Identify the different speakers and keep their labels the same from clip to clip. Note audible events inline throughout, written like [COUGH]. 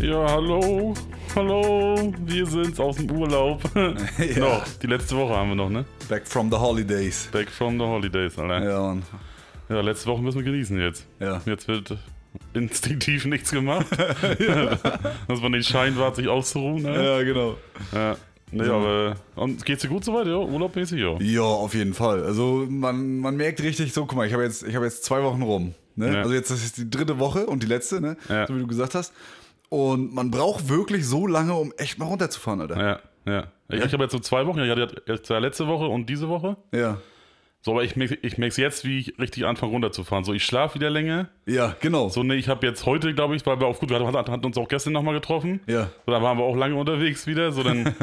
Speaker 1: Ja, hallo. Hallo. Wir sind's aus dem Urlaub. [LAUGHS] Noch. Die letzte Woche haben wir noch, ne?
Speaker 2: Back from the holidays.
Speaker 1: Back from the holidays, Alter.
Speaker 2: Ja, Mann.
Speaker 1: Ja, letzte Woche müssen wir genießen jetzt.
Speaker 2: Ja.
Speaker 1: Jetzt wird instinktiv [LAUGHS] nichts gemacht. Dass man nicht scheinbar sich auszuruhen. Ne?
Speaker 2: ja, genau.
Speaker 1: Ja. Nee, aber. Und geht's dir gut soweit, ja? Urlaubmäßig, ja.
Speaker 2: Ja, auf jeden Fall. Also man, man merkt richtig so, guck mal, ich habe jetzt, ich hab jetzt zwei Wochen rum. Ne?
Speaker 1: Ja.
Speaker 2: Also jetzt das ist die dritte Woche und die letzte, ne?
Speaker 1: Ja.
Speaker 2: so wie du gesagt hast. Und man braucht wirklich so lange, um echt mal runterzufahren, Alter.
Speaker 1: Ja, ja. Ich, ich habe jetzt so zwei Wochen. Ich hatte jetzt ja letzte Woche und diese Woche.
Speaker 2: Ja,
Speaker 1: So, aber ich merke ich merk's jetzt, wie ich richtig anfange runterzufahren. So, ich schlafe wieder länger.
Speaker 2: ja genau.
Speaker 1: So, ne, ich habe jetzt heute, glaube ich, weil wir auf gut, wir hatten, hatten uns auch gestern nochmal getroffen.
Speaker 2: Ja.
Speaker 1: So, da waren wir auch lange unterwegs wieder. So,
Speaker 2: [LAUGHS]
Speaker 1: dann,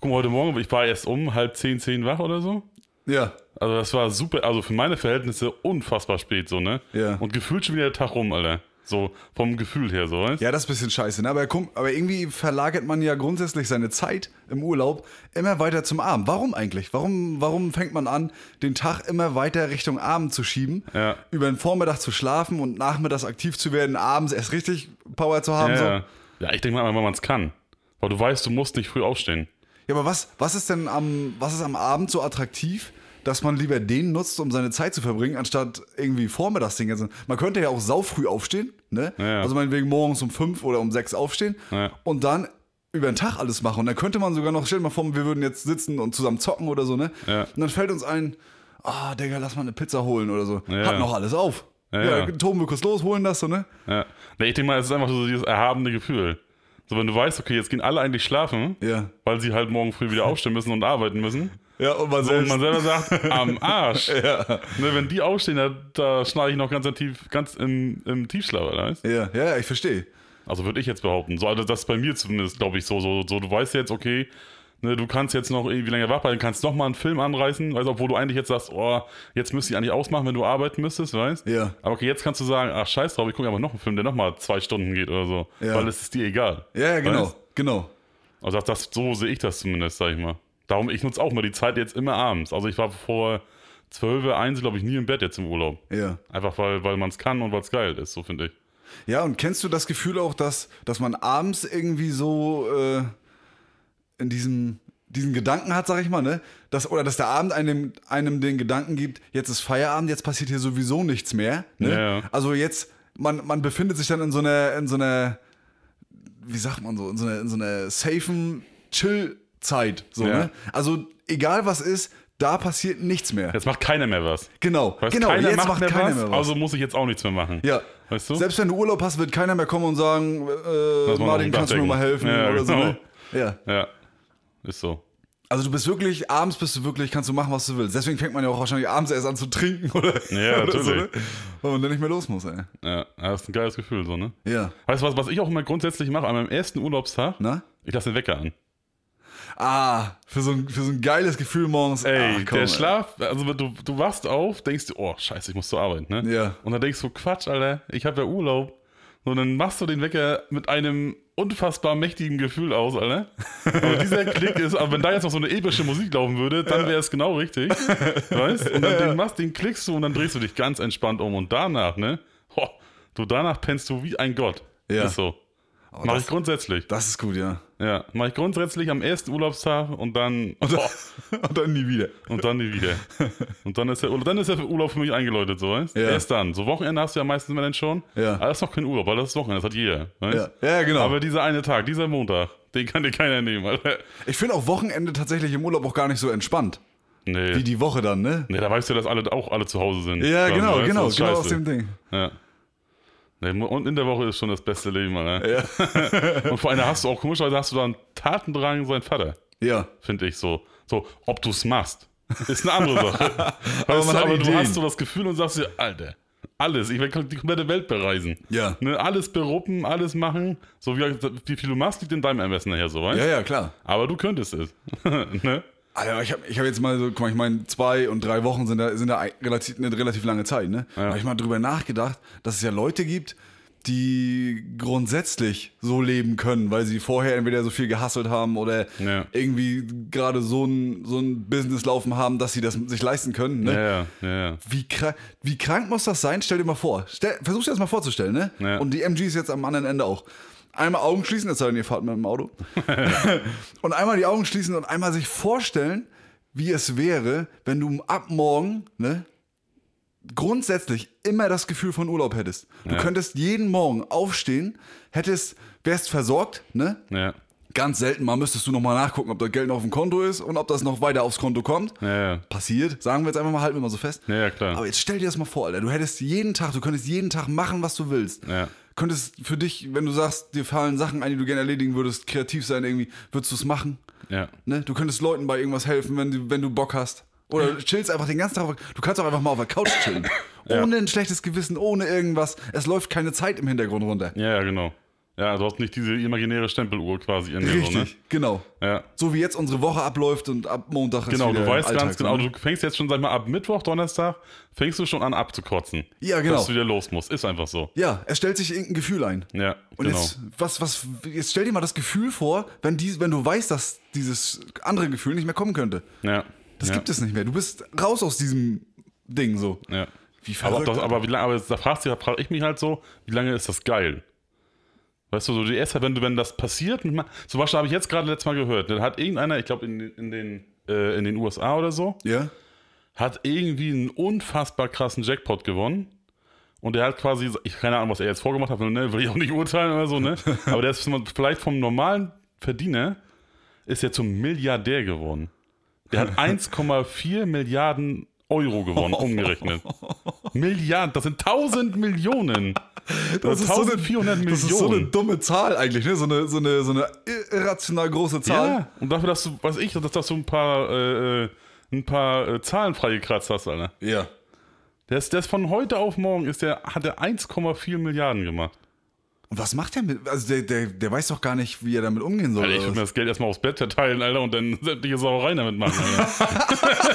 Speaker 1: guck mal, heute Morgen, ich war erst um halb zehn, zehn wach oder so.
Speaker 2: Ja,
Speaker 1: Also, das war super, also für meine Verhältnisse unfassbar spät, so, ne?
Speaker 2: Ja.
Speaker 1: Und gefühlt schon wieder der Tag rum, Alter. So, vom Gefühl her, so, weißt
Speaker 2: Ja, das ist ein bisschen scheiße, ne? aber, komm, aber irgendwie verlagert man ja grundsätzlich seine Zeit im Urlaub immer weiter zum Abend. Warum eigentlich? Warum, warum fängt man an, den Tag immer weiter Richtung Abend zu schieben,
Speaker 1: Ja.
Speaker 2: über den Vormittag zu schlafen und nachmittags aktiv zu werden, abends erst richtig Power zu haben?
Speaker 1: ja,
Speaker 2: so?
Speaker 1: ja. ja, ich denke mal, wenn man es kann. Weil du weißt, du musst nicht früh aufstehen.
Speaker 2: ja aber was, was ist denn am, was ist am Abend so attraktiv, dass man lieber den nutzt, um seine Zeit zu verbringen, anstatt irgendwie vormittags den ganzen... Man könnte ja auch saufrüh aufstehen, ne?
Speaker 1: ja.
Speaker 2: Also meinetwegen morgens um fünf oder um sechs aufstehen
Speaker 1: Ja.
Speaker 2: und dann über den Tag alles machen. Und dann könnte man sogar noch, stell dir mal vor, wir würden jetzt sitzen und zusammen zocken oder so, ne?
Speaker 1: Ja.
Speaker 2: Und dann fällt uns ein, ah, Digga, lass mal eine Pizza holen oder so.
Speaker 1: Ja.
Speaker 2: Hat noch alles auf.
Speaker 1: Ja,
Speaker 2: Ja,
Speaker 1: ja.
Speaker 2: toben wir kurz los, holen das so, ne?
Speaker 1: Ja. Ne, ich denke mal, es ist einfach so dieses erhabene Gefühl. So, wenn du weißt, okay, jetzt gehen alle eigentlich schlafen,
Speaker 2: Ja.
Speaker 1: weil sie halt morgen früh wieder
Speaker 2: [LAUGHS]
Speaker 1: aufstehen müssen und arbeiten müssen.
Speaker 2: Ja, und man
Speaker 1: Und man selber sagt, am
Speaker 2: [LAUGHS]
Speaker 1: Arsch. Ne, wenn die aufstehen, da, da schneide ich noch ganz, im tief, ganz im, im Tiefschlaf, oder was?
Speaker 2: ja, ja, ich verstehe.
Speaker 1: Also würde ich jetzt behaupten. So, also das ist bei mir zumindest, glaube ich, so, so, so. Du weißt jetzt, okay, ne, du kannst jetzt noch irgendwie länger wach bleiben, kannst noch mal einen Film anreißen, weißt, obwohl du eigentlich jetzt sagst, oh, jetzt müsste ich eigentlich ausmachen, wenn du arbeiten müsstest, weißt?
Speaker 2: Ja.
Speaker 1: Aber okay, jetzt kannst du sagen, ach scheiß drauf, ich gucke aber noch einen Film, der noch mal zwei Stunden geht oder so,
Speaker 2: Ja.
Speaker 1: weil es ist dir egal.
Speaker 2: Ja, ja, genau,
Speaker 1: Weißt?
Speaker 2: genau.
Speaker 1: Also das, das, so sehe ich das zumindest, sag ich mal. Darum, ich nutze auch mal die Zeit jetzt immer abends. Also ich war vor 12, 1, glaube ich, nie im Bett jetzt im Urlaub.
Speaker 2: Ja.
Speaker 1: Einfach weil, weil man es kann und weil es geil ist, so finde ich.
Speaker 2: Ja, und kennst du das Gefühl auch, dass, dass man abends irgendwie so äh, in diesem, diesen Gedanken hat, sag ich mal, ne? Dass, oder dass der Abend einem, einem den Gedanken gibt, jetzt ist Feierabend, jetzt passiert hier sowieso nichts mehr. Ne?
Speaker 1: Ja, ja.
Speaker 2: Also jetzt, man, man befindet sich dann in so einer, in so einer, wie sagt man so, in so einer, in so einer safen Chill-Zeit. So,
Speaker 1: Ja.
Speaker 2: ne? Also egal was ist, da passiert nichts mehr.
Speaker 1: Jetzt macht keiner mehr was.
Speaker 2: Genau,
Speaker 1: Weißt,
Speaker 2: genau,
Speaker 1: keiner
Speaker 2: jetzt
Speaker 1: macht,
Speaker 2: macht
Speaker 1: mehr
Speaker 2: keiner
Speaker 1: was,
Speaker 2: mehr was.
Speaker 1: also muss ich jetzt auch nichts mehr machen.
Speaker 2: Ja.
Speaker 1: Weißt du?
Speaker 2: Selbst wenn du Urlaub hast, wird keiner mehr kommen und sagen, äh,
Speaker 1: Lass mal
Speaker 2: Martin,
Speaker 1: noch
Speaker 2: kannst du mir mal helfen
Speaker 1: nachdenken. Ja,
Speaker 2: oder so.
Speaker 1: genau.
Speaker 2: Ne? Ja.
Speaker 1: Ja, ist so.
Speaker 2: Also du bist wirklich, abends bist du wirklich, kannst du machen, was du willst. Deswegen fängt man ja auch wahrscheinlich abends erst an zu trinken oder,
Speaker 1: Ja,
Speaker 2: [LAUGHS] oder so, ne?
Speaker 1: natürlich.
Speaker 2: Weil man dann nicht mehr los muss, ey.
Speaker 1: Ja, das ist ein geiles Gefühl, so, ne?
Speaker 2: Ja.
Speaker 1: Weißt du, was, was ich auch immer grundsätzlich mache an meinem ersten Urlaubstag?
Speaker 2: Na?
Speaker 1: Ich lasse den Wecker an.
Speaker 2: Ah, für so ein, für so ein geiles Gefühl morgens.
Speaker 1: Ey,
Speaker 2: Ach, komm,
Speaker 1: der Schlaf, also du, du wachst auf, denkst dir, oh, scheiße, ich muss zur Arbeit, ne?
Speaker 2: Ja.
Speaker 1: Und dann denkst du, Quatsch, Alter, ich habe ja Urlaub. Und dann machst du den Wecker mit einem unfassbar mächtigen Gefühl aus, Alter. Aber dieser Klick ist, aber wenn da jetzt noch so eine epische Musik laufen würde, dann wäre es genau richtig. Weißt? Und dann den machst, den klickst du und dann drehst du dich ganz entspannt um. Und danach, ne? Ho, du danach pennst du wie ein Gott.
Speaker 2: Ja.
Speaker 1: Ist so.
Speaker 2: Aber
Speaker 1: Mach
Speaker 2: das,
Speaker 1: ich grundsätzlich.
Speaker 2: das ist gut, ja.
Speaker 1: Ja. Mach ich grundsätzlich am ersten Urlaubstag und dann.
Speaker 2: [LAUGHS]
Speaker 1: Boah.
Speaker 2: Und dann nie wieder.
Speaker 1: Und dann nie
Speaker 2: [LAUGHS]
Speaker 1: wieder. Und dann ist der Urlaub, dann ist der Urlaub für mich eingeläutet, so weißt?
Speaker 2: Ja.
Speaker 1: Erst dann. So Wochenende hast du ja meistens immer dann schon.
Speaker 2: Ja.
Speaker 1: Aber das ist noch kein Urlaub, weil das ist Wochenende, das hat jeder.
Speaker 2: Ja,
Speaker 1: Weißt?
Speaker 2: ja genau.
Speaker 1: Aber dieser eine Tag, dieser Montag, den kann dir keiner nehmen, Alter.
Speaker 2: ich finde auch Wochenende tatsächlich im Urlaub auch gar nicht so entspannt.
Speaker 1: Nee.
Speaker 2: Wie die Woche dann, ne?
Speaker 1: nee, da weißt du, dass alle auch alle zu Hause sind.
Speaker 2: Ja,
Speaker 1: Dann,
Speaker 2: genau,
Speaker 1: weißt du,
Speaker 2: genau,
Speaker 1: das ist
Speaker 2: genau aus
Speaker 1: scheiße.
Speaker 2: dem Ding.
Speaker 1: Ja. Nee, mo- Und in der Woche ist schon das beste Leben, Alter. [LAUGHS] und vor allem da hast du auch komischerweise hast du da einen Tatendrang, sein Vater,
Speaker 2: Ja.
Speaker 1: finde ich so. So, ob du es machst, [LAUGHS] ist eine andere Sache.
Speaker 2: [LAUGHS]
Speaker 1: Weißt
Speaker 2: Aber man
Speaker 1: du,
Speaker 2: hat
Speaker 1: aber du
Speaker 2: Ideen.
Speaker 1: hast so das Gefühl und sagst dir, Alter, alles, ich werde die komplette Welt bereisen.
Speaker 2: Ja.
Speaker 1: Ne, alles beruppen, alles machen. So wie, wie viel du machst, liegt in deinem Ermessen nachher, so weißt
Speaker 2: Ja, ja, klar.
Speaker 1: Aber du könntest es. [LAUGHS] ne?
Speaker 2: Alter, Ah ich habe ich hab jetzt mal so, guck mal, ich meine, zwei und drei Wochen sind da, sind da ein- relativ, eine relativ lange Zeit, ne? Da habe ich mal drüber nachgedacht, dass es ja Leute gibt, die grundsätzlich so leben können, weil sie vorher entweder so viel gehasselt haben oder
Speaker 1: Ja.
Speaker 2: irgendwie gerade so ein, so ein Business laufen haben, dass sie das sich leisten können, ne?
Speaker 1: Ja, ja, ja. ja.
Speaker 2: Wie, kra wie krank muss das sein? Stell dir mal vor. Stell, versuch dir das mal vorzustellen, ne?
Speaker 1: Ja.
Speaker 2: Und die MG ist jetzt am anderen Ende auch. einmal Augen schließen, jetzt seid ihr fahrt mit
Speaker 1: [LAUGHS]
Speaker 2: dem Auto, und einmal die Augen schließen und einmal sich vorstellen, wie es wäre, wenn du ab morgen, ne, grundsätzlich immer das Gefühl von Urlaub hättest. Du könntest jeden Morgen aufstehen, hättest, wärst versorgt, ne?
Speaker 1: Ja.
Speaker 2: Ganz selten mal müsstest du nochmal nachgucken, ob das Geld noch auf dem Konto ist und ob das noch weiter aufs Konto kommt.
Speaker 1: Ja, ja.
Speaker 2: Passiert, sagen wir jetzt einfach mal, halten wir mal so fest.
Speaker 1: Ja, ja, klar.
Speaker 2: Aber jetzt stell dir das mal vor, Alter. Du hättest jeden Tag, du könntest jeden Tag machen, was du willst.
Speaker 1: Ja.
Speaker 2: Könntest für dich, wenn du sagst, dir fallen Sachen ein, die du gerne erledigen würdest, kreativ sein irgendwie, würdest du es machen?
Speaker 1: Ja.
Speaker 2: Ne? Du könntest Leuten bei irgendwas helfen, wenn du, wenn du Bock hast. Oder du chillst einfach den ganzen Tag. auf- Du kannst auch einfach mal auf der Couch chillen. Ohne ein schlechtes Gewissen, ohne irgendwas. Es läuft keine Zeit im Hintergrund runter.
Speaker 1: Ja, ja, genau. Ja, du hast nicht diese imaginäre Stempeluhr quasi in dir.
Speaker 2: Richtig,
Speaker 1: So, ne?
Speaker 2: genau.
Speaker 1: Ja.
Speaker 2: So wie jetzt unsere Woche abläuft und ab Montag
Speaker 1: Genau,
Speaker 2: ist wieder
Speaker 1: du weißt
Speaker 2: Alltag,
Speaker 1: ganz genau,
Speaker 2: ne?
Speaker 1: du fängst jetzt schon, sag mal, ab Mittwoch, Donnerstag, fängst du schon an abzukotzen.
Speaker 2: Ja, genau.
Speaker 1: Dass du wieder los musst. Ist einfach so.
Speaker 2: Ja, es stellt sich irgendein Gefühl ein.
Speaker 1: Ja,
Speaker 2: Und
Speaker 1: genau.
Speaker 2: jetzt, was, was, jetzt stell dir mal das Gefühl vor, wenn, dies, wenn du weißt, dass dieses andere Gefühl nicht mehr kommen könnte.
Speaker 1: ja.
Speaker 2: Das
Speaker 1: ja.
Speaker 2: gibt es nicht mehr. Du bist raus aus diesem Ding so.
Speaker 1: Ja.
Speaker 2: Wie
Speaker 1: Aber,
Speaker 2: verrückt.
Speaker 1: das, aber, wie lange, aber jetzt, da fragst du, da frage ich mich halt so, wie lange ist das geil? Weißt du, so die erste, wenn du, wenn das passiert, mit ma- zum Beispiel habe ich jetzt gerade letztes Mal gehört, dann hat irgendeiner, ich glaube in, in, den, äh, in den USA oder so,
Speaker 2: ja?
Speaker 1: hat irgendwie einen unfassbar krassen Jackpot gewonnen. Und der hat quasi, ich keine Ahnung, was er jetzt vorgemacht hat, ne, will ich auch nicht urteilen oder so,
Speaker 2: [LAUGHS]
Speaker 1: ne? Aber der ist vielleicht vom normalen Verdiener, ist er zum Milliardär geworden. Der
Speaker 2: [LAUGHS]
Speaker 1: hat 1,4 Milliarden Euro gewonnen,
Speaker 2: [LAUGHS]
Speaker 1: umgerechnet. Milliarden, das sind 1000 Millionen. Das, sind 1400
Speaker 2: das ist so eine
Speaker 1: Millionen.
Speaker 2: dumme Zahl eigentlich, ne? So eine, so eine, so eine irrational große Zahl.
Speaker 1: ja, und dafür, dass du, weiß ich, dass, dass du ein paar, äh, äh, ein paar äh, Zahlen freigekratzt hast, Alter.
Speaker 2: Ja.
Speaker 1: Der ist, der ist von heute auf morgen ist der, hat er 1,4 Milliarden gemacht.
Speaker 2: Und was macht der mit? Also der, der, der weiß doch gar nicht, wie er damit umgehen soll.
Speaker 1: Alter, ich
Speaker 2: oder
Speaker 1: würde mir
Speaker 2: was?
Speaker 1: das Geld erstmal aufs Bett verteilen, Alter, und dann sämtliche Sauereien damit machen. Alter.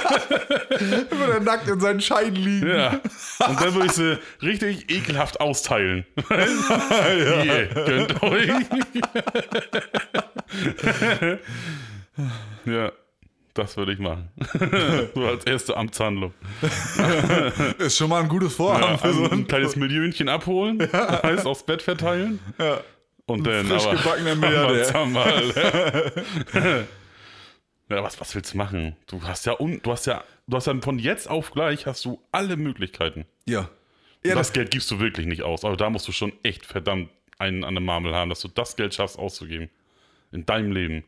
Speaker 2: Immer der nackt in seinen Schein liegen.
Speaker 1: ja. Und dann würde ich sie richtig ekelhaft austeilen. ja. [LAUGHS] yeah, gönnt euch. [LAUGHS] ja, das würde ich machen. [LAUGHS] so als erste Amtshandlung.
Speaker 2: Ist schon mal ein gutes Vorhaben
Speaker 1: Ja, also
Speaker 2: für so
Speaker 1: Äh, ein, ein
Speaker 2: einen
Speaker 1: kleines Millionchen abholen, heißt aufs Bett verteilen.
Speaker 2: Ja.
Speaker 1: Und dann
Speaker 2: frisch
Speaker 1: aber. [LAUGHS]
Speaker 2: gebackener
Speaker 1: aber
Speaker 2: Milliardär.
Speaker 1: sag mal.
Speaker 2: [LAUGHS]
Speaker 1: ja, was, was willst du machen? Du hast ja un, du hast ja, du hast ja von jetzt auf gleich hast du alle Möglichkeiten.
Speaker 2: Ja. Ja,
Speaker 1: das
Speaker 2: das,
Speaker 1: Geld gibst du wirklich nicht aus, aber da musst du schon echt verdammt einen an der Marmel haben, dass du das Geld schaffst auszugeben. In deinem Leben.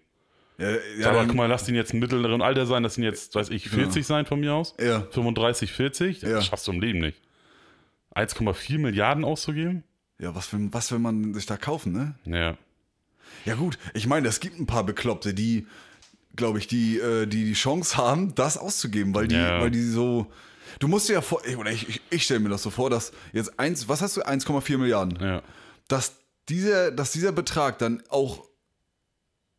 Speaker 2: ja, ja,
Speaker 1: aber
Speaker 2: dann-
Speaker 1: guck mal, lass ihn jetzt im mittleren Alter sein, lass ihn jetzt, weiß ich, 40 sein von mir aus.
Speaker 2: Ja.
Speaker 1: 35, 40, das
Speaker 2: Ja.
Speaker 1: schaffst du im Leben nicht. 1,4 Milliarden auszugeben?
Speaker 2: ja was, will, was will man sich da kaufen, ne?
Speaker 1: Ja.
Speaker 2: Ja gut, ich meine, es gibt ein paar Bekloppte, die, glaube ich, die, äh, die die Chance haben, das auszugeben, weil die,
Speaker 1: Ja.
Speaker 2: weil die so... Du musst dir ja vor... Ich, oder ich, ich, ich stelle mir das so vor, dass jetzt eins... Was hast du? 1,4 Milliarden.
Speaker 1: Ja.
Speaker 2: Dass, dieser, dass dieser Betrag dann auch...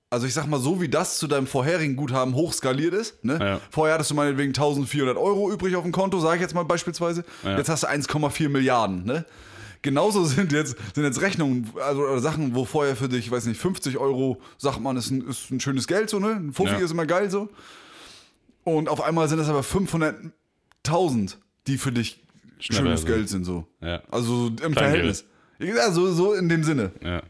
Speaker 2: Also ich sag mal, so wie das zu deinem vorherigen Guthaben hochskaliert ist. Ne?
Speaker 1: Ja.
Speaker 2: Vorher hattest du meinetwegen 1400 Euro übrig auf dem Konto, sage ich jetzt mal beispielsweise.
Speaker 1: Ja.
Speaker 2: Jetzt hast du 1,4 Milliarden. Ne? Genauso sind jetzt, sind jetzt Rechnungen, also oder Sachen, wo vorher für dich, weiß nicht, 50 Euro, sagt man, ist ein, ist ein schönes Geld, so, ne? Ein Fuffi
Speaker 1: Ja.
Speaker 2: ist immer geil, so. Und auf einmal sind es aber 500.000, die für dich
Speaker 1: Schneller
Speaker 2: schönes
Speaker 1: sind.
Speaker 2: Geld sind, so.
Speaker 1: Ja.
Speaker 2: Also im Verhältnis. Ja, so, so in dem Sinne.
Speaker 1: Ja.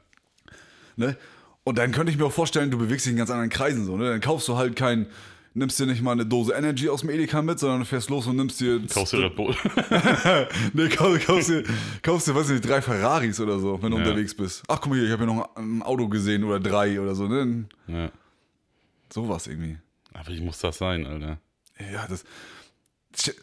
Speaker 2: Ne? Und dann könnte ich mir auch vorstellen, du bewegst dich in ganz anderen Kreisen so. Ne? Dann kaufst du halt kein, nimmst dir nicht mal eine Dose Energy aus dem Edeka mit, sondern du fährst los und nimmst dir. [LAUGHS]
Speaker 1: Kaufst du Red Bull? [LAUGHS]
Speaker 2: ne, kauf, kaufst, dir, kaufst dir, weiß nicht, drei Ferraris oder so, wenn du
Speaker 1: Ja.
Speaker 2: unterwegs bist. Ach, guck mal hier, ich habe ja noch ein Auto gesehen oder drei oder so. Ne?
Speaker 1: ja.
Speaker 2: Sowas irgendwie.
Speaker 1: Aber wie muss das sein, Alter?
Speaker 2: Ja, das. das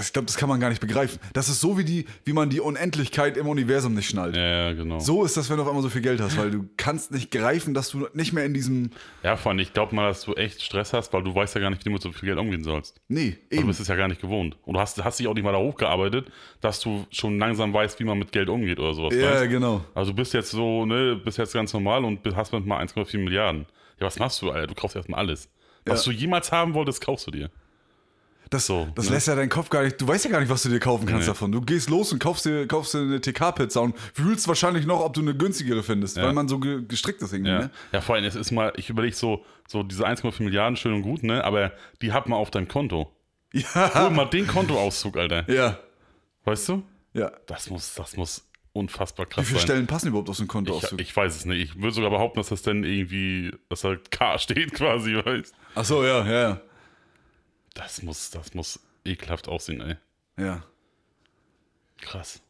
Speaker 2: ich glaube, das kann man gar nicht begreifen. Das ist so wie die, wie man die Unendlichkeit im Universum nicht schnallt.
Speaker 1: Ja, ja, genau.
Speaker 2: So ist das, wenn du auf einmal so viel Geld hast, weil du kannst nicht greifen, dass du nicht mehr in diesem.
Speaker 1: Ja, vor allem, ich glaube mal, dass du echt Stress hast, weil du weißt ja gar nicht, wie du mit so viel Geld umgehen sollst.
Speaker 2: Nee,
Speaker 1: Weil Du
Speaker 2: eben.
Speaker 1: bist es ja gar nicht gewohnt. Und du hast, hast dich auch nicht mal da hochgearbeitet, dass du schon langsam weißt, wie man mit Geld umgeht oder sowas.
Speaker 2: Ja,
Speaker 1: weißt?
Speaker 2: genau.
Speaker 1: Also du bist jetzt so, ne, bist jetzt ganz normal und hast manchmal 1,4 Milliarden. Ja, was machst du, Alter? Du kaufst erstmal alles. Was
Speaker 2: Ja.
Speaker 1: du jemals haben wolltest, kaufst du dir.
Speaker 2: Das,
Speaker 1: So,
Speaker 2: das
Speaker 1: ne?
Speaker 2: lässt ja deinen Kopf gar nicht. Du weißt ja gar nicht, was du dir kaufen kannst
Speaker 1: Nee.
Speaker 2: davon. Du gehst los und kaufst dir, kaufst dir eine TK-Pizza und wühlst wahrscheinlich noch, ob du eine günstigere findest, weil man so ge gestrickt ist irgendwie.
Speaker 1: Ja,
Speaker 2: Ne? [LAUGHS]
Speaker 1: ja vor allem, es ist mal, ich überlege so, so diese 1,4 Milliarden, schön und gut, ne, aber die hat man auf deinem Konto.
Speaker 2: Ja. Ah.
Speaker 1: Hol mal den Kontoauszug, Alter.
Speaker 2: Ja.
Speaker 1: Weißt du?
Speaker 2: Ja.
Speaker 1: Das muss, das muss unfassbar
Speaker 2: Wie
Speaker 1: krass
Speaker 2: viele
Speaker 1: sein.
Speaker 2: Stellen passen überhaupt aus dem
Speaker 1: Ich,
Speaker 2: Kontoauszug?
Speaker 1: ich weiß es nicht. Ich würde sogar behaupten, dass das dann irgendwie, dass halt K [LAUGHS] steht quasi, weißt
Speaker 2: Ach so, ja, ja,
Speaker 1: Das muss, das muss ekelhaft aussehen, ey.
Speaker 2: ja.
Speaker 1: Krass.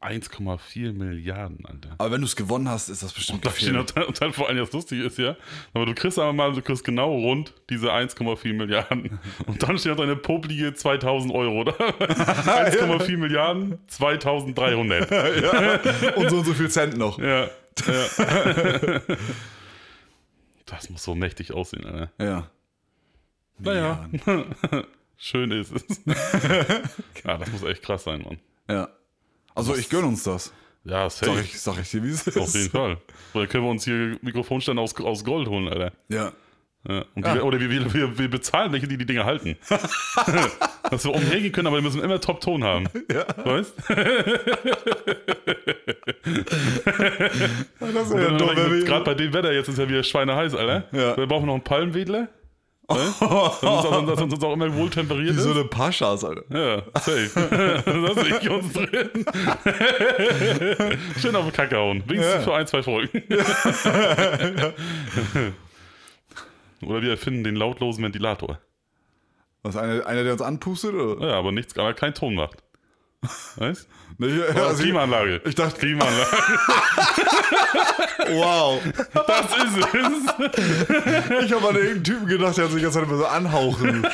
Speaker 1: 1,4 Milliarden, Alter.
Speaker 2: Aber wenn du es gewonnen hast, ist das bestimmt
Speaker 1: Da steht noch, [LAUGHS]
Speaker 2: gefährlich.
Speaker 1: und dann vor allem das lustig ist, ja. Aber du kriegst aber mal, du kriegst genau rund diese 1,4 Milliarden. Und dann steht noch deine popelige 2000 Euro, oder? 1,4 Milliarden, 2300.
Speaker 2: Und so und so viel Cent noch.
Speaker 1: Ja. ja. Das muss so mächtig aussehen, Alter.
Speaker 2: Ja.
Speaker 1: Naja. [LAUGHS] Schön ist es. ja, das muss echt krass sein, Mann.
Speaker 2: Ja. Also ich gönne uns das.
Speaker 1: Ja,
Speaker 2: Sag
Speaker 1: safe.
Speaker 2: ich, sag ich dir, wie es
Speaker 1: Auf
Speaker 2: [LAUGHS]
Speaker 1: jeden
Speaker 2: ist.
Speaker 1: Fall. Oder können wir uns hier Mikrofonstände aus, aus Gold holen, Alter.
Speaker 2: Ja.
Speaker 1: Ja, und die, Oder wir, wir, wir, wir bezahlen welche, die die Dinge
Speaker 2: [LAUGHS]
Speaker 1: halten. Dass wir umhergehen können, aber wir müssen immer Top-Ton haben.
Speaker 2: [LAUGHS] Ja.
Speaker 1: Weißt?
Speaker 2: Das wäre ja dumm, wenn
Speaker 1: Gerade bei dem Wetter, jetzt ist ja wieder schweineheiß, Alter.
Speaker 2: Ja.
Speaker 1: Wir brauchen noch einen Palmwedler.
Speaker 2: [LAUGHS]
Speaker 1: Dass uns, dass uns auch immer wohltemperiert
Speaker 2: Wie so
Speaker 1: ist.
Speaker 2: eine Paschas, Alter.
Speaker 1: Ja, safe. [LAUGHS]
Speaker 2: [LAUGHS]
Speaker 1: da sehe ich uns drin. [LAUGHS] Schön auf den Kacke hauen. Wenigstens
Speaker 2: Ja.
Speaker 1: für ein, zwei
Speaker 2: [LAUGHS]
Speaker 1: Folgen. Oder wir erfinden den lautlosen Ventilator.
Speaker 2: Was, einer, einer, der uns anpustet? Oder?
Speaker 1: Ja, aber nichts, aber keinen Ton macht. Weißt?
Speaker 2: Nee, ich-
Speaker 1: Oder
Speaker 2: also ich-
Speaker 1: Äh, Klimaanlage.
Speaker 2: ich dachte- [LAUGHS]
Speaker 1: Klimaanlage.
Speaker 2: Wow.
Speaker 1: [LAUGHS] Das ist
Speaker 2: Ich habe an irgendeinen Typen gedacht, der hat sich die ganze Zeit immer
Speaker 1: [LAUGHS]
Speaker 2: so anhauchen.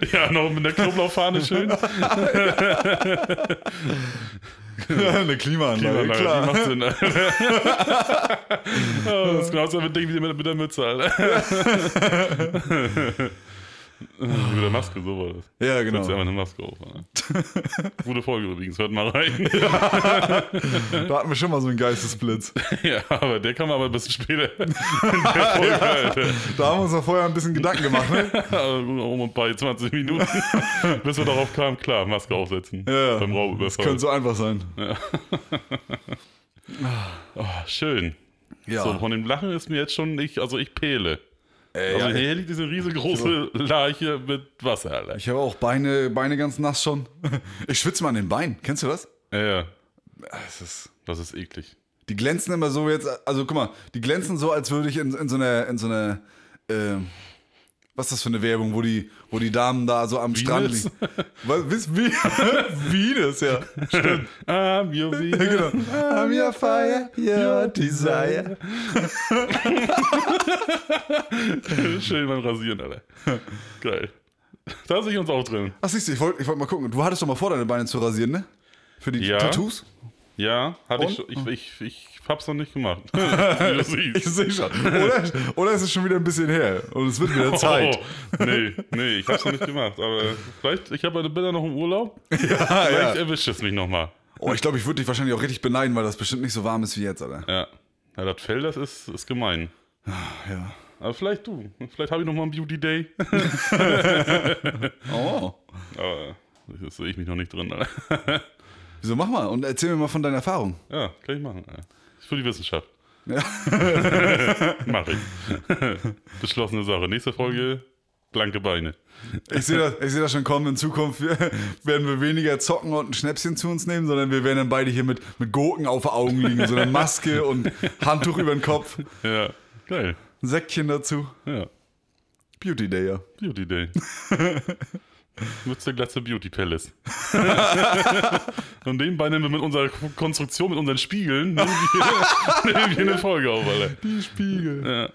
Speaker 1: es. Ja, noch mit der Knoblauchfahne schön.
Speaker 2: eine
Speaker 1: Klimaanlage,
Speaker 2: Klimaanlage,
Speaker 1: die
Speaker 2: klar.
Speaker 1: macht
Speaker 2: [LAUGHS]
Speaker 1: Sinn. [LAUGHS] Alter. oh, das ist genauso mit Ding wie mit, mit der Mütze,
Speaker 2: [LAUGHS]
Speaker 1: Alter. mit der Maske, so war das.
Speaker 2: Ja,
Speaker 1: Genau. Setzt einfach
Speaker 2: genau.
Speaker 1: eine Maske auf. Alter.
Speaker 2: [LAUGHS]
Speaker 1: Gute Folge übrigens, hört mal rein.
Speaker 2: Da hatten wir schon mal so einen Geistesblitz.
Speaker 1: [LAUGHS] ja, aber der kam aber ein bisschen
Speaker 2: [LAUGHS]
Speaker 1: später. In der Folge, Alter.
Speaker 2: Da haben wir uns doch vorher ein bisschen Gedanken
Speaker 1: [LAUGHS]
Speaker 2: gemacht, ne?
Speaker 1: Aber gut, um und bei 20
Speaker 2: [LAUGHS]
Speaker 1: Minuten, bis wir darauf kamen, klar, Maske aufsetzen.
Speaker 2: Ja.
Speaker 1: Beim
Speaker 2: Das
Speaker 1: Raubüberfall.
Speaker 2: könnte so einfach sein.
Speaker 1: Oh, schön.
Speaker 2: Ja.
Speaker 1: So, von dem Lachen ist mir jetzt schon nicht, also ich pehle.
Speaker 2: Ey,
Speaker 1: Also
Speaker 2: ja,
Speaker 1: hier liegt diese
Speaker 2: [LAUGHS]
Speaker 1: riesengroße Larche mit Wasser, Alter.
Speaker 2: Ich habe auch Beine, Beine ganz nass schon. Ich schwitze mal an den Beinen. Kennst du das?
Speaker 1: Ja, ja,
Speaker 2: Es ist.
Speaker 1: das ist eklig.
Speaker 2: Die glänzen immer so jetzt, also guck mal, die glänzen so, als würde ich in, in so einer, in so einer, ähm, was ist das für eine Werbung, wo die, wo die Damen da so am Strand
Speaker 1: Venus?
Speaker 2: liegen. Was, wisst- wie, [LAUGHS] Venus, ja.
Speaker 1: [LAUGHS] I'm your
Speaker 2: [LAUGHS]
Speaker 1: Venus.
Speaker 2: Genau. I'm your fire, your desire.
Speaker 1: [LAUGHS] Schön beim Rasieren, Alter. Geil. Da sehe ich uns auch drin.
Speaker 2: Ach siehst du, ich wollte ich wollt mal gucken. Du hattest doch mal vor, deine Beine zu rasieren, ne? Für die
Speaker 1: Ja.
Speaker 2: Tattoos?
Speaker 1: Ja, hatte ich,
Speaker 2: Und?
Speaker 1: schon- ich, ich, ich hab's noch nicht gemacht.
Speaker 2: [LAUGHS]
Speaker 1: Wie du siehst.
Speaker 2: Ich sehe schon. [LAUGHS] Oder, oder es ist schon wieder ein bisschen her und es wird wieder Zeit.
Speaker 1: Oh, nee, nee, ich hab's noch nicht gemacht. Aber vielleicht, ich habe Bilder noch im Urlaub.
Speaker 2: Ah,
Speaker 1: Vielleicht
Speaker 2: [LAUGHS] ja.
Speaker 1: erwischt es mich nochmal.
Speaker 2: Oh, ich glaube, ich würde dich wahrscheinlich auch richtig beneiden, weil das bestimmt nicht so warm ist wie jetzt, Alter.
Speaker 1: Ja. ja, das Fell, das ist, ist gemein.
Speaker 2: Ja.
Speaker 1: Aber vielleicht du. Vielleicht habe ich nochmal einen Beauty Day.
Speaker 2: Oh.
Speaker 1: Aber äh, das sehe ich mich noch nicht drin. Alter.
Speaker 2: Wieso mach mal und erzähl mir mal von deiner Erfahrung.
Speaker 1: Ja, kann ich machen. Alter. Ist für die Wissenschaft.
Speaker 2: Ja.
Speaker 1: Mach ich. Beschlossene Sache. Nächste Folge, blanke Beine.
Speaker 2: Ich sehe das, ich seh das schon kommen. In Zukunft [LAUGHS] werden wir weniger zocken und ein Schnäpschen zu uns nehmen, sondern wir werden dann beide hier mit, mit Gurken auf den Augen liegen, so eine Maske und Handtuch über den Kopf, ein
Speaker 1: Ja, geil.
Speaker 2: Säckchen dazu.
Speaker 1: Ja,
Speaker 2: Beauty Day, ja.
Speaker 1: Beauty Day. Mütze, Glatze, Beauty Palace. Und nebenbei nehmen wir mit unserer Ko- Konstruktion, mit unseren Spiegeln, nehmen wir, [LAUGHS] nehmen wir eine Folge auf, Alter.
Speaker 2: Die Spiegel.
Speaker 1: Ja.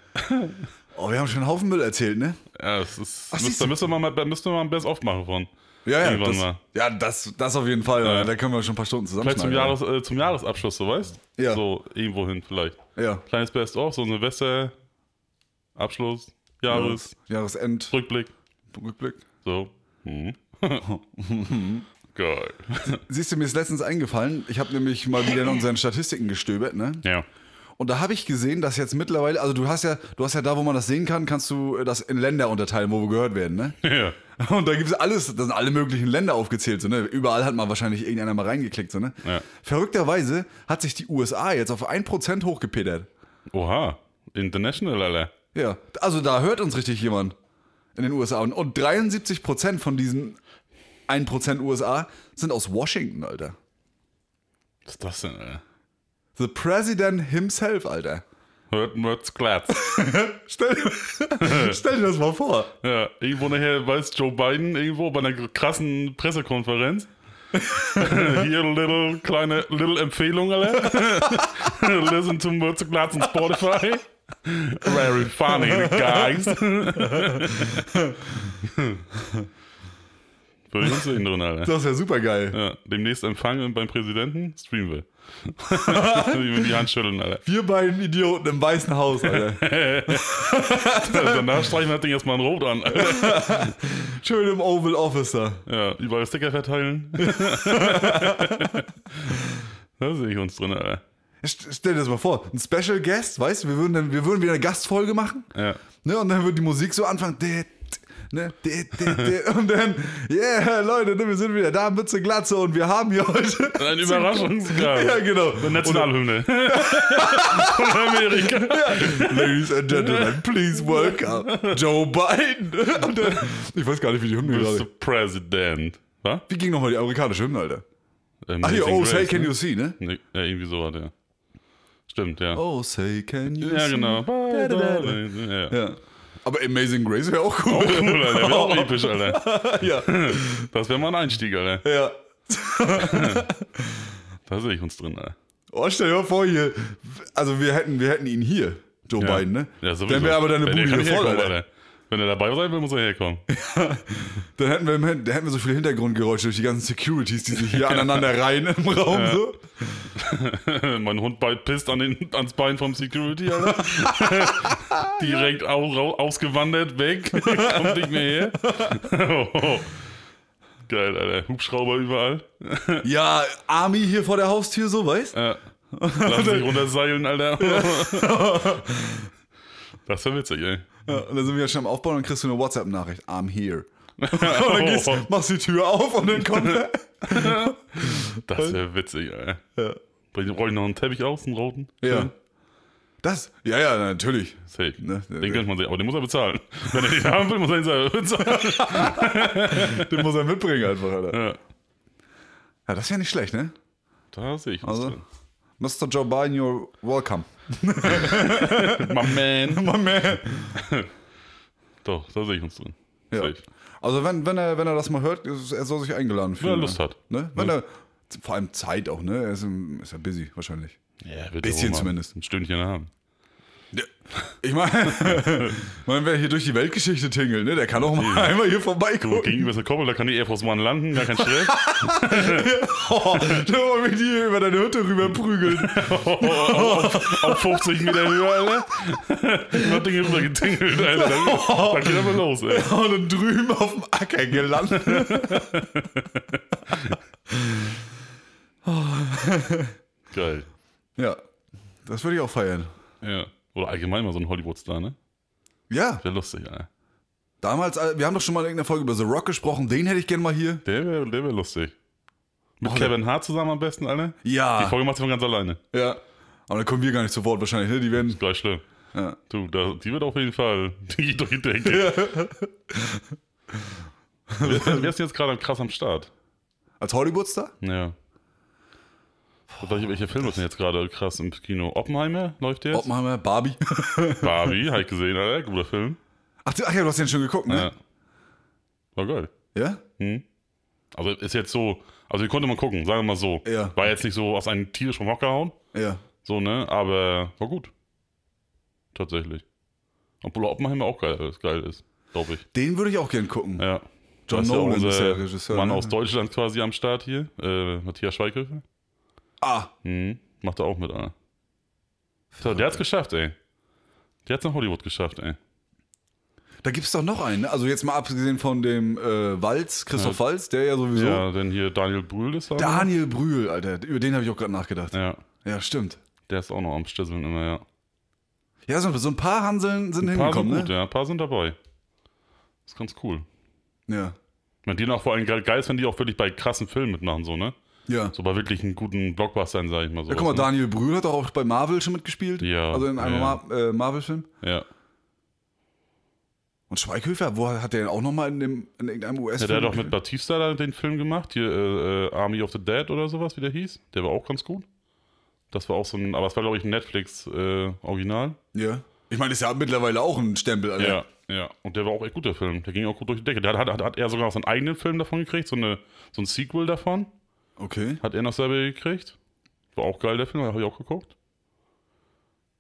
Speaker 2: Oh, wir haben schon einen Haufen Müll erzählt, ne?
Speaker 1: Ja, das ist.
Speaker 2: Ach,
Speaker 1: müsst-
Speaker 2: siehst
Speaker 1: da
Speaker 2: du.
Speaker 1: müssen wir mal, da müssen wir mal ein Best aufmachen von.
Speaker 2: Ja, ja.
Speaker 1: Irgendwann
Speaker 2: Das,
Speaker 1: mal.
Speaker 2: ja, das, das auf jeden Fall.
Speaker 1: Ja.
Speaker 2: Da können wir schon ein paar Stunden zusammen
Speaker 1: Vielleicht zum, Jahres, äh, zum Jahresabschluss, so weißt
Speaker 2: Ja.
Speaker 1: So, irgendwo hin vielleicht.
Speaker 2: Ja.
Speaker 1: Kleines Best of, so ein Silvester, Abschluss, Jahres,
Speaker 2: Jahresend,
Speaker 1: Rückblick.
Speaker 2: Rückblick.
Speaker 1: So.
Speaker 2: [LAUGHS]
Speaker 1: Hm. Geil.
Speaker 2: Siehst du, mir ist letztens eingefallen, ich habe nämlich mal wieder in unseren Statistiken gestöbert, ne?
Speaker 1: Ja. [LAUGHS]
Speaker 2: Und da habe ich gesehen, dass jetzt mittlerweile, also du hast ja, du hast ja da, wo man das sehen kann, kannst du äh, das in Länder unterteilen, wo wir gehört werden, ne? [LAUGHS]
Speaker 1: Ja.
Speaker 2: Und da gibt es alles, da sind alle möglichen Länder aufgezählt, so, ne? Überall hat man wahrscheinlich irgendeiner mal reingeklickt, so, ne?
Speaker 1: Ja.
Speaker 2: Verrückterweise hat sich die USA jetzt auf 1% hochgepedert.
Speaker 1: Oha. International, Alter.
Speaker 2: Ja. Also da hört uns richtig jemand in den USA. Und, und 73% von diesen 1% USA sind aus Washington, Alter.
Speaker 1: Was ist das denn, Alter?
Speaker 2: The President himself, Alter.
Speaker 1: Hört Mörds Glatz.
Speaker 2: Stell, [LAUGHS] stell dir das mal vor.
Speaker 1: Ja, irgendwo nachher weiß Joe Biden irgendwo bei einer krassen Pressekonferenz. [LAUGHS] Hier, little, kleine, little Empfehlung, alle. [LAUGHS] Listen to Mörds Glatz und Spotify. Very funny, guys. [LAUGHS] Würde ich uns sehen drin, Alter.
Speaker 2: Das wäre super geil.
Speaker 1: Ja, demnächst empfangen beim Präsidenten, streamen wir. [LAUGHS] Wie wir die Hand schütteln, Alter.
Speaker 2: Wir beiden Idioten im Weißen
Speaker 1: [LAUGHS]
Speaker 2: Haus, Alter.
Speaker 1: Danach streichen wir das Ding erstmal in Rot an.
Speaker 2: Schön im Oval Office da.
Speaker 1: Ja, überall Sticker [LAUGHS] verteilen. da sehe ich uns drin, Alter.
Speaker 2: St- Stell dir das mal vor. Ein Special Guest, weißt du, wir würden, dann, wir würden wieder eine Gastfolge machen.
Speaker 1: Ja.
Speaker 2: Ne, und dann wird die Musik so anfangen. Dit, ne, dit, dit,
Speaker 1: [LAUGHS]
Speaker 2: dit. Und dann, yeah, Leute, ne, wir sind wieder da, Mütze, Glatze und wir haben hier
Speaker 1: [LAUGHS]
Speaker 2: heute.
Speaker 1: Ein Überraschungsgast.
Speaker 2: Ja, genau.
Speaker 1: Eine Nationalhymne. [LAUGHS] Von Amerika.
Speaker 2: [LAUGHS] Ladies and Gentlemen, please welcome
Speaker 1: [LAUGHS]
Speaker 2: Joe Biden. [LAUGHS] Und dann, ich weiß gar nicht, wie die Hymne
Speaker 1: Mr.
Speaker 2: gerade.
Speaker 1: President. Was?
Speaker 2: Wie ging nochmal die amerikanische Hymne, Alter?
Speaker 1: Ähm,
Speaker 2: Ach, hier,
Speaker 1: Amazing
Speaker 2: oh, say
Speaker 1: Grace,
Speaker 2: can
Speaker 1: ne?
Speaker 2: you see, ne?
Speaker 1: Nee, ja, irgendwie so hat er. Stimmt, ja.
Speaker 2: Oh, say can you
Speaker 1: ja,
Speaker 2: see.
Speaker 1: genau.
Speaker 2: Da, da, da, da.
Speaker 1: Ja, [LAUGHS] ja.
Speaker 2: Ja. Aber Amazing Grace wäre auch cool.
Speaker 1: Cool, Alter.
Speaker 2: [LAUGHS]
Speaker 1: Wäre auch episch, Alter.
Speaker 2: ja.
Speaker 1: Das wäre mal ein Einstieg, Alter.
Speaker 2: ja.
Speaker 1: Da sehe ich uns drin, Alter.
Speaker 2: Oh, stell dir mal vor, hier. Also, wir hätten, wir hätten ihn hier, Joe
Speaker 1: Ja.
Speaker 2: Biden, ne?
Speaker 1: Ja, sowieso.
Speaker 2: Dann wäre aber deine
Speaker 1: Wenn der
Speaker 2: Bude
Speaker 1: kann
Speaker 2: hier voll,
Speaker 1: herkommen,
Speaker 2: Alter.
Speaker 1: Alter. Wenn er dabei sein will, muss er herkommen.
Speaker 2: Dann hätten wir, im Hin- dann hätten wir so viele Hintergrundgeräusche durch die ganzen Securities, die
Speaker 1: [LAUGHS]
Speaker 2: sich hier aneinander reihen im Raum. So.
Speaker 1: [LAUGHS] mein Hund bald pisst an den, ans Bein vom Security, Alter. [LAUGHS] Direkt au, rau, ausgewandert, weg. [LAUGHS] Kommt nicht mehr her. [LAUGHS] Geil, Alter. Hubschrauber überall.
Speaker 2: Ja, Army hier vor der Haustür, so, weißt
Speaker 1: Ja. Lass dich runterseilen,
Speaker 2: [LAUGHS]
Speaker 1: Alter. das wäre witzig, ey.
Speaker 2: Ja, und dann sind wir jetzt schon am Aufbauen und kriegst du eine WhatsApp-Nachricht. I'm here. [LAUGHS] Und dann gehst,
Speaker 1: Oh,
Speaker 2: machst die Tür auf und
Speaker 1: [LAUGHS]
Speaker 2: dann kommt er.
Speaker 1: das wäre witzig, Alter. Ja. Brauche ich noch einen Teppich aus, einen roten?
Speaker 2: Ja. Das? Ja, ja, natürlich.
Speaker 1: Safe.
Speaker 2: Ne?
Speaker 1: Den gönnt man sich, aber den muss er bezahlen. Wenn er den haben will, muss er ihn selber
Speaker 2: [LAUGHS]
Speaker 1: bezahlen.
Speaker 2: Den muss er mitbringen einfach, Alter.
Speaker 1: Ja.
Speaker 2: Ja, das wäre nicht schlecht, ne?
Speaker 1: Da sehe ich uns
Speaker 2: Also,
Speaker 1: drin.
Speaker 2: Mr. Joe Biden, you're
Speaker 1: [LAUGHS]
Speaker 2: welcome.
Speaker 1: My man.
Speaker 2: My man.
Speaker 1: Doch, da sehe ich uns drin.
Speaker 2: Ja.
Speaker 1: Safe.
Speaker 2: Also, wenn, wenn, er, wenn er das mal hört, ist, er soll sich eingeladen fühlen.
Speaker 1: er Lust
Speaker 2: ne?
Speaker 1: hat.
Speaker 2: Ne? Wenn er, vor allem Zeit auch, ne? Er ist, im- ist ja busy, wahrscheinlich.
Speaker 1: Ja, wird
Speaker 2: Bisschen
Speaker 1: auch mal
Speaker 2: zumindest.
Speaker 1: Ein Stündchen haben.
Speaker 2: Ich
Speaker 1: [LAUGHS]
Speaker 2: meine, mein, wer hier durch die Weltgeschichte tingelt, ne? Der kann auch mal einmal hier
Speaker 1: Du,
Speaker 2: vorbeigucken.
Speaker 1: gegenüber ist eine Koppel, da kann die Air Force One landen, gar kein Stress.
Speaker 2: [LAUGHS] Oh, da wollen wir die über deine Hütte
Speaker 1: [LAUGHS]
Speaker 2: rüberprügeln.
Speaker 1: auf, auf 50 Meter Höhe, Alter. [LAUGHS] Hat Dinge rübergetingelt, Alter. Da, da geht aber los, ey.
Speaker 2: Und dann drüben auf dem Acker gelandet.
Speaker 1: Geil.
Speaker 2: Ja, das würde ich auch feiern.
Speaker 1: Ja. Oder allgemein mal so ein Hollywood-Star, ne?
Speaker 2: Ja,
Speaker 1: Wäre lustig, Alter.
Speaker 2: damals, äh, wir haben doch schon mal in irgendeiner Folge über The Rock gesprochen. Den hätte ich gern mal hier.
Speaker 1: Der wäre der wär lustig. Mit
Speaker 2: Oh, Ah.
Speaker 1: Kevin Hart zusammen am besten, Alter. Die
Speaker 2: Ja,
Speaker 1: Folge macht sie von ganz alleine.
Speaker 2: ja. Aber da kommen wir gar nicht zu Wort wahrscheinlich, ne? Die werden.
Speaker 1: Gleich schlimm.
Speaker 2: Ja.
Speaker 1: Du, da, die wird auf jeden Fall. [LAUGHS] Die geht durch die
Speaker 2: [LAUGHS]
Speaker 1: Decke. Wer ist denn- wer ist denn jetzt gerade krass am Start?
Speaker 2: Als Hollywoodstar?
Speaker 1: Ja. Welche, welche Filme sind jetzt gerade krass im Kino? Oppenheimer läuft jetzt?
Speaker 2: Oppenheimer, Barbie. [LAUGHS]
Speaker 1: Barbie, hab ich gesehen, Alter. Guter Film.
Speaker 2: Ach, du- ach ja, du hast den schon geguckt, ne?
Speaker 1: Ja. War geil.
Speaker 2: Ja?
Speaker 1: Hm. Also ist jetzt so, also die konnte man gucken, sagen wir mal so.
Speaker 2: Ja.
Speaker 1: War jetzt nicht so aus einem tierisch vom Hocker hauen,
Speaker 2: Ja.
Speaker 1: so, ne? Aber war gut. Tatsächlich. Obwohl Oppenheimer auch geil ist, geil ist glaube ich.
Speaker 2: Den würde ich auch gern gucken.
Speaker 1: Ja.
Speaker 2: John
Speaker 1: Das ist ja
Speaker 2: Nolan
Speaker 1: unser
Speaker 2: ist der Regisseur,
Speaker 1: Mann
Speaker 2: ne?
Speaker 1: aus Deutschland quasi am Start hier. Äh, Matthias Schweighöfer.
Speaker 2: Ah,
Speaker 1: Mhm. Macht er auch mit, Alter. So, der hat's geschafft, ey. Der hat's nach Hollywood geschafft, ey.
Speaker 2: da gibt's doch noch einen. ne? Also jetzt mal abgesehen von dem äh, Walz, Christoph Walz, der ja sowieso.
Speaker 1: Ja, denn hier Daniel Brühl ist da.
Speaker 2: Daniel Brühl, Alter. Über den habe ich auch gerade nachgedacht. Ja.
Speaker 1: Ja,
Speaker 2: stimmt.
Speaker 1: der ist auch noch am Stisseln immer, ja.
Speaker 2: Ja, so, so ein paar Hanseln sind
Speaker 1: Ein paar sind
Speaker 2: hingekommen,
Speaker 1: gut,
Speaker 2: ne?
Speaker 1: ja. Ein paar sind dabei. Ist ganz cool.
Speaker 2: Ja.
Speaker 1: Wenn die noch vor allem geil, geil ist, wenn die auch wirklich bei krassen Filmen mitmachen, so, ne?
Speaker 2: Ja.
Speaker 1: So bei wirklich einen guten Blockbustern, sag ich mal so. ne?
Speaker 2: Ja, guck mal, Daniel Brühl hat doch auch bei Marvel schon mitgespielt.
Speaker 1: Ja,
Speaker 2: Also in einem
Speaker 1: ja.
Speaker 2: Mar äh, Marvel-Film.
Speaker 1: Ja.
Speaker 2: Und Schweighöfer, wo hat der denn auch nochmal in, dem- in irgendeinem
Speaker 1: ja.
Speaker 2: US-Film?
Speaker 1: Der hat auch mit Batista da den Film gemacht, hier äh, äh, Army of the Dead oder sowas, wie der hieß. Der war auch ganz gut. Das war auch so ein, aber es war, glaube ich, ein äh, Netflix-Original.
Speaker 2: Ja. Ich meine, ist ja mittlerweile auch ein Stempel, Alter.
Speaker 1: ja, ja. Und der war auch echt gut, der Film. Der ging auch gut durch die Decke. Der hat, hat, hat er sogar noch seinen eigenen Film davon gekriegt, so, eine, so ein Sequel davon.
Speaker 2: Okay.
Speaker 1: Hat er noch selber gekriegt. War auch geil, der Film, habe ich auch geguckt.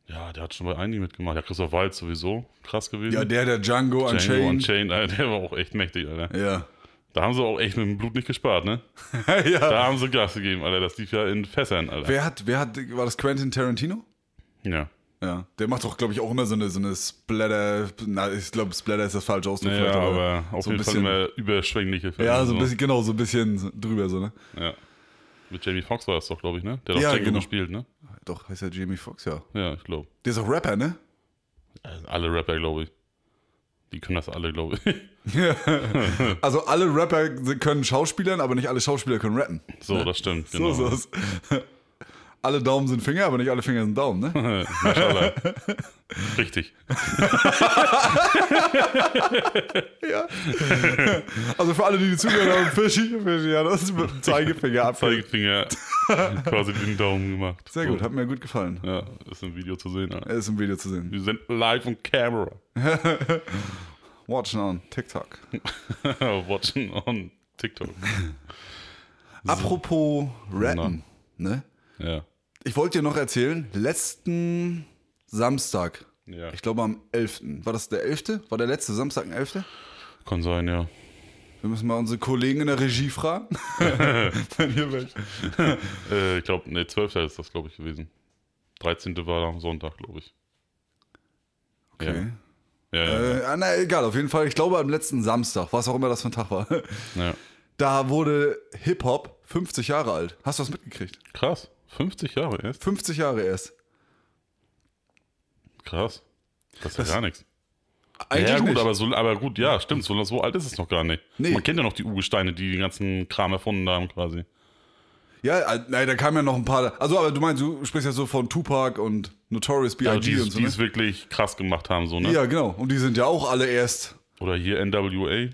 Speaker 1: Ja, der hat schon bei einigen mitgemacht. Ja, Christoph Waltz sowieso. Krass gewesen.
Speaker 2: Ja, der, der Django,
Speaker 1: Django
Speaker 2: Unchained.
Speaker 1: Unchained, Alter, der war auch echt mächtig, Alter.
Speaker 2: Ja. [LAUGHS]
Speaker 1: Da haben sie auch echt mit dem Blut nicht gespart, ne? Da
Speaker 2: ja.
Speaker 1: haben sie Gas gegeben, Alter. Das lief ja in Fässern, Alter.
Speaker 2: Wer hat, wer hat, war das Quentin Tarantino?
Speaker 1: Ja.
Speaker 2: Ja. Der macht doch, glaube ich, auch immer so eine, so eine Splatter. Na, ich glaube, Splatter ist das falsche Ausdruck.
Speaker 1: Ja,
Speaker 2: vielleicht,
Speaker 1: aber auf
Speaker 2: so ein
Speaker 1: jeden Fall
Speaker 2: bisschen.
Speaker 1: immer überschwängliche Filme.
Speaker 2: ja, so ein bisschen, genau, so ein bisschen drüber, so, ne?
Speaker 1: Ja. Mit Jamie Foxx war es doch, glaube ich, ne? Der hat
Speaker 2: Ja,
Speaker 1: auch Django
Speaker 2: genau.
Speaker 1: gespielt, ne?
Speaker 2: Doch, heißt ja Jamie Foxx, ja.
Speaker 1: Ja, ich glaube.
Speaker 2: Der ist auch Rapper, ne? [LAUGHS]
Speaker 1: Also alle Rapper, glaube ich. Die können das alle, glaube ich. [LAUGHS]
Speaker 2: Also alle Rapper können Schauspielern, aber nicht alle Schauspieler können rappen.
Speaker 1: So, das stimmt. Genau.
Speaker 2: So ist das. Alle Daumen sind Finger, aber nicht alle Finger sind Daumen, ne?
Speaker 1: [LAUGHS] Mashallah. Richtig.
Speaker 2: Ja. Also für alle, die die zuhören haben, Fischi, Fischi hat uns mit dem Zeigefinger abgefangen. [LAUGHS]
Speaker 1: Zeigefinger quasi den Daumen gemacht.
Speaker 2: Sehr gut, hat mir gut gefallen.
Speaker 1: Ja, ist im Video zu sehen. Alter.
Speaker 2: Ist im Video zu sehen.
Speaker 1: Wir sind live on camera. [LAUGHS]
Speaker 2: Watchen on TikTok.
Speaker 1: Watching on TikTok.
Speaker 2: Apropos rappen, ne?
Speaker 1: Ja.
Speaker 2: Ich wollte dir noch erzählen, letzten Samstag,
Speaker 1: Ja.
Speaker 2: ich glaube am 11., war das der 11.? War der letzte Samstag ein 11.?
Speaker 1: Kann sein, ja.
Speaker 2: Wir müssen mal unsere Kollegen in der Regie fragen. Wenn ihr welche-
Speaker 1: Äh, ich glaube, ne, 12. ist das, glaube ich, gewesen. 13. war am Sonntag, glaube ich.
Speaker 2: Okay.
Speaker 1: Ja, ja,
Speaker 2: Äh, ah, na, egal, auf jeden Fall. Ich glaube, am letzten Samstag, was auch immer das für ein Tag war,
Speaker 1: ja.
Speaker 2: da wurde Hip-Hop 50 Jahre alt. Hast du das mitgekriegt?
Speaker 1: Krass. 50 Jahre erst.
Speaker 2: 50 Jahre erst.
Speaker 1: Krass. Das ist ja gar nichts.
Speaker 2: Eigentlich
Speaker 1: ja, gut,
Speaker 2: nicht.
Speaker 1: aber so, aber gut, ja, stimmt. So, so alt ist es noch gar nicht.
Speaker 2: Nee.
Speaker 1: Man kennt ja noch die Urgesteine, die den ganzen Kram erfunden haben, quasi.
Speaker 2: ja, äh, nein, da kamen ja noch ein paar. Also, aber du meinst, du sprichst ja so von Tupac und Notorious B.I.G.
Speaker 1: Also die,
Speaker 2: und
Speaker 1: es-
Speaker 2: so.
Speaker 1: die es
Speaker 2: Ne?
Speaker 1: wirklich krass gemacht haben, so, ne?
Speaker 2: Ja, genau. Und die sind ja auch alle erst.
Speaker 1: Oder hier NWA,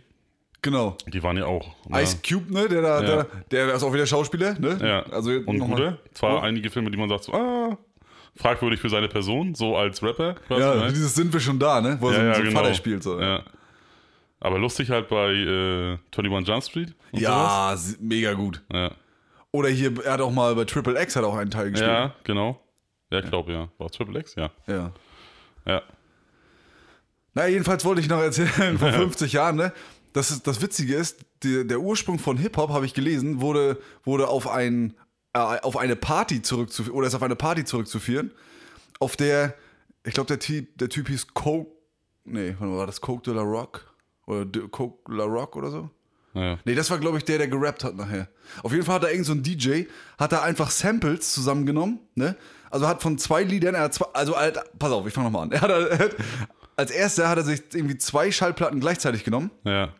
Speaker 2: Genau.
Speaker 1: die waren ja auch. Ne?
Speaker 2: Ice Cube, ne? Der da,
Speaker 1: Ja.
Speaker 2: der, der ist auch wieder Schauspieler, ne?
Speaker 1: ja.
Speaker 2: Also
Speaker 1: Und
Speaker 2: nochmal-
Speaker 1: gute.
Speaker 2: Oh.
Speaker 1: Zwar einige Filme, die man sagt, so, ah, fragwürdig für seine Person, so als Rapper. quasi,
Speaker 2: Ja,
Speaker 1: ne?
Speaker 2: dieses sind wir schon da, ne? Wo er so, so einen Vater spielt. So.
Speaker 1: genau. Ja. Aber lustig halt bei äh, 21 Jump Street. und sowas.
Speaker 2: ja sie- mega gut.
Speaker 1: Ja.
Speaker 2: Oder hier, er hat auch mal bei Triple X hat auch einen Teil gespielt.
Speaker 1: ja, genau. Ja, ich glaube, ja. War es Triple X? Ja.
Speaker 2: Ja.
Speaker 1: Ja.
Speaker 2: Na, jedenfalls wollte ich noch erzählen, vor 50 Jahren, ne? Das, ist, das Witzige ist, die, der Ursprung von Hip-Hop, habe ich gelesen, wurde, wurde auf, ein, äh, auf eine Party zurückzuführen, oder ist auf eine Party zurückzuführen, auf der, ich glaube, der, Typ- der Typ hieß Coke, nee, warte mal, war das Coke de la Rock? Oder de, Coke la Rock oder so?
Speaker 1: ja.
Speaker 2: Nee, das war, glaube ich, der, der gerappt hat nachher. Auf jeden Fall hat da irgend so ein DJ, hat da einfach Samples zusammengenommen, ne? Also hat von zwei Liedern, er hat zwei, also, halt, pass auf, ich fange nochmal an. Er hat, halt, er hat, als erster hat er sich irgendwie zwei Schallplatten gleichzeitig genommen
Speaker 1: Ja.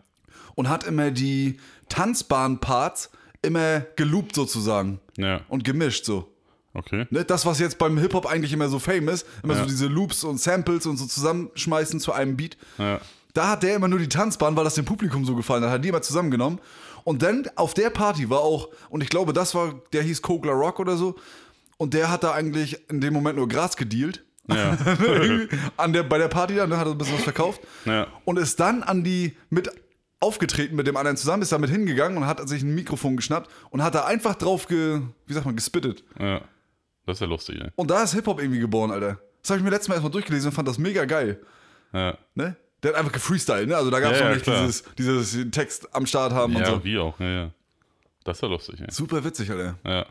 Speaker 2: und hat immer die Tanzbahn-Parts immer geloopt sozusagen
Speaker 1: Ja.
Speaker 2: und gemischt so.
Speaker 1: Okay.
Speaker 2: Ne? Das, was jetzt beim Hip-Hop eigentlich immer so fame ist, immer
Speaker 1: Ja.
Speaker 2: so diese Loops und Samples und so zusammenschmeißen zu einem Beat.
Speaker 1: Ja.
Speaker 2: Da hat der immer nur die Tanzbahn, weil das dem Publikum so gefallen hat, hat die immer zusammengenommen. Und dann auf der Party war auch, und ich glaube, das war, der hieß Kogler Rock oder so, und der hat da eigentlich in dem Moment nur Gras gedealt. [LAUGHS]
Speaker 1: Ja.
Speaker 2: Irgendwie an der, bei der Party dann, ne, hat er ein bisschen was verkauft.
Speaker 1: Ja.
Speaker 2: Und ist dann an die mit aufgetreten mit dem anderen zusammen, ist damit hingegangen und hat sich ein Mikrofon geschnappt und hat da einfach drauf, ge, wie sagt man, gespittet.
Speaker 1: ja. Das ist ja lustig, ey.
Speaker 2: Und da ist Hip-Hop irgendwie geboren, Alter. Das habe ich mir letztes Mal erstmal durchgelesen und fand das mega geil.
Speaker 1: Ja.
Speaker 2: Ne? Der hat einfach gefreestylt, ne? Also da gab es
Speaker 1: Ja,
Speaker 2: noch
Speaker 1: ja,
Speaker 2: nicht
Speaker 1: klar.
Speaker 2: dieses, dieses Text am Start haben und
Speaker 1: Ja,
Speaker 2: so.
Speaker 1: wie auch. Ja, ja. Das ist ja lustig, ey.
Speaker 2: Super witzig, Alter.
Speaker 1: Ja.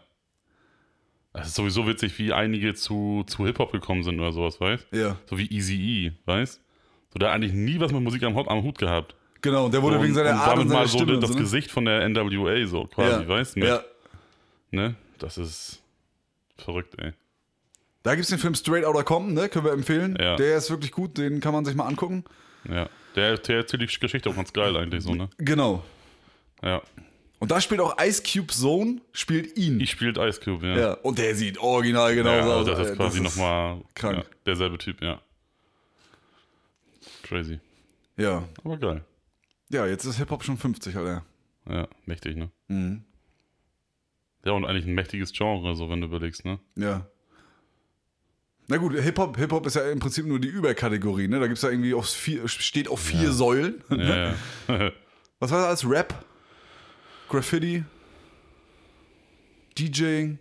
Speaker 1: Das ist sowieso witzig, wie einige zu, zu Hip-Hop gekommen sind oder sowas, weißt
Speaker 2: Ja.
Speaker 1: So wie Easy E, weißt So, der hat eigentlich nie was mit Musik am, Hut- am Hut gehabt.
Speaker 2: Genau, und der wurde
Speaker 1: und,
Speaker 2: wegen seiner
Speaker 1: und
Speaker 2: Art
Speaker 1: damit
Speaker 2: und
Speaker 1: mal
Speaker 2: seiner
Speaker 1: so
Speaker 2: Stimme
Speaker 1: das
Speaker 2: und so, ne?
Speaker 1: Gesicht von der NWA so quasi,
Speaker 2: ja.
Speaker 1: weißt du?
Speaker 2: ja.
Speaker 1: Ne? Das ist verrückt, ey.
Speaker 2: Da gibt es den Film Straight Outta Compton, ne? Können wir empfehlen.
Speaker 1: Ja.
Speaker 2: Der ist wirklich gut, den kann man sich mal angucken.
Speaker 1: Ja. Der, der erzählt die Geschichte auch ganz geil eigentlich so, ne?
Speaker 2: Genau.
Speaker 1: Ja.
Speaker 2: Und da spielt auch Ice Cube Zone, spielt ihn.
Speaker 1: Ich spielt Ice Cube, ja.
Speaker 2: ja. Und der sieht original
Speaker 1: Ja,
Speaker 2: genauso aus.
Speaker 1: also
Speaker 2: Äh,
Speaker 1: das
Speaker 2: Alter.
Speaker 1: ist quasi nochmal ja,
Speaker 2: krank.
Speaker 1: derselbe Typ, ja. Crazy.
Speaker 2: Ja.
Speaker 1: Aber geil.
Speaker 2: Ja, jetzt ist Hip-Hop schon 50, Alter.
Speaker 1: Ja, mächtig, ne?
Speaker 2: Mhm.
Speaker 1: Ja, und eigentlich ein mächtiges Genre, so wenn du überlegst, ne?
Speaker 2: Ja. Na gut, Hip-Hop Hip -Hop ist ja im Prinzip nur die Überkategorie, ne? Da gibt's ja irgendwie auf vier, steht auf vier Säulen.
Speaker 1: Ja, ja.
Speaker 2: Was war das alles? Rap, Graffiti, DJing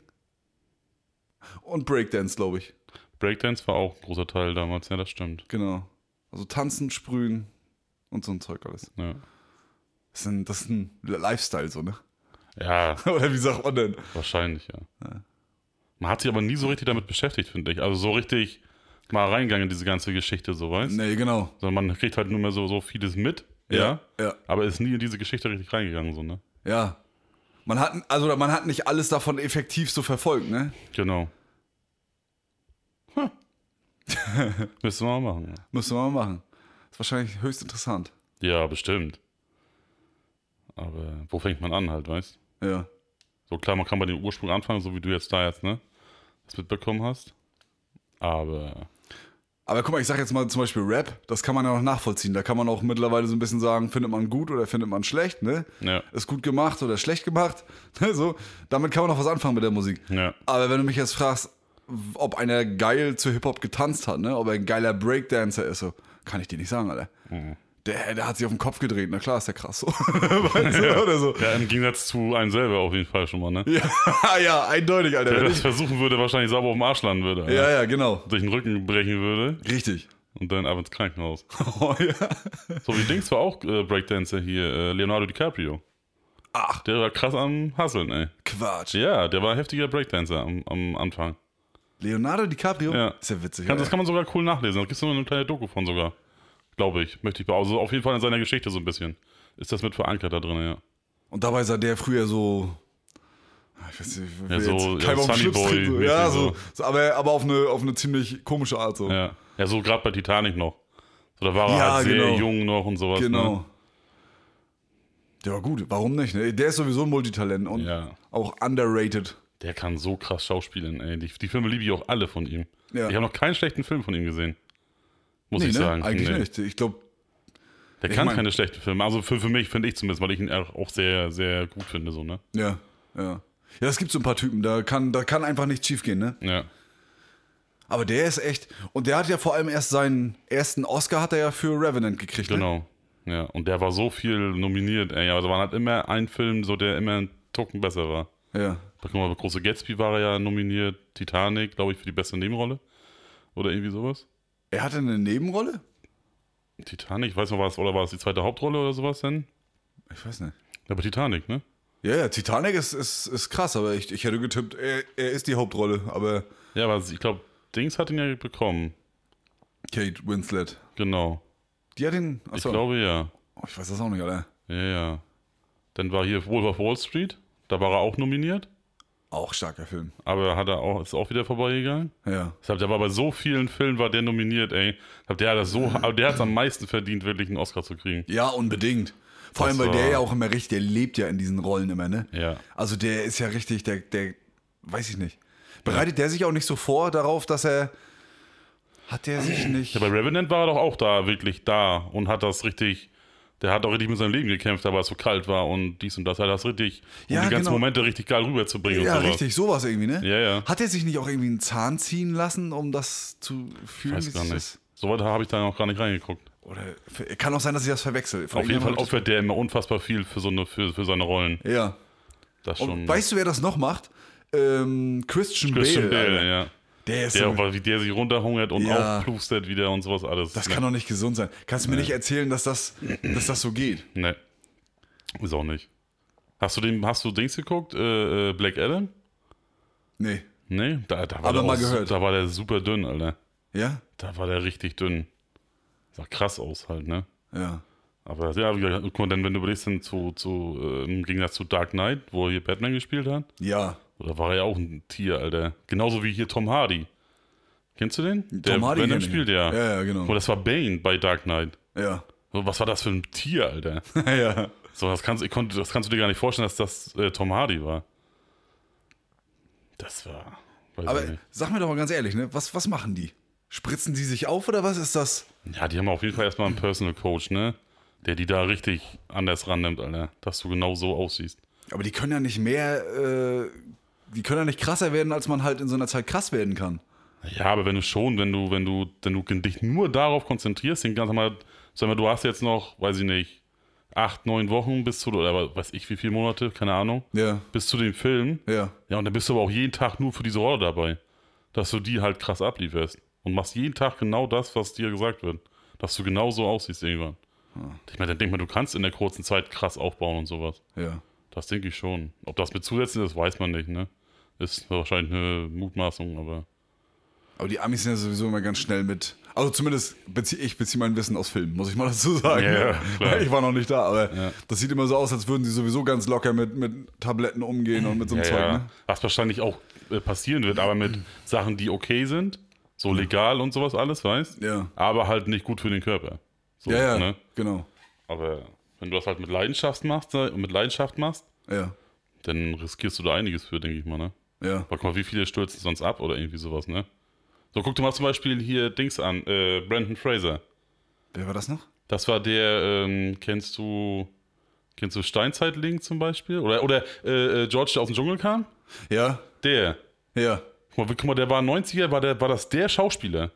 Speaker 2: und Breakdance, glaube ich.
Speaker 1: Breakdance war auch ein großer Teil damals, ja, das stimmt.
Speaker 2: Genau. Also tanzen, sprühen und so ein Zeug alles.
Speaker 1: Ja,
Speaker 2: Das ist ein, das ist ein Lifestyle, so, ne? [LAUGHS]
Speaker 1: ja
Speaker 2: Oder wie sagt man denn?
Speaker 1: wahrscheinlich, ja. Man hat sich aber nie so richtig damit beschäftigt, finde ich. Also so richtig mal reingegangen in diese ganze Geschichte, so weißt
Speaker 2: Nee, genau.
Speaker 1: sondern man kriegt halt nur mehr so, so vieles mit, ja.
Speaker 2: Ja.
Speaker 1: aber ist nie in diese Geschichte richtig reingegangen, so, ne?
Speaker 2: Ja. Man hat, also man hat nicht alles davon effektiv so verfolgt, ne?
Speaker 1: Genau. Huh. [LAUGHS] Müssen wir mal machen.
Speaker 2: Müsste man mal machen. Ist wahrscheinlich höchst interessant.
Speaker 1: Ja, bestimmt. Aber wo fängt man an halt, weißt?
Speaker 2: Ja.
Speaker 1: So klar, man kann bei dem Ursprung anfangen, so wie du jetzt da jetzt, ne? Das mitbekommen hast. Aber
Speaker 2: Aber guck mal, ich sag jetzt mal zum Beispiel Rap, das kann man ja noch nachvollziehen. Da kann man auch mittlerweile so ein bisschen sagen, findet man gut oder findet man schlecht, ne?
Speaker 1: Ja.
Speaker 2: Ist gut gemacht oder schlecht gemacht. [LAUGHS] Ne, so, damit kann man noch was anfangen mit der Musik.
Speaker 1: Ja.
Speaker 2: Aber wenn du mich jetzt fragst, ob einer geil zu Hip-Hop getanzt hat, ne? Ob er ein geiler Breakdancer ist, so, kann ich dir nicht sagen, Alter.
Speaker 1: Mhm.
Speaker 2: Der, der hat sich auf den Kopf gedreht, na klar, ist der krass so. [LAUGHS] weißt du, oder so.
Speaker 1: ja, im Gegensatz zu einem selber auf jeden Fall schon mal, ne?
Speaker 2: Ja, [LAUGHS] ja, eindeutig, Alter.
Speaker 1: Wer
Speaker 2: Wenn
Speaker 1: das
Speaker 2: ich,
Speaker 1: versuchen würde, wahrscheinlich sauber auf dem Arsch landen würde.
Speaker 2: ja, ja, genau.
Speaker 1: Durch den Rücken brechen würde
Speaker 2: Richtig. [LAUGHS]
Speaker 1: und dann ab ins Krankenhaus.
Speaker 2: Oh, ja.
Speaker 1: So wie Dings war auch äh, Breakdancer hier, äh, Leonardo DiCaprio.
Speaker 2: Ach.
Speaker 1: Der war krass am Hasseln, ey.
Speaker 2: Quatsch.
Speaker 1: Ja, der war heftiger Breakdancer am, am Anfang.
Speaker 2: Leonardo DiCaprio?
Speaker 1: Ja.
Speaker 2: Ist ja witzig.
Speaker 1: Kann, das
Speaker 2: Alter.
Speaker 1: kann man sogar cool nachlesen. Da gibt es noch eine kleine Doku von sogar. Glaube ich. Möchte ich behaupten. Also auf jeden Fall in seiner Geschichte so ein bisschen. Ist das mit verankert da drin, ja.
Speaker 2: Und dabei sah der früher so. ah, Ich weiß nicht, ich will
Speaker 1: Ja, so- ja,
Speaker 2: keinem auf den
Speaker 1: Sunny
Speaker 2: Schlips
Speaker 1: Boy
Speaker 2: treten, so.
Speaker 1: mäßig
Speaker 2: Ja, so.
Speaker 1: so.
Speaker 2: so aber, aber auf, eine, auf eine ziemlich komische Art so.
Speaker 1: Ja, ja so gerade bei Titanic noch. So, da war er
Speaker 2: Ja,
Speaker 1: halt sehr
Speaker 2: genau.
Speaker 1: jung noch und sowas.
Speaker 2: genau.
Speaker 1: Ne?
Speaker 2: Ja, gut, warum nicht? Ne? Der ist sowieso ein Multitalent und
Speaker 1: Ja.
Speaker 2: auch underrated.
Speaker 1: Der kann so krass schauspielen, ey. Die, die Filme liebe ich auch alle von ihm.
Speaker 2: Ja.
Speaker 1: Ich habe noch keinen schlechten Film von ihm gesehen. Muss
Speaker 2: Nee,
Speaker 1: ich
Speaker 2: ne?
Speaker 1: sagen.
Speaker 2: Eigentlich
Speaker 1: Nee.
Speaker 2: nicht. Ich glaube,
Speaker 1: Der
Speaker 2: Ich
Speaker 1: kann
Speaker 2: mein-
Speaker 1: keine schlechten Filme. Also für, für mich finde ich zumindest, weil ich ihn auch sehr, sehr gut finde, so, ne?
Speaker 2: ja. Ja. Ja, es gibt so ein paar Typen, da kann, da kann einfach nichts schief gehen, ne?
Speaker 1: Ja.
Speaker 2: Aber der ist echt. Und der hat ja vor allem erst seinen ersten Oscar hat er ja für Revenant gekriegt. Ne?
Speaker 1: Genau. Ja, und der war so viel nominiert, ey. Also man hat immer einen Film, so der immer einen Tucken besser war.
Speaker 2: Ja.
Speaker 1: Guck mal, bei Große Gatsby war er ja nominiert, Titanic, glaube ich, für die beste Nebenrolle. Oder irgendwie sowas.
Speaker 2: Er hatte eine Nebenrolle?
Speaker 1: Titanic, ich weiß noch, war es, oder war es die zweite Hauptrolle oder sowas denn?
Speaker 2: Ich weiß nicht.
Speaker 1: Ja, bei Titanic, ne?
Speaker 2: Ja, ja, Titanic ist, ist, ist krass, aber ich, ich hätte getippt, er, er ist die Hauptrolle, aber
Speaker 1: Ja, aber ich glaube, Dings hat ihn ja bekommen.
Speaker 2: Kate Winslet.
Speaker 1: Genau.
Speaker 2: Die hat ihn.
Speaker 1: Ich
Speaker 2: Achso, ich,
Speaker 1: glaube ja.
Speaker 2: oh, ich weiß das auch nicht, Alter.
Speaker 1: Ja, ja. Dann war hier Wolf of Wall Street, da war er auch nominiert,
Speaker 2: Auch starker Film.
Speaker 1: aber hat er auch, ist auch wieder vorbeigegangen.
Speaker 2: Ja.
Speaker 1: Deshalb, der war bei so vielen Filmen, war der nominiert, ey. Deshalb, Der hat das
Speaker 2: [LAUGHS]
Speaker 1: so, aber der hat es am meisten verdient, wirklich einen Oscar zu kriegen.
Speaker 2: Ja, unbedingt. Vor
Speaker 1: Das
Speaker 2: allem, weil der
Speaker 1: war-
Speaker 2: ja auch immer richtig, der lebt ja in diesen Rollen immer, ne?
Speaker 1: Ja.
Speaker 2: Also der ist ja richtig, der, der, weiß ich nicht. Bereitet der sich auch nicht so vor darauf, dass er. Hat der sich nicht.
Speaker 1: Ja, bei Revenant war er doch auch da, wirklich da und hat das richtig. Der hat auch richtig mit seinem Leben gekämpft, da weil es so kalt war und dies und das. Er hat das richtig, um
Speaker 2: Ja,
Speaker 1: die ganzen
Speaker 2: genau.
Speaker 1: Momente richtig geil rüberzubringen
Speaker 2: Ja,
Speaker 1: und sowas.
Speaker 2: richtig, sowas irgendwie, ne?
Speaker 1: Ja, ja.
Speaker 2: Hat er sich nicht auch irgendwie einen Zahn ziehen lassen, um das Oh, zu fühlen?
Speaker 1: Weiß
Speaker 2: wie
Speaker 1: gar
Speaker 2: sich
Speaker 1: nicht. So weit habe ich da noch gar nicht reingeguckt.
Speaker 2: Oder kann auch sein, dass ich das verwechsel.
Speaker 1: Auf jeden Fall opfert der immer unfassbar viel für, so eine, für, für seine Rollen.
Speaker 2: Ja.
Speaker 1: Das
Speaker 2: Und
Speaker 1: schon.
Speaker 2: Oh, weißt du, wer das noch macht? Ähm, Christian,
Speaker 1: Christian
Speaker 2: Bale. Alter.
Speaker 1: Bale, ja.
Speaker 2: Der ist
Speaker 1: Der,
Speaker 2: so,
Speaker 1: auch, wie der sich runterhungert und
Speaker 2: Ja.
Speaker 1: aufplustert wieder und sowas alles.
Speaker 2: das kann doch nicht gesund sein. Kannst du mir nicht erzählen, dass das, dass das so geht?
Speaker 1: Nee. Ist auch nicht. Hast du, den, hast du Dings geguckt? Äh, äh, Black Adam?
Speaker 2: Nee.
Speaker 1: Nee, da, da war
Speaker 2: Aber
Speaker 1: der
Speaker 2: mal
Speaker 1: auch su-
Speaker 2: gehört.
Speaker 1: Da war der super dünn, Alter.
Speaker 2: Ja?
Speaker 1: Da war der richtig dünn. Sah krass aus halt, ne?
Speaker 2: Ja.
Speaker 1: Aber ja, wie gesagt, guck mal, dann, wenn du überlegst, dann zu, zu, äh, im Gegensatz zu Dark Knight, wo er hier Batman gespielt hat,
Speaker 2: Ja.
Speaker 1: da war er ja auch ein Tier, Alter. Genauso wie hier Tom Hardy. Kennst du den? Der Venom
Speaker 2: kenn ich.
Speaker 1: spielt ja.
Speaker 2: Ja, ja,
Speaker 1: Und
Speaker 2: genau.
Speaker 1: das war Bane bei Dark Knight.
Speaker 2: Ja. [LAUGHS]
Speaker 1: So, Was war das für ein Tier, Alter?
Speaker 2: ja.
Speaker 1: So, das kannst, ich konnte, das kannst du dir gar nicht vorstellen, dass das äh, Tom Hardy war. Das war. Weiß
Speaker 2: Aber
Speaker 1: ich nicht.
Speaker 2: sag mir doch mal ganz ehrlich, ne? Was, was machen die? Spritzen die sich auf oder was ist das?
Speaker 1: Ja, die haben auf jeden Fall erstmal einen Personal Coach, ne? Der die da richtig anders rannimmt, Alter. Dass du genau so aussiehst.
Speaker 2: Aber die können ja nicht mehr, äh, die können ja nicht krasser werden, als man halt in so einer Zeit krass werden kann.
Speaker 1: Ja, aber wenn du schon, wenn du, wenn du, wenn du dich nur darauf konzentrierst, den ganzen Mal, sag mal, du hast jetzt noch, weiß ich nicht, acht, neun Wochen bis zu, oder weiß ich wie viele Monate, keine Ahnung,
Speaker 2: Ja,
Speaker 1: bis zu dem Film.
Speaker 2: ja.
Speaker 1: Ja, und dann bist du aber auch jeden Tag nur für diese Rolle dabei, dass du die halt krass ablieferst. Und machst jeden Tag genau das, was dir gesagt wird. Dass du genau so aussiehst irgendwann.
Speaker 2: Hm.
Speaker 1: Ich meine, dann denk mal, du kannst in der kurzen Zeit krass aufbauen und sowas.
Speaker 2: Ja.
Speaker 1: Das denke ich schon. Ob das mit Zusätzen ist, weiß man nicht, ne? Ist wahrscheinlich eine Mutmaßung, aber.
Speaker 2: Aber die Amis sind ja sowieso immer ganz schnell mit. Also zumindest beziehe ich beziehe mein Wissen aus Filmen, muss ich mal [LAUGHS] dazu sagen.
Speaker 1: Ja,
Speaker 2: ne?
Speaker 1: klar.
Speaker 2: Ich war noch nicht da, aber
Speaker 1: Ja.
Speaker 2: das sieht immer so aus, als würden sie sowieso ganz locker mit, mit Tabletten umgehen und mit so einem
Speaker 1: Ja,
Speaker 2: Zeug.
Speaker 1: ja.
Speaker 2: Ne? Hm.
Speaker 1: Was wahrscheinlich auch äh, passieren wird, aber mit Sachen, die okay sind, so legal und sowas alles, weißt
Speaker 2: Ja.
Speaker 1: Aber halt nicht gut für den Körper. So,
Speaker 2: ja, ja,
Speaker 1: ne?
Speaker 2: genau.
Speaker 1: Aber wenn du das halt mit Leidenschaft machst, äh, mit Leidenschaft machst,
Speaker 2: Ja,
Speaker 1: dann riskierst du da einiges für, denke ich mal, ne?
Speaker 2: ja.
Speaker 1: Aber guck mal, wie viele stürzen sonst ab oder irgendwie sowas, ne? So, guck dir mal zum Beispiel hier Dings an, äh, Brandon Fraser.
Speaker 2: Wer war das noch?
Speaker 1: Das war der, ähm, kennst du, kennst du Steinzeitling zum Beispiel? Oder, oder äh, äh, George, der aus dem Dschungel kam?
Speaker 2: Ja,
Speaker 1: Der.
Speaker 2: ja.
Speaker 1: Guck mal, guck mal der war 90er, war, der, war das der Schauspieler.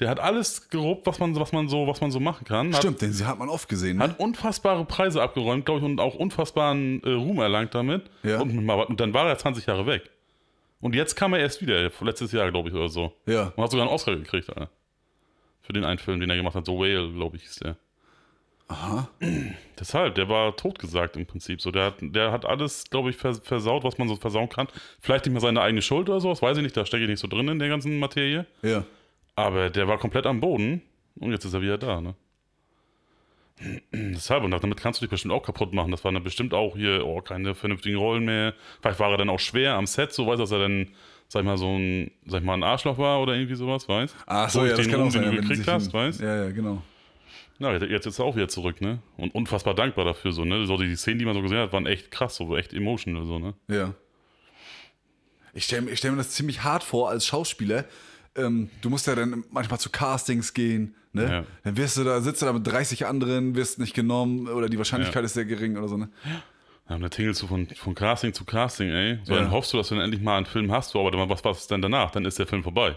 Speaker 1: Der hat alles geruppt, was man, was man, so, was man so machen kann. Hat,
Speaker 2: Stimmt, den sie hat man oft gesehen. Ne?
Speaker 1: hat unfassbare Preise abgeräumt, glaube ich, und auch unfassbaren äh, Ruhm erlangt damit.
Speaker 2: Ja.
Speaker 1: Und, mal- und dann war er 20 Jahre weg. Und jetzt kam er erst wieder, letztes Jahr, glaube ich, oder so.
Speaker 2: Ja.
Speaker 1: Und hat sogar einen Oscar gekriegt, Alter. Für den einen Film, den er gemacht hat. The Whale, glaube ich, hieß der.
Speaker 2: Aha.
Speaker 1: [CLEARS THROAT] Deshalb, der war totgesagt im Prinzip. So, der, hat, der hat alles, glaube ich, vers versaut, was man so versauen kann. Vielleicht nicht mal seine eigene Schuld oder sowas, weiß ich nicht, da stecke ich nicht so drin in der ganzen Materie.
Speaker 2: Ja.
Speaker 1: Aber der war komplett am Boden und jetzt ist er wieder da, ne? Deshalb, und damit kannst du dich bestimmt auch kaputt machen. Das waren dann bestimmt auch hier, oh, keine vernünftigen Rollen mehr. Vielleicht war er dann auch schwer am Set, so weißt du, dass er dann, sag ich mal, so ein, sag ich mal, ein Arschloch war oder irgendwie sowas, weißt
Speaker 2: Ach so,
Speaker 1: Durch
Speaker 2: ja, das
Speaker 1: den
Speaker 2: kann
Speaker 1: Ruhm,
Speaker 2: auch sein.
Speaker 1: den du
Speaker 2: ja, wenn die
Speaker 1: gekriegt
Speaker 2: sich-
Speaker 1: hast, weißt
Speaker 2: Ja, ja, genau.
Speaker 1: Na, jetzt ist er auch wieder zurück, ne? Und unfassbar dankbar dafür, so, ne? So die, die Szenen, die man so gesehen hat, waren echt krass, so echt emotional, so, ne?
Speaker 2: Ja. Ich stelle ich stell mir das ziemlich hart vor als Schauspieler. Ähm, du musst ja dann manchmal zu Castings gehen, ne?
Speaker 1: Ja.
Speaker 2: Dann wirst du da, sitzt du da mit 30 anderen, wirst nicht genommen oder die Wahrscheinlichkeit ist sehr gering oder so, ne?
Speaker 1: Ja, und dann tingelst du von, von Casting zu Casting, ey. So,
Speaker 2: Ja.
Speaker 1: dann hoffst du, dass du dann endlich mal einen Film hast, so, aber dann, was, was ist denn danach? Dann ist der Film vorbei.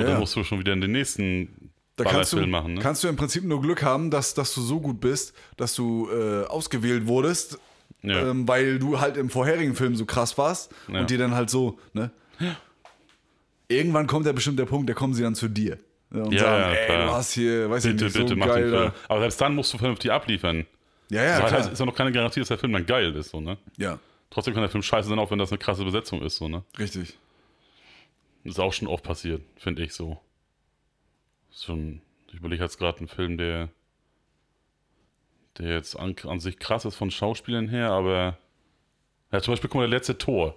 Speaker 1: Und dann
Speaker 2: ja.
Speaker 1: musst du schon wieder in den nächsten
Speaker 2: Da kannst du,
Speaker 1: Ballerfilm machen, ne?
Speaker 2: kannst du im Prinzip nur Glück haben, dass, dass du so gut bist, dass du äh, ausgewählt wurdest,
Speaker 1: Ja.
Speaker 2: ähm, weil du halt im vorherigen Film so krass warst
Speaker 1: Ja.
Speaker 2: und dir dann halt so, ne? Irgendwann kommt ja bestimmt der Punkt, da kommen sie dann zu dir. ne, Und
Speaker 1: Ja, ja,
Speaker 2: sagen, ey,
Speaker 1: klar.
Speaker 2: du hast hier, weiß
Speaker 1: bitte,
Speaker 2: ich nicht,
Speaker 1: bitte,
Speaker 2: so
Speaker 1: mach
Speaker 2: geil
Speaker 1: den
Speaker 2: da.
Speaker 1: Film. also Aber selbst dann musst du vernünftig abliefern.
Speaker 2: Ja, ja,
Speaker 1: das heißt,
Speaker 2: klar.
Speaker 1: ist ja noch keine Garantie, dass der Film dann geil ist, so, ne?
Speaker 2: Ja,
Speaker 1: Trotzdem kann der Film scheiße sein, auch wenn das eine krasse Besetzung ist, so, ne?
Speaker 2: richtig.
Speaker 1: Ist auch schon oft passiert, finde ich so. Ist schon, ich überlege jetzt gerade einen Film, der, der jetzt an, an sich krass ist von Schauspielern her, aber. Ja, zum Beispiel, guck mal, der letzte Tor.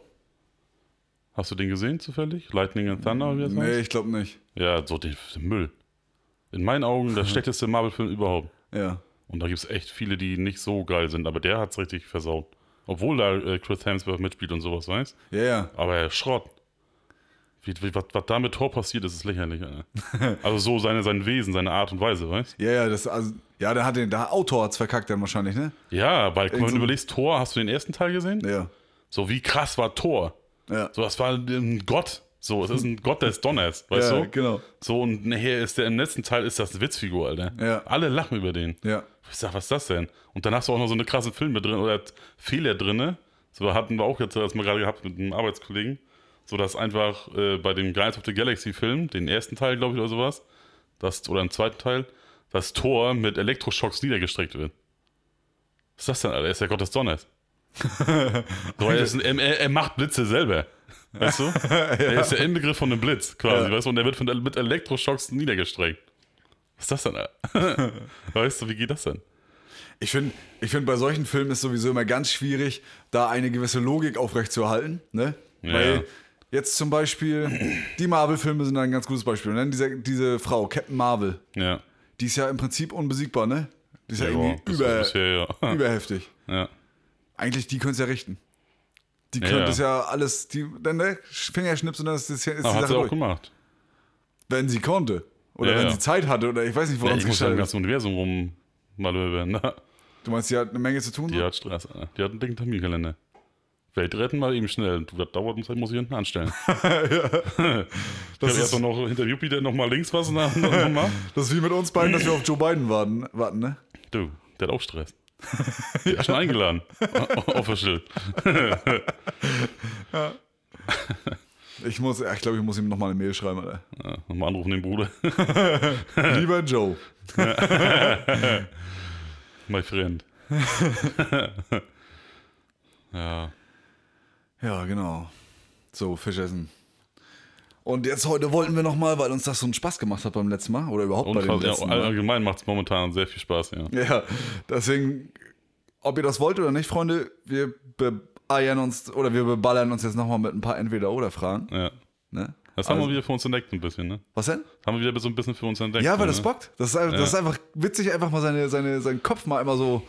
Speaker 1: Hast du den gesehen zufällig? Lightning and Thunder, oder wie das heißt?
Speaker 2: Nee, ich glaube nicht.
Speaker 1: Ja, so den, den Müll. In meinen Augen
Speaker 2: [LAUGHS]
Speaker 1: der schlechteste Marvel-Film überhaupt.
Speaker 2: Ja.
Speaker 1: Und da gibt es echt viele, die nicht so geil sind, aber der hat's richtig versaut. Obwohl da äh, Chris Hemsworth mitspielt und sowas, weißt
Speaker 2: Ja, ja.
Speaker 1: Aber Schrott. Wie, wie, was, was da mit Thor passiert, ist, ist lächerlich.
Speaker 2: [LAUGHS]
Speaker 1: Alter. Also so seine, sein Wesen, seine Art und Weise, weißt
Speaker 2: Ja, ja, das, also, ja, da hat den, der Autor hat's verkackt dann wahrscheinlich, ne?
Speaker 1: Ja, weil guck mal, wenn
Speaker 2: so-
Speaker 1: du überlegst, Thor, hast du den ersten Teil gesehen?
Speaker 2: Ja.
Speaker 1: So, wie krass war Thor?
Speaker 2: Ja.
Speaker 1: So, das war ein Gott. So, es ist ein Gott des Donners, weißt
Speaker 2: ja,
Speaker 1: du?
Speaker 2: genau.
Speaker 1: So, und nachher ist der im letzten Teil ist das eine Witzfigur, Alter.
Speaker 2: Ja.
Speaker 1: Alle lachen über den.
Speaker 2: Ja.
Speaker 1: Ich sag, was ist das denn? Und dann hast du auch noch so eine krasse Filme drin oder Fehler drinne. So hatten wir auch jetzt das mal gerade gehabt mit einem Arbeitskollegen. So dass einfach äh, bei dem Guardians of the Galaxy Film, den ersten Teil, glaube ich, oder sowas, das, oder im zweiten Teil, das Tor mit Elektroschocks niedergestreckt wird. Was ist das denn, Alter? Er ist der Gott des Donners. so, er, ist ein, er, er macht Blitze selber. Weißt du? Er ist der Inbegriff von einem Blitz quasi,
Speaker 2: Ja.
Speaker 1: weißt du? Und er wird von, mit Elektroschocks niedergestreckt. Was ist das denn, Alter? [LAUGHS] weißt du, wie geht das denn?
Speaker 2: Ich finde, ich find, bei solchen Filmen ist sowieso immer ganz schwierig, da eine gewisse Logik aufrechtzuerhalten. Ne?
Speaker 1: Ja.
Speaker 2: Weil jetzt zum Beispiel, die Marvel-Filme sind da ein ganz gutes Beispiel. Und dann diese, diese Frau, Captain Marvel,
Speaker 1: Ja.
Speaker 2: die ist ja im Prinzip unbesiegbar, ne? Die ist ja,
Speaker 1: Ja,
Speaker 2: irgendwie
Speaker 1: das
Speaker 2: über,
Speaker 1: ist bisher, ja. [LAUGHS]
Speaker 2: [LAUGHS] überheftig.
Speaker 1: ja.
Speaker 2: Eigentlich, die könnte es ja richten. Die
Speaker 1: Ja,
Speaker 2: könnte
Speaker 1: ja.
Speaker 2: es ja alles, die, dann ne, Fingerschnips und dann ist, das ja- ist
Speaker 1: Aber
Speaker 2: die
Speaker 1: hat
Speaker 2: Sache
Speaker 1: sie auch
Speaker 2: durch.
Speaker 1: gemacht.
Speaker 2: Wenn sie konnte. Oder
Speaker 1: Ja,
Speaker 2: wenn
Speaker 1: ja.
Speaker 2: sie Zeit hatte. Oder ich halt- weiß nicht,
Speaker 1: Ja,
Speaker 2: woran
Speaker 1: ich
Speaker 2: es
Speaker 1: muss ja im
Speaker 2: gescheitert ist.
Speaker 1: ganzen Universum rum mal werden. [LAUGHS]
Speaker 2: Du meinst, sie hat eine Menge zu tun?
Speaker 1: Die hat Stress. Alter. Die hat einen dicken Terminkalender. Welt retten mal eben schnell. Du, das dauert, muss, muss ich hinten
Speaker 2: [LAUGHS]
Speaker 1: anstellen. ich
Speaker 2: Das
Speaker 1: habe
Speaker 2: ist-
Speaker 1: erst mal noch hinter Jupiter nochmal links was und dann nochmal.
Speaker 2: Das ist wie mit uns beiden, dass wir auf Joe Biden warten, warten ne?
Speaker 1: Du, der hat auch
Speaker 2: [LAUGHS]
Speaker 1: Stress. Ich hab schon eingeladen. [LAUGHS] Official.
Speaker 2: Ich muss, ja, ich glaube, ich muss ihm nochmal eine Mail schreiben, Alter.
Speaker 1: Ja, nochmal anrufen den Bruder. [LAUGHS]
Speaker 2: Lieber Joe.
Speaker 1: My friend. ja.
Speaker 2: Ja, genau. So, Fisch essen. Und jetzt heute wollten wir nochmal, weil uns das so einen Spaß gemacht hat beim letzten Mal oder überhaupt bei dem
Speaker 1: Unfass, ja,
Speaker 2: letzten Mal.
Speaker 1: allgemein macht es momentan sehr viel Spaß, ja.
Speaker 2: Ja, deswegen, ob ihr das wollt oder nicht, Freunde, wir beeiern uns oder wir beballern uns jetzt nochmal mit ein paar Entweder-Oder-Fragen.
Speaker 1: ja.
Speaker 2: Ne?
Speaker 1: Das haben
Speaker 2: Also-
Speaker 1: wir wieder für uns entdeckt ein bisschen, ne?
Speaker 2: Was denn?
Speaker 1: Das haben wir wieder so ein bisschen für uns entdeckt.
Speaker 2: Ja, weil
Speaker 1: ne?
Speaker 2: das bockt. Das ist, einfach, das ist einfach witzig, einfach mal seine, seine, seinen Kopf mal immer so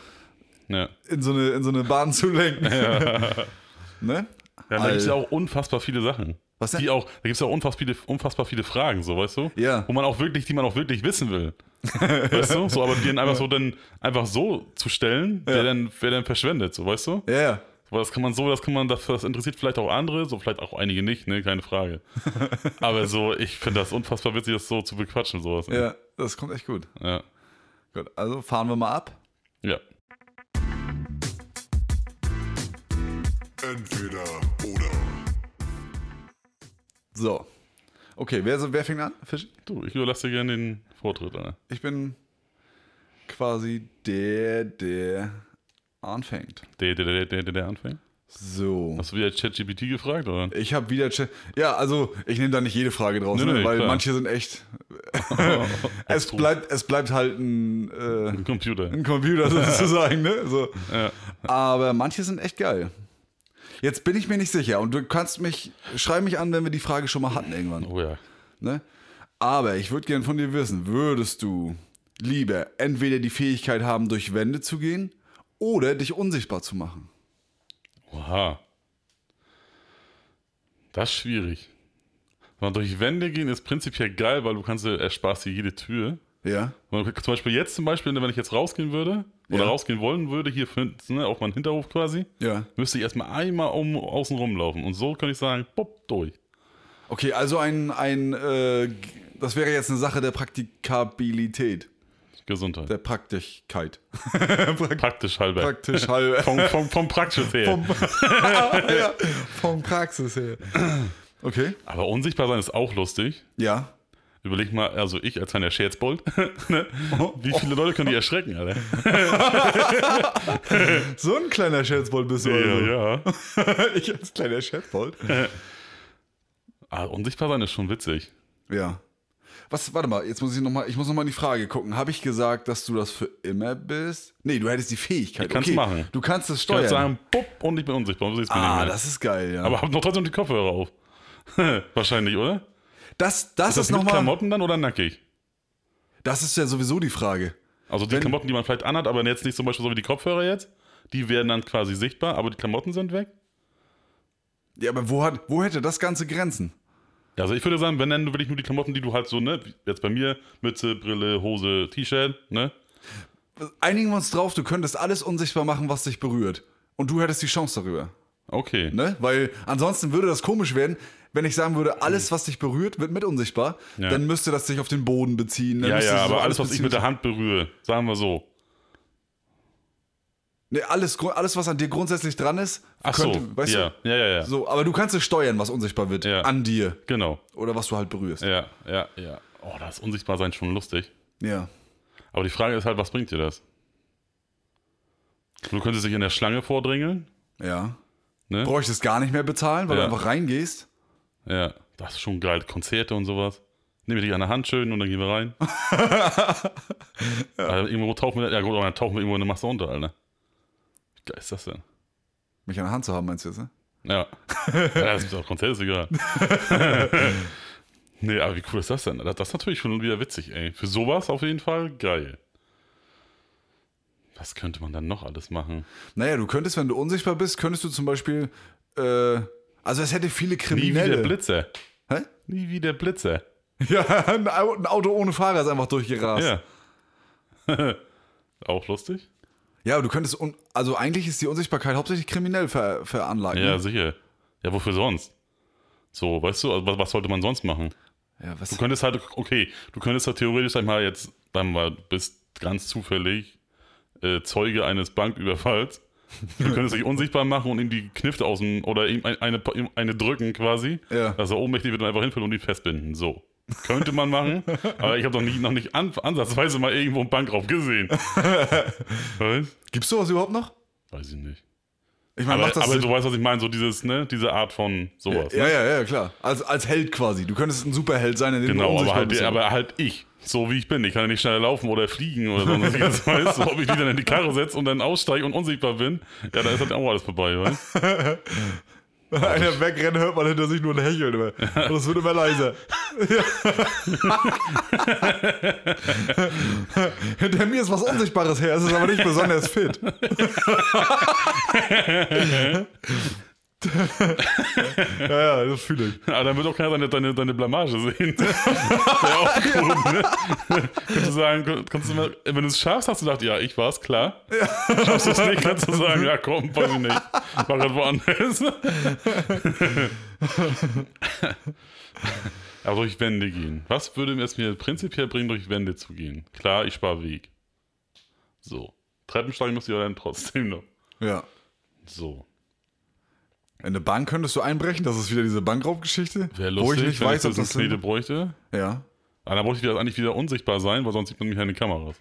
Speaker 1: Ja.
Speaker 2: in so eine, in so eine Bahn zu lenken. [LAUGHS] ne?
Speaker 1: Ja, da
Speaker 2: Al-
Speaker 1: gibt es ja auch unfassbar viele Sachen.
Speaker 2: Was denn?
Speaker 1: Die auch, da gibt es ja auch unfassbar viele, unfassbar viele Fragen, so weißt du?
Speaker 2: Ja.
Speaker 1: Wo man auch wirklich, die man auch wirklich wissen
Speaker 2: [LAUGHS]
Speaker 1: will. weißt du? So, aber die dann einfach so dann einfach so zu stellen, wer dann, wer dann verschwendet, so weißt du?
Speaker 2: Ja, ja.
Speaker 1: Aber das kann man so, das kann man, das, das interessiert vielleicht auch andere, so vielleicht auch einige nicht, ne, keine
Speaker 2: [LAUGHS]
Speaker 1: Frage. aber so, ich finde das unfassbar witzig, das so zu bequatschen, sowas. ne?
Speaker 2: Ja, das kommt echt gut.
Speaker 1: Ja.
Speaker 2: Gut, also fahren wir mal ab.
Speaker 1: ja.
Speaker 3: Entweder oder.
Speaker 2: So. Okay, wer, wer fängt an? Fisch?
Speaker 1: Du, ich überlasse dir gerne den Vortritt, Alter.
Speaker 2: Ich bin quasi der, der anfängt.
Speaker 1: Der, der, der, der, der, der anfängt.
Speaker 2: So.
Speaker 1: Hast du wieder ChatGPT gefragt, oder?
Speaker 2: Ich habe wieder. Che ja, also ich nehme da nicht jede Frage draus,
Speaker 1: Nee,
Speaker 2: ne,
Speaker 1: nee,
Speaker 2: weil
Speaker 1: klar.
Speaker 2: manche sind echt. [LAUGHS] es, bleibt, es bleibt halt ein, äh,
Speaker 1: Computer.
Speaker 2: ein
Speaker 1: [LAUGHS]
Speaker 2: Computer sozusagen, ne? So.
Speaker 1: Ja.
Speaker 2: Aber manche sind echt geil. Jetzt bin ich mir nicht sicher und du kannst mich. Schreib mich an, wenn wir die Frage schon mal hatten irgendwann.
Speaker 1: Oh ja.
Speaker 2: Ne? Aber ich würde gern von dir wissen, würdest du lieber entweder die Fähigkeit haben, durch Wände zu gehen oder dich unsichtbar zu machen?
Speaker 1: Oha. Das ist schwierig. Weil durch Wände gehen ist prinzipiell geil, weil du kannst dir- ersparst dir jede Tür.
Speaker 2: Ja?
Speaker 1: Weil du- Zum Beispiel jetzt zum Beispiel, wenn ich jetzt rausgehen würde oder
Speaker 2: Ja.
Speaker 1: rausgehen wollen würde, hier für, ne, auf meinen Hinterhof quasi,
Speaker 2: Ja.
Speaker 1: müsste ich erstmal einmal um, außen rumlaufen. Und so könnte ich sagen, pop, durch.
Speaker 2: Okay, also ein, ein äh, das wäre jetzt eine Sache der Praktikabilität.
Speaker 1: Gesundheit.
Speaker 2: Der Praktigkeit. Prakt
Speaker 1: Praktisch halber. [LAUGHS]
Speaker 2: praktisch halb.
Speaker 1: vom, vom, vom Praktisch her.
Speaker 2: Vom, [LAUGHS] ja, vom Praxis her. Okay.
Speaker 1: Aber unsichtbar sein ist auch lustig.
Speaker 2: Ja.
Speaker 1: Überleg mal, also ich als kleiner Scherzbold, [LAUGHS] ne?
Speaker 2: Oh.
Speaker 1: wie viele Leute können die erschrecken, Alter?
Speaker 2: So ein kleiner Scherzbold bist du also.
Speaker 1: ja.
Speaker 2: [LAUGHS] Ich als kleiner Scherzbold.
Speaker 1: Ah, unsichtbar sein ist schon witzig.
Speaker 2: Ja. Was, warte mal, jetzt muss ich nochmal, ich muss nochmal in die Frage gucken. Habe ich gesagt, dass du das für immer bist? Nee, du hättest die Fähigkeit.
Speaker 1: Ich kann's
Speaker 2: okay.
Speaker 1: machen.
Speaker 2: Du kannst es
Speaker 1: Ich
Speaker 2: steuern.
Speaker 1: würde sagen, bupp, und ich bin unsichtbar. Und du siehst mich
Speaker 2: ah,
Speaker 1: nicht mehr.
Speaker 2: das ist geil, ja.
Speaker 1: Aber hab noch trotzdem die Kopfhörer auf. [LAUGHS] Wahrscheinlich, oder?
Speaker 2: das, das ist,
Speaker 1: Das mit
Speaker 2: nochmal,
Speaker 1: Klamotten dann oder nackig?
Speaker 2: das ist ja sowieso die Frage.
Speaker 1: Also die Klamotten, die man vielleicht anhat, aber jetzt nicht zum Beispiel so wie die Kopfhörer jetzt. Die werden dann quasi sichtbar, aber die Klamotten sind weg.
Speaker 2: Ja, aber wo, hat, wo hätte das Ganze Grenzen?
Speaker 1: Ja, Also ich würde sagen, wenn dann würde ich nur die Klamotten, die du halt so, ne, wie jetzt bei mir, Mütze, Brille, Hose, T-Shirt, ne?
Speaker 2: Einigen wir uns drauf, du könntest alles unsichtbar machen, was dich berührt. Und du hättest die Chance darüber.
Speaker 1: Okay.
Speaker 2: Ne? Weil ansonsten würde das komisch werden, wenn ich sagen würde, alles, was dich berührt, wird mit unsichtbar.
Speaker 1: Hm. Ja.
Speaker 2: Dann müsste das sich auf den Boden beziehen. Dann
Speaker 1: ja,
Speaker 2: müsste
Speaker 1: ja,
Speaker 2: es auf
Speaker 1: aber alles, was ich
Speaker 2: beziehen.
Speaker 1: mit der Hand berühre, sagen wir so.
Speaker 2: Nee, alles, grund- alles, was an dir grundsätzlich dran ist,
Speaker 1: Ach so,
Speaker 2: könnte, weißt
Speaker 1: ja.
Speaker 2: du?
Speaker 1: ja, ja, ja,
Speaker 2: So, aber du kannst es steuern, was unsichtbar wird
Speaker 1: Ja.
Speaker 2: an dir
Speaker 1: Genau.
Speaker 2: oder was du halt berührst. Ja.
Speaker 1: Ja, ja, ja. Oh, das ist Unsichtbarsein schon lustig. Aber die Frage ist halt, was bringt dir das? Du könntest dich in der Schlange vordrängeln.
Speaker 2: Ja.
Speaker 1: Ne?
Speaker 2: Bräuchtest gar nicht mehr bezahlen, weil
Speaker 1: Ja.
Speaker 2: du einfach reingehst.
Speaker 1: Ja, das ist schon geil. Konzerte und sowas. Nehme dich an der Hand schön und dann gehen wir rein. Also irgendwo tauchen wir, ja gut, aber dann tauchen wir irgendwo in eine Masse unter, Alter. Wie geil ist das denn?
Speaker 2: Mich an der Hand zu haben, meinst du jetzt, ne?
Speaker 1: Ja. ja das ist auch Konzert ist egal. [LAUGHS] nee, aber wie cool ist das denn? Das das ist natürlich schon wieder witzig, ey. Für sowas auf jeden Fall geil. Was könnte man dann noch alles machen?
Speaker 2: Naja, du könntest, wenn du unsichtbar bist, könntest du zum Beispiel, äh, also es hätte viele
Speaker 1: Nie wie der
Speaker 2: Kriminelle.
Speaker 1: Blitzer.
Speaker 2: Hä?
Speaker 1: Nie wie der Blitzer.
Speaker 2: [LAUGHS] Ja, ein Au- ein Auto ohne Fahrer ist einfach durchgerast.
Speaker 1: Ja. [LAUGHS] auch lustig.
Speaker 2: Ja, aber du könntest, un also eigentlich ist die Unsichtbarkeit hauptsächlich kriminell ver veranlagt.
Speaker 1: Ja,
Speaker 2: ne?
Speaker 1: sicher. Ja, wofür sonst? So, weißt du, also was, was sollte man sonst machen?
Speaker 2: ja was?
Speaker 1: Du könntest halt, okay, du könntest halt theoretisch einmal jetzt, dann mal, bist ganz zufällig äh, Zeuge eines Banküberfalls. Du könntest dich unsichtbar machen und ihm die Knifte aus dem, oder ihm ein- eine, ihm eine drücken quasi,
Speaker 2: Ja.
Speaker 1: dass er ohnmächtig wird und einfach hinfällt und ihn festbinden. So. Könnte man
Speaker 2: [LAUGHS]
Speaker 1: machen, aber ich habe noch nicht, noch nicht an, ansatzweise mal irgendwo einen Bankraub
Speaker 2: [LAUGHS]
Speaker 1: gesehen. Weißt?
Speaker 2: Gibt's sowas überhaupt noch?
Speaker 1: Weiß ich nicht.
Speaker 2: Ich meine,
Speaker 1: Aber,
Speaker 2: macht das
Speaker 1: aber
Speaker 2: Sinn?
Speaker 1: du weißt, was ich meine, so dieses, ne, diese Art von sowas.
Speaker 2: Ja,
Speaker 1: ne?
Speaker 2: ja, ja, klar. Als, als Held quasi. Du könntest ein Superheld sein, in dem du
Speaker 1: Genau, aber
Speaker 2: unsichtbar
Speaker 1: halt,
Speaker 2: bist.
Speaker 1: aber halt ich, so wie ich bin. Ich kann ja nicht schneller laufen oder fliegen oder so. [LAUGHS] Und ich jetzt weiß, so, ob ich die dann in die Karre setze und dann aussteige und unsichtbar bin, ja, dann ist halt auch alles vorbei, weißt
Speaker 2: Wenn [LAUGHS] einer wegrennt, hört man hinter sich nur ein
Speaker 1: [LAUGHS]
Speaker 2: Hecheln. Immer. Und es wird immer leiser. [LAUGHS] Ja. hinter mir ist was Unsichtbares her, es ist aber nicht besonders fit. [LAUGHS] ja, ja, das fühle ich.
Speaker 1: du? Aber Ah, dann wird auch keiner deine, deine, deine Blamage sehen. [LAUGHS] Wäre auch cool, ne? [LAUGHS] Könntest du sagen, kannst du mal, wenn du es schaffst, hast du gedacht, ja, ich war's, klar. Schaffst du es nicht, kannst du sagen, ja komm, weiß ich nicht. War grad woanders. [LAUGHS] Aber durch Wände gehen. Was würde es mir prinzipiell bringen, durch Wände zu gehen? Klar, ich spare Weg. So. Treppensteigen müsst ihr dann trotzdem noch.
Speaker 2: Ja.
Speaker 1: So.
Speaker 2: In eine Bank könntest du einbrechen, das ist wieder diese Bankraubgeschichte.
Speaker 1: Wäre
Speaker 2: wo
Speaker 1: lustig,
Speaker 2: ich nicht
Speaker 1: wenn
Speaker 2: weiß,
Speaker 1: ich
Speaker 2: ob
Speaker 1: das
Speaker 2: das.
Speaker 1: Knete bräuchte.
Speaker 2: Ja.
Speaker 1: Aber dann bräuchte Ah, ich wieder, eigentlich wieder unsichtbar sein, weil sonst sieht man mich ja in den Kameras.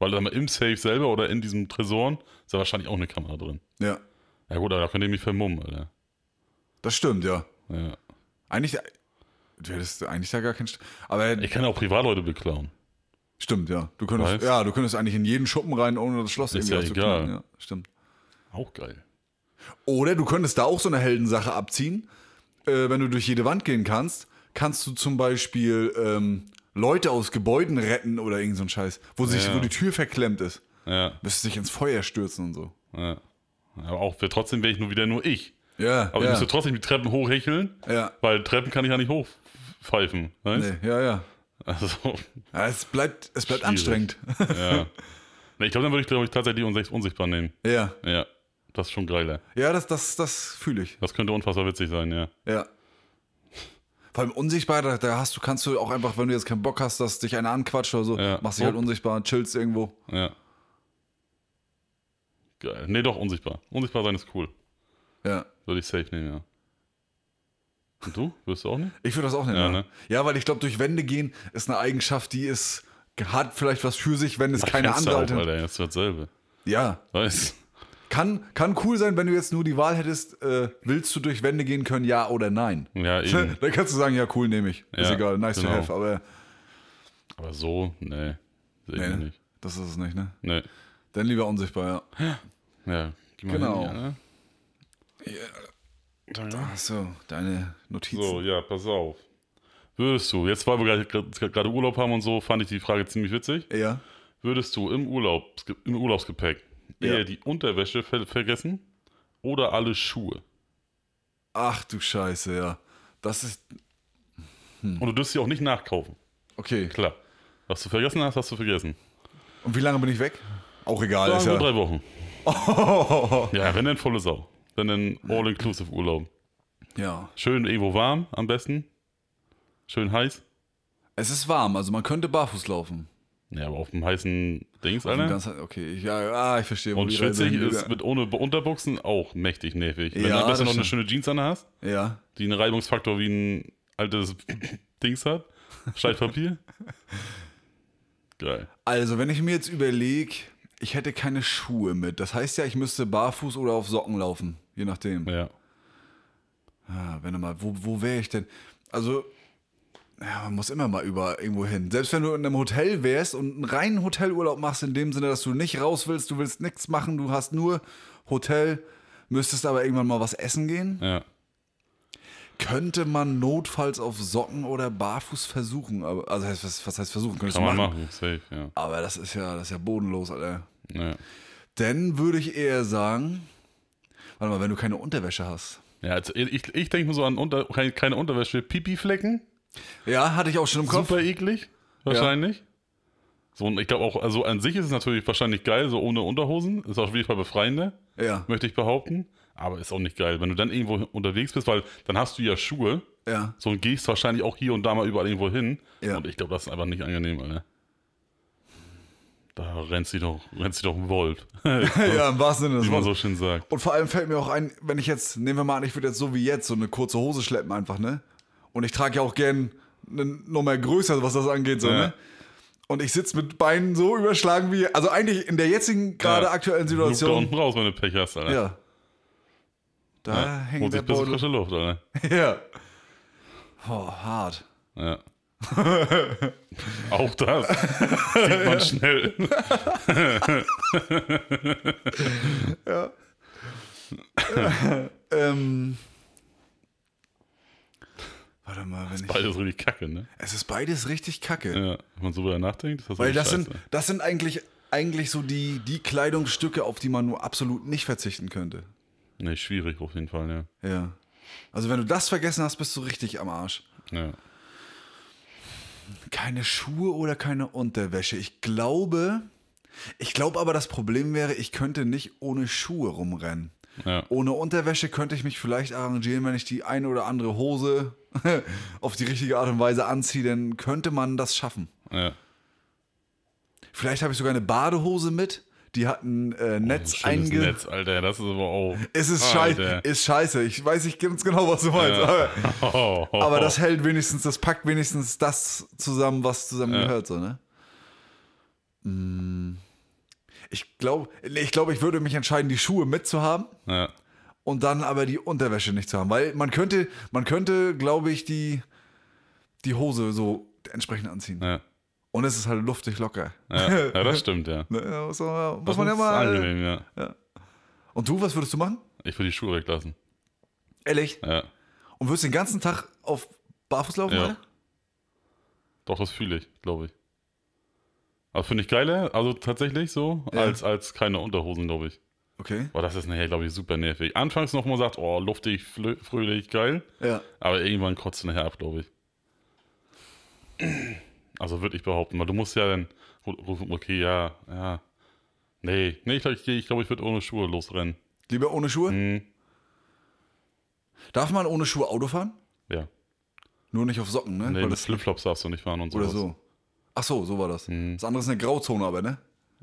Speaker 1: Weil dann im Safe selber oder in diesem Tresoren ist ja wahrscheinlich auch eine Kamera drin.
Speaker 2: Ja.
Speaker 1: Ja gut, aber da könnt ihr mich vermummen, Alter.
Speaker 2: Das stimmt, ja.
Speaker 1: Ja.
Speaker 2: Eigentlich. Du hättest eigentlich da gar keinen. St aber
Speaker 1: Ich kann auch Privatleute beklauen.
Speaker 2: Stimmt, ja. Du könntest,
Speaker 1: Weißt?
Speaker 2: ja, du könntest eigentlich in jeden Schuppen rein, ohne das Schloss
Speaker 1: Ist
Speaker 2: irgendwie
Speaker 1: ja egal.
Speaker 2: aufzuknacken, Ja, stimmt.
Speaker 1: Auch geil.
Speaker 2: Oder du könntest da auch so eine Heldensache abziehen. Äh, wenn du durch jede Wand gehen kannst, kannst du zum Beispiel ähm, Leute aus Gebäuden retten oder irgend so ein Scheiß, wo, sich,
Speaker 1: Ja.
Speaker 2: wo die Tür verklemmt ist.
Speaker 1: Ja,
Speaker 2: Müsstest dich ins Feuer stürzen und so.
Speaker 1: ja. Aber auch wär- trotzdem wäre ich nur wieder nur ich.
Speaker 2: Ja,
Speaker 1: Aber ich
Speaker 2: ja,
Speaker 1: müsste trotzdem die Treppen hochhecheln,
Speaker 2: ja.
Speaker 1: weil Treppen kann ich ja nicht hochpfeifen. Weißt?
Speaker 2: Nee, ja, ja.
Speaker 1: Also,
Speaker 2: ja es bleibt, es bleibt
Speaker 1: Schwierig.
Speaker 2: anstrengend.
Speaker 1: ja. Nee, ich glaube, dann würde ich, glaube ich, tatsächlich unsicht- unsichtbar nehmen.
Speaker 2: Ja,
Speaker 1: Ja. Das ist schon geiler.
Speaker 2: ja, das, das, das fühle ich.
Speaker 1: Das könnte unfassbar witzig sein, ja.
Speaker 2: Ja. Vor allem unsichtbar, da, da hast du, kannst du auch einfach, wenn du jetzt keinen Bock hast, dass dich einer anquatscht oder so,
Speaker 1: Ja. Oh.
Speaker 2: machst dich halt
Speaker 1: Upp.
Speaker 2: unsichtbar, chillst irgendwo.
Speaker 1: Ja. Geil. Nee, doch, unsichtbar. Unsichtbar sein ist cool.
Speaker 2: Ja.
Speaker 1: Würde ich safe nehmen, ja. Und du? Würdest du auch nicht?
Speaker 2: Ich würde das auch nicht
Speaker 1: Ja,
Speaker 2: machen.
Speaker 1: ne?
Speaker 2: Ja, weil ich glaube, durch Wände gehen ist eine Eigenschaft, die ist, hat vielleicht was für sich, wenn es keine
Speaker 1: Fenster
Speaker 2: andere
Speaker 1: auf,
Speaker 2: Alternative
Speaker 1: Alter, das ist dasselbe.
Speaker 2: Ja.
Speaker 1: Weißt
Speaker 2: Kann, kann cool sein, wenn du jetzt nur die Wahl hättest, äh, willst du durch Wände gehen können, ja oder nein.
Speaker 1: Ja, eben.
Speaker 2: [LAUGHS] Dann kannst du sagen, ja, cool, nehme ich. Ist
Speaker 1: Ja,
Speaker 2: egal, nice
Speaker 1: genau.
Speaker 2: to have, aber
Speaker 1: Aber so, nee. Sehe ich
Speaker 2: nee,
Speaker 1: nicht.
Speaker 2: das ist es nicht, ne?
Speaker 1: Nee.
Speaker 2: Dann lieber unsichtbar, ja.
Speaker 1: Ja, gib mal
Speaker 2: Genau.
Speaker 1: Handy, ne?
Speaker 2: Ach so, deine Notizen.
Speaker 1: So, ja, pass auf. Würdest du, jetzt weil wir gerade- gerade gerade Urlaub haben und so, fand ich die Frage ziemlich witzig.
Speaker 2: Ja.
Speaker 1: Würdest du im, Urlaub, im Urlaubsgepäck
Speaker 2: Ja.
Speaker 1: eher die Unterwäsche ver vergessen oder alle Schuhe?
Speaker 2: Ach du Scheiße, ja. Das ist. Hm.
Speaker 1: Und du dürfst sie auch nicht nachkaufen.
Speaker 2: Okay.
Speaker 1: Klar. Was du vergessen hast, hast du vergessen.
Speaker 2: Und wie lange bin ich weg? Auch egal, ist
Speaker 1: Sagen wir
Speaker 2: ja.
Speaker 1: drei Wochen. Ja, wenn dann volle Sau. Wenn dann All-Inclusive Urlaub.
Speaker 2: [LAUGHS] Ja.
Speaker 1: Schön irgendwo warm am besten. Schön heiß.
Speaker 2: Es ist warm, also man könnte barfuß laufen.
Speaker 1: Ja, aber auf dem heißen Dings,
Speaker 2: Auf dem
Speaker 1: Alter.
Speaker 2: ganzen- okay, ich, ja, ah, ich verstehe. wo
Speaker 1: Und
Speaker 2: die Reise
Speaker 1: schwitzig
Speaker 2: hingeht.
Speaker 1: ist mit ohne Unterbuchsen auch mächtig nervig. Wenn
Speaker 2: Ja,
Speaker 1: du am besten
Speaker 2: das
Speaker 1: noch eine
Speaker 2: stimmt.
Speaker 1: schöne Jeans an hast,
Speaker 2: Ja,
Speaker 1: die einen Reibungsfaktor wie ein altes [COUGHS] Dings hat. Schleifpapier. Geil.
Speaker 2: also wenn ich mir jetzt überlege, ich hätte keine Schuhe mit. Das heißt ja, ich müsste barfuß oder auf Socken laufen, je nachdem.
Speaker 1: Ja.
Speaker 2: Ah, wenn du mal, wo, wo wäre ich denn? Also, ja, man muss immer mal über irgendwo hin. Selbst wenn du in einem Hotel wärst und einen reinen Hotelurlaub machst, in dem Sinne, dass du nicht raus willst, du willst nichts machen, du hast nur Hotel, müsstest aber irgendwann mal was essen gehen,
Speaker 1: Ja.
Speaker 2: könnte man notfalls auf Socken oder barfuß versuchen. Aber, also, heißt, was, was heißt versuchen? Könntest
Speaker 1: Kann
Speaker 2: du
Speaker 1: man
Speaker 2: machen.
Speaker 1: machen. Safe, ja.
Speaker 2: Aber das ist ja, das ist ja bodenlos, Alter.
Speaker 1: Ja,
Speaker 2: Dann würde ich eher sagen, warte mal, wenn du keine Unterwäsche hast.
Speaker 1: ja also ich, ich denke mir so an unter, keine, keine Unterwäsche. Pipi-Flecken.
Speaker 2: Ja, hatte ich auch schon im Kopf.
Speaker 1: Super eklig, wahrscheinlich. So, und ich glaube auch, also an sich ist es natürlich wahrscheinlich geil, so ohne Unterhosen. Ist auf jeden Fall befreiender,
Speaker 2: Ja,
Speaker 1: möchte ich behaupten. Aber ist auch nicht geil, wenn du dann irgendwo unterwegs bist, weil dann hast du ja Schuhe.
Speaker 2: ja. [LAUGHS]
Speaker 1: So und gehst wahrscheinlich auch hier und da mal überall irgendwo hin.
Speaker 2: Ja.
Speaker 1: Und ich glaube, das ist einfach nicht angenehm, Alter. Da rennt sie doch, rennt sie doch ein Wolf. [LAUGHS]
Speaker 2: Ja, im wahrsten Sinne des
Speaker 1: Wie man
Speaker 2: Wortes. [LAUGHS]
Speaker 1: so schön sagt.
Speaker 2: Und vor allem fällt mir auch ein, wenn ich jetzt, nehmen wir mal an, ich würde jetzt so wie jetzt so eine kurze Hose schleppen einfach, ne? Und ich trage ja auch gern eine Nummer größer, was das angeht, so,
Speaker 1: Ja.
Speaker 2: ne? Und ich sitze mit Beinen so überschlagen wie, also eigentlich in der jetzigen, gerade
Speaker 1: Ja.
Speaker 2: aktuellen
Speaker 1: Lugt da
Speaker 2: Situation.
Speaker 1: unten raus, wenn du Pech hast, Alter.
Speaker 2: Ja. Da
Speaker 1: Ja.
Speaker 2: hängt
Speaker 1: Holt sich
Speaker 2: der
Speaker 1: ein bisschen
Speaker 2: Beutel.
Speaker 1: frische Luft, Alter.
Speaker 2: Ja. Oh, hart.
Speaker 1: Ja.
Speaker 2: [LAUGHS]
Speaker 1: auch das sieht man schnell.
Speaker 2: Ähm. Warte mal, wenn ich.
Speaker 1: Beides richtig kacke, ne?
Speaker 2: Es ist beides richtig kacke.
Speaker 1: Ja, wenn man so drüber nachdenkt. Ist das
Speaker 2: Weil
Speaker 1: richtig
Speaker 2: das sind,
Speaker 1: scheiße.
Speaker 2: das sind eigentlich, eigentlich so die, die Kleidungsstücke, auf die man nur absolut nicht verzichten könnte.
Speaker 1: Nee, schwierig auf jeden Fall,
Speaker 2: Ja. Also wenn du das vergessen hast, bist du richtig am Arsch.
Speaker 1: ja. ja.
Speaker 2: Keine Schuhe oder keine Unterwäsche. Ich glaube, ich glaube aber das Problem wäre, ich könnte nicht ohne Schuhe rumrennen.
Speaker 1: Ja.
Speaker 2: Ohne Unterwäsche könnte ich mich vielleicht arrangieren, wenn ich die eine oder andere Hose [LAUGHS] auf die richtige Art und Weise anziehe, dann könnte man das schaffen.
Speaker 1: ja.
Speaker 2: Vielleicht habe ich sogar eine Badehose mit, die hat ein äh, Netz
Speaker 1: Oh, Schönes
Speaker 2: einge...
Speaker 1: Netz, Alter. Das ist aber
Speaker 2: [LAUGHS]
Speaker 1: auch.
Speaker 2: Es ist
Speaker 1: Alter.
Speaker 2: scheiße, ist scheiße. Ich weiß nicht ganz genau, was du meinst. Aber,
Speaker 1: Oh, oh,
Speaker 2: aber
Speaker 1: oh.
Speaker 2: das hält wenigstens, das packt wenigstens das zusammen, was zusammengehört, so, ne? Mm. Ich glaube, ich glaube, ich würde mich entscheiden, die Schuhe mitzuhaben
Speaker 1: [LAUGHS] Ja.
Speaker 2: und dann aber die Unterwäsche nicht zu haben, weil man könnte, man könnte, glaube ich, die, die Hose so entsprechend anziehen.
Speaker 1: Ja.
Speaker 2: Und es ist halt luftig locker.
Speaker 1: Ja.
Speaker 2: [LAUGHS]
Speaker 1: ja, das stimmt, ja.
Speaker 2: Ne, da Muss man, muss
Speaker 1: Das
Speaker 2: man ja
Speaker 1: ist
Speaker 2: mal.
Speaker 1: Angenehm, ja.
Speaker 2: Und du, was würdest du machen?
Speaker 1: Ich würde die Schuhe weglassen.
Speaker 2: Ehrlich?
Speaker 1: Ja.
Speaker 2: Und würdest den ganzen Tag auf Barfuß laufen?
Speaker 1: Ja.
Speaker 2: Alter?
Speaker 1: Doch, das fühle ich, glaube ich. Also finde ich geiler, also tatsächlich so,
Speaker 2: Ja.
Speaker 1: als, als keine Unterhosen, glaube ich.
Speaker 2: Okay.
Speaker 1: Aber das ist nachher, glaube ich, super nervig. Anfangs noch mal sagt, oh, luftig, flö- fröhlich, geil.
Speaker 2: Ja.
Speaker 1: Aber irgendwann kotzt du nachher ab, glaube ich. Also würde ich behaupten, weil du musst ja dann, gut, gut, okay, ja, ja. Nee, nee, ich glaube, ich, ich, glaub, ich würde ohne Schuhe losrennen.
Speaker 2: Lieber ohne Schuhe?
Speaker 1: Hm,
Speaker 2: Darf man ohne Schuhe Auto fahren?
Speaker 1: ja.
Speaker 2: Nur nicht auf Socken, ne?
Speaker 1: Nee,
Speaker 2: Weil
Speaker 1: mit
Speaker 2: das,
Speaker 1: Flipflops darfst du nicht fahren und so.
Speaker 2: oder so. Ach so, so war das.
Speaker 1: Mhm.
Speaker 2: Das andere ist eine Grauzone, aber, ne?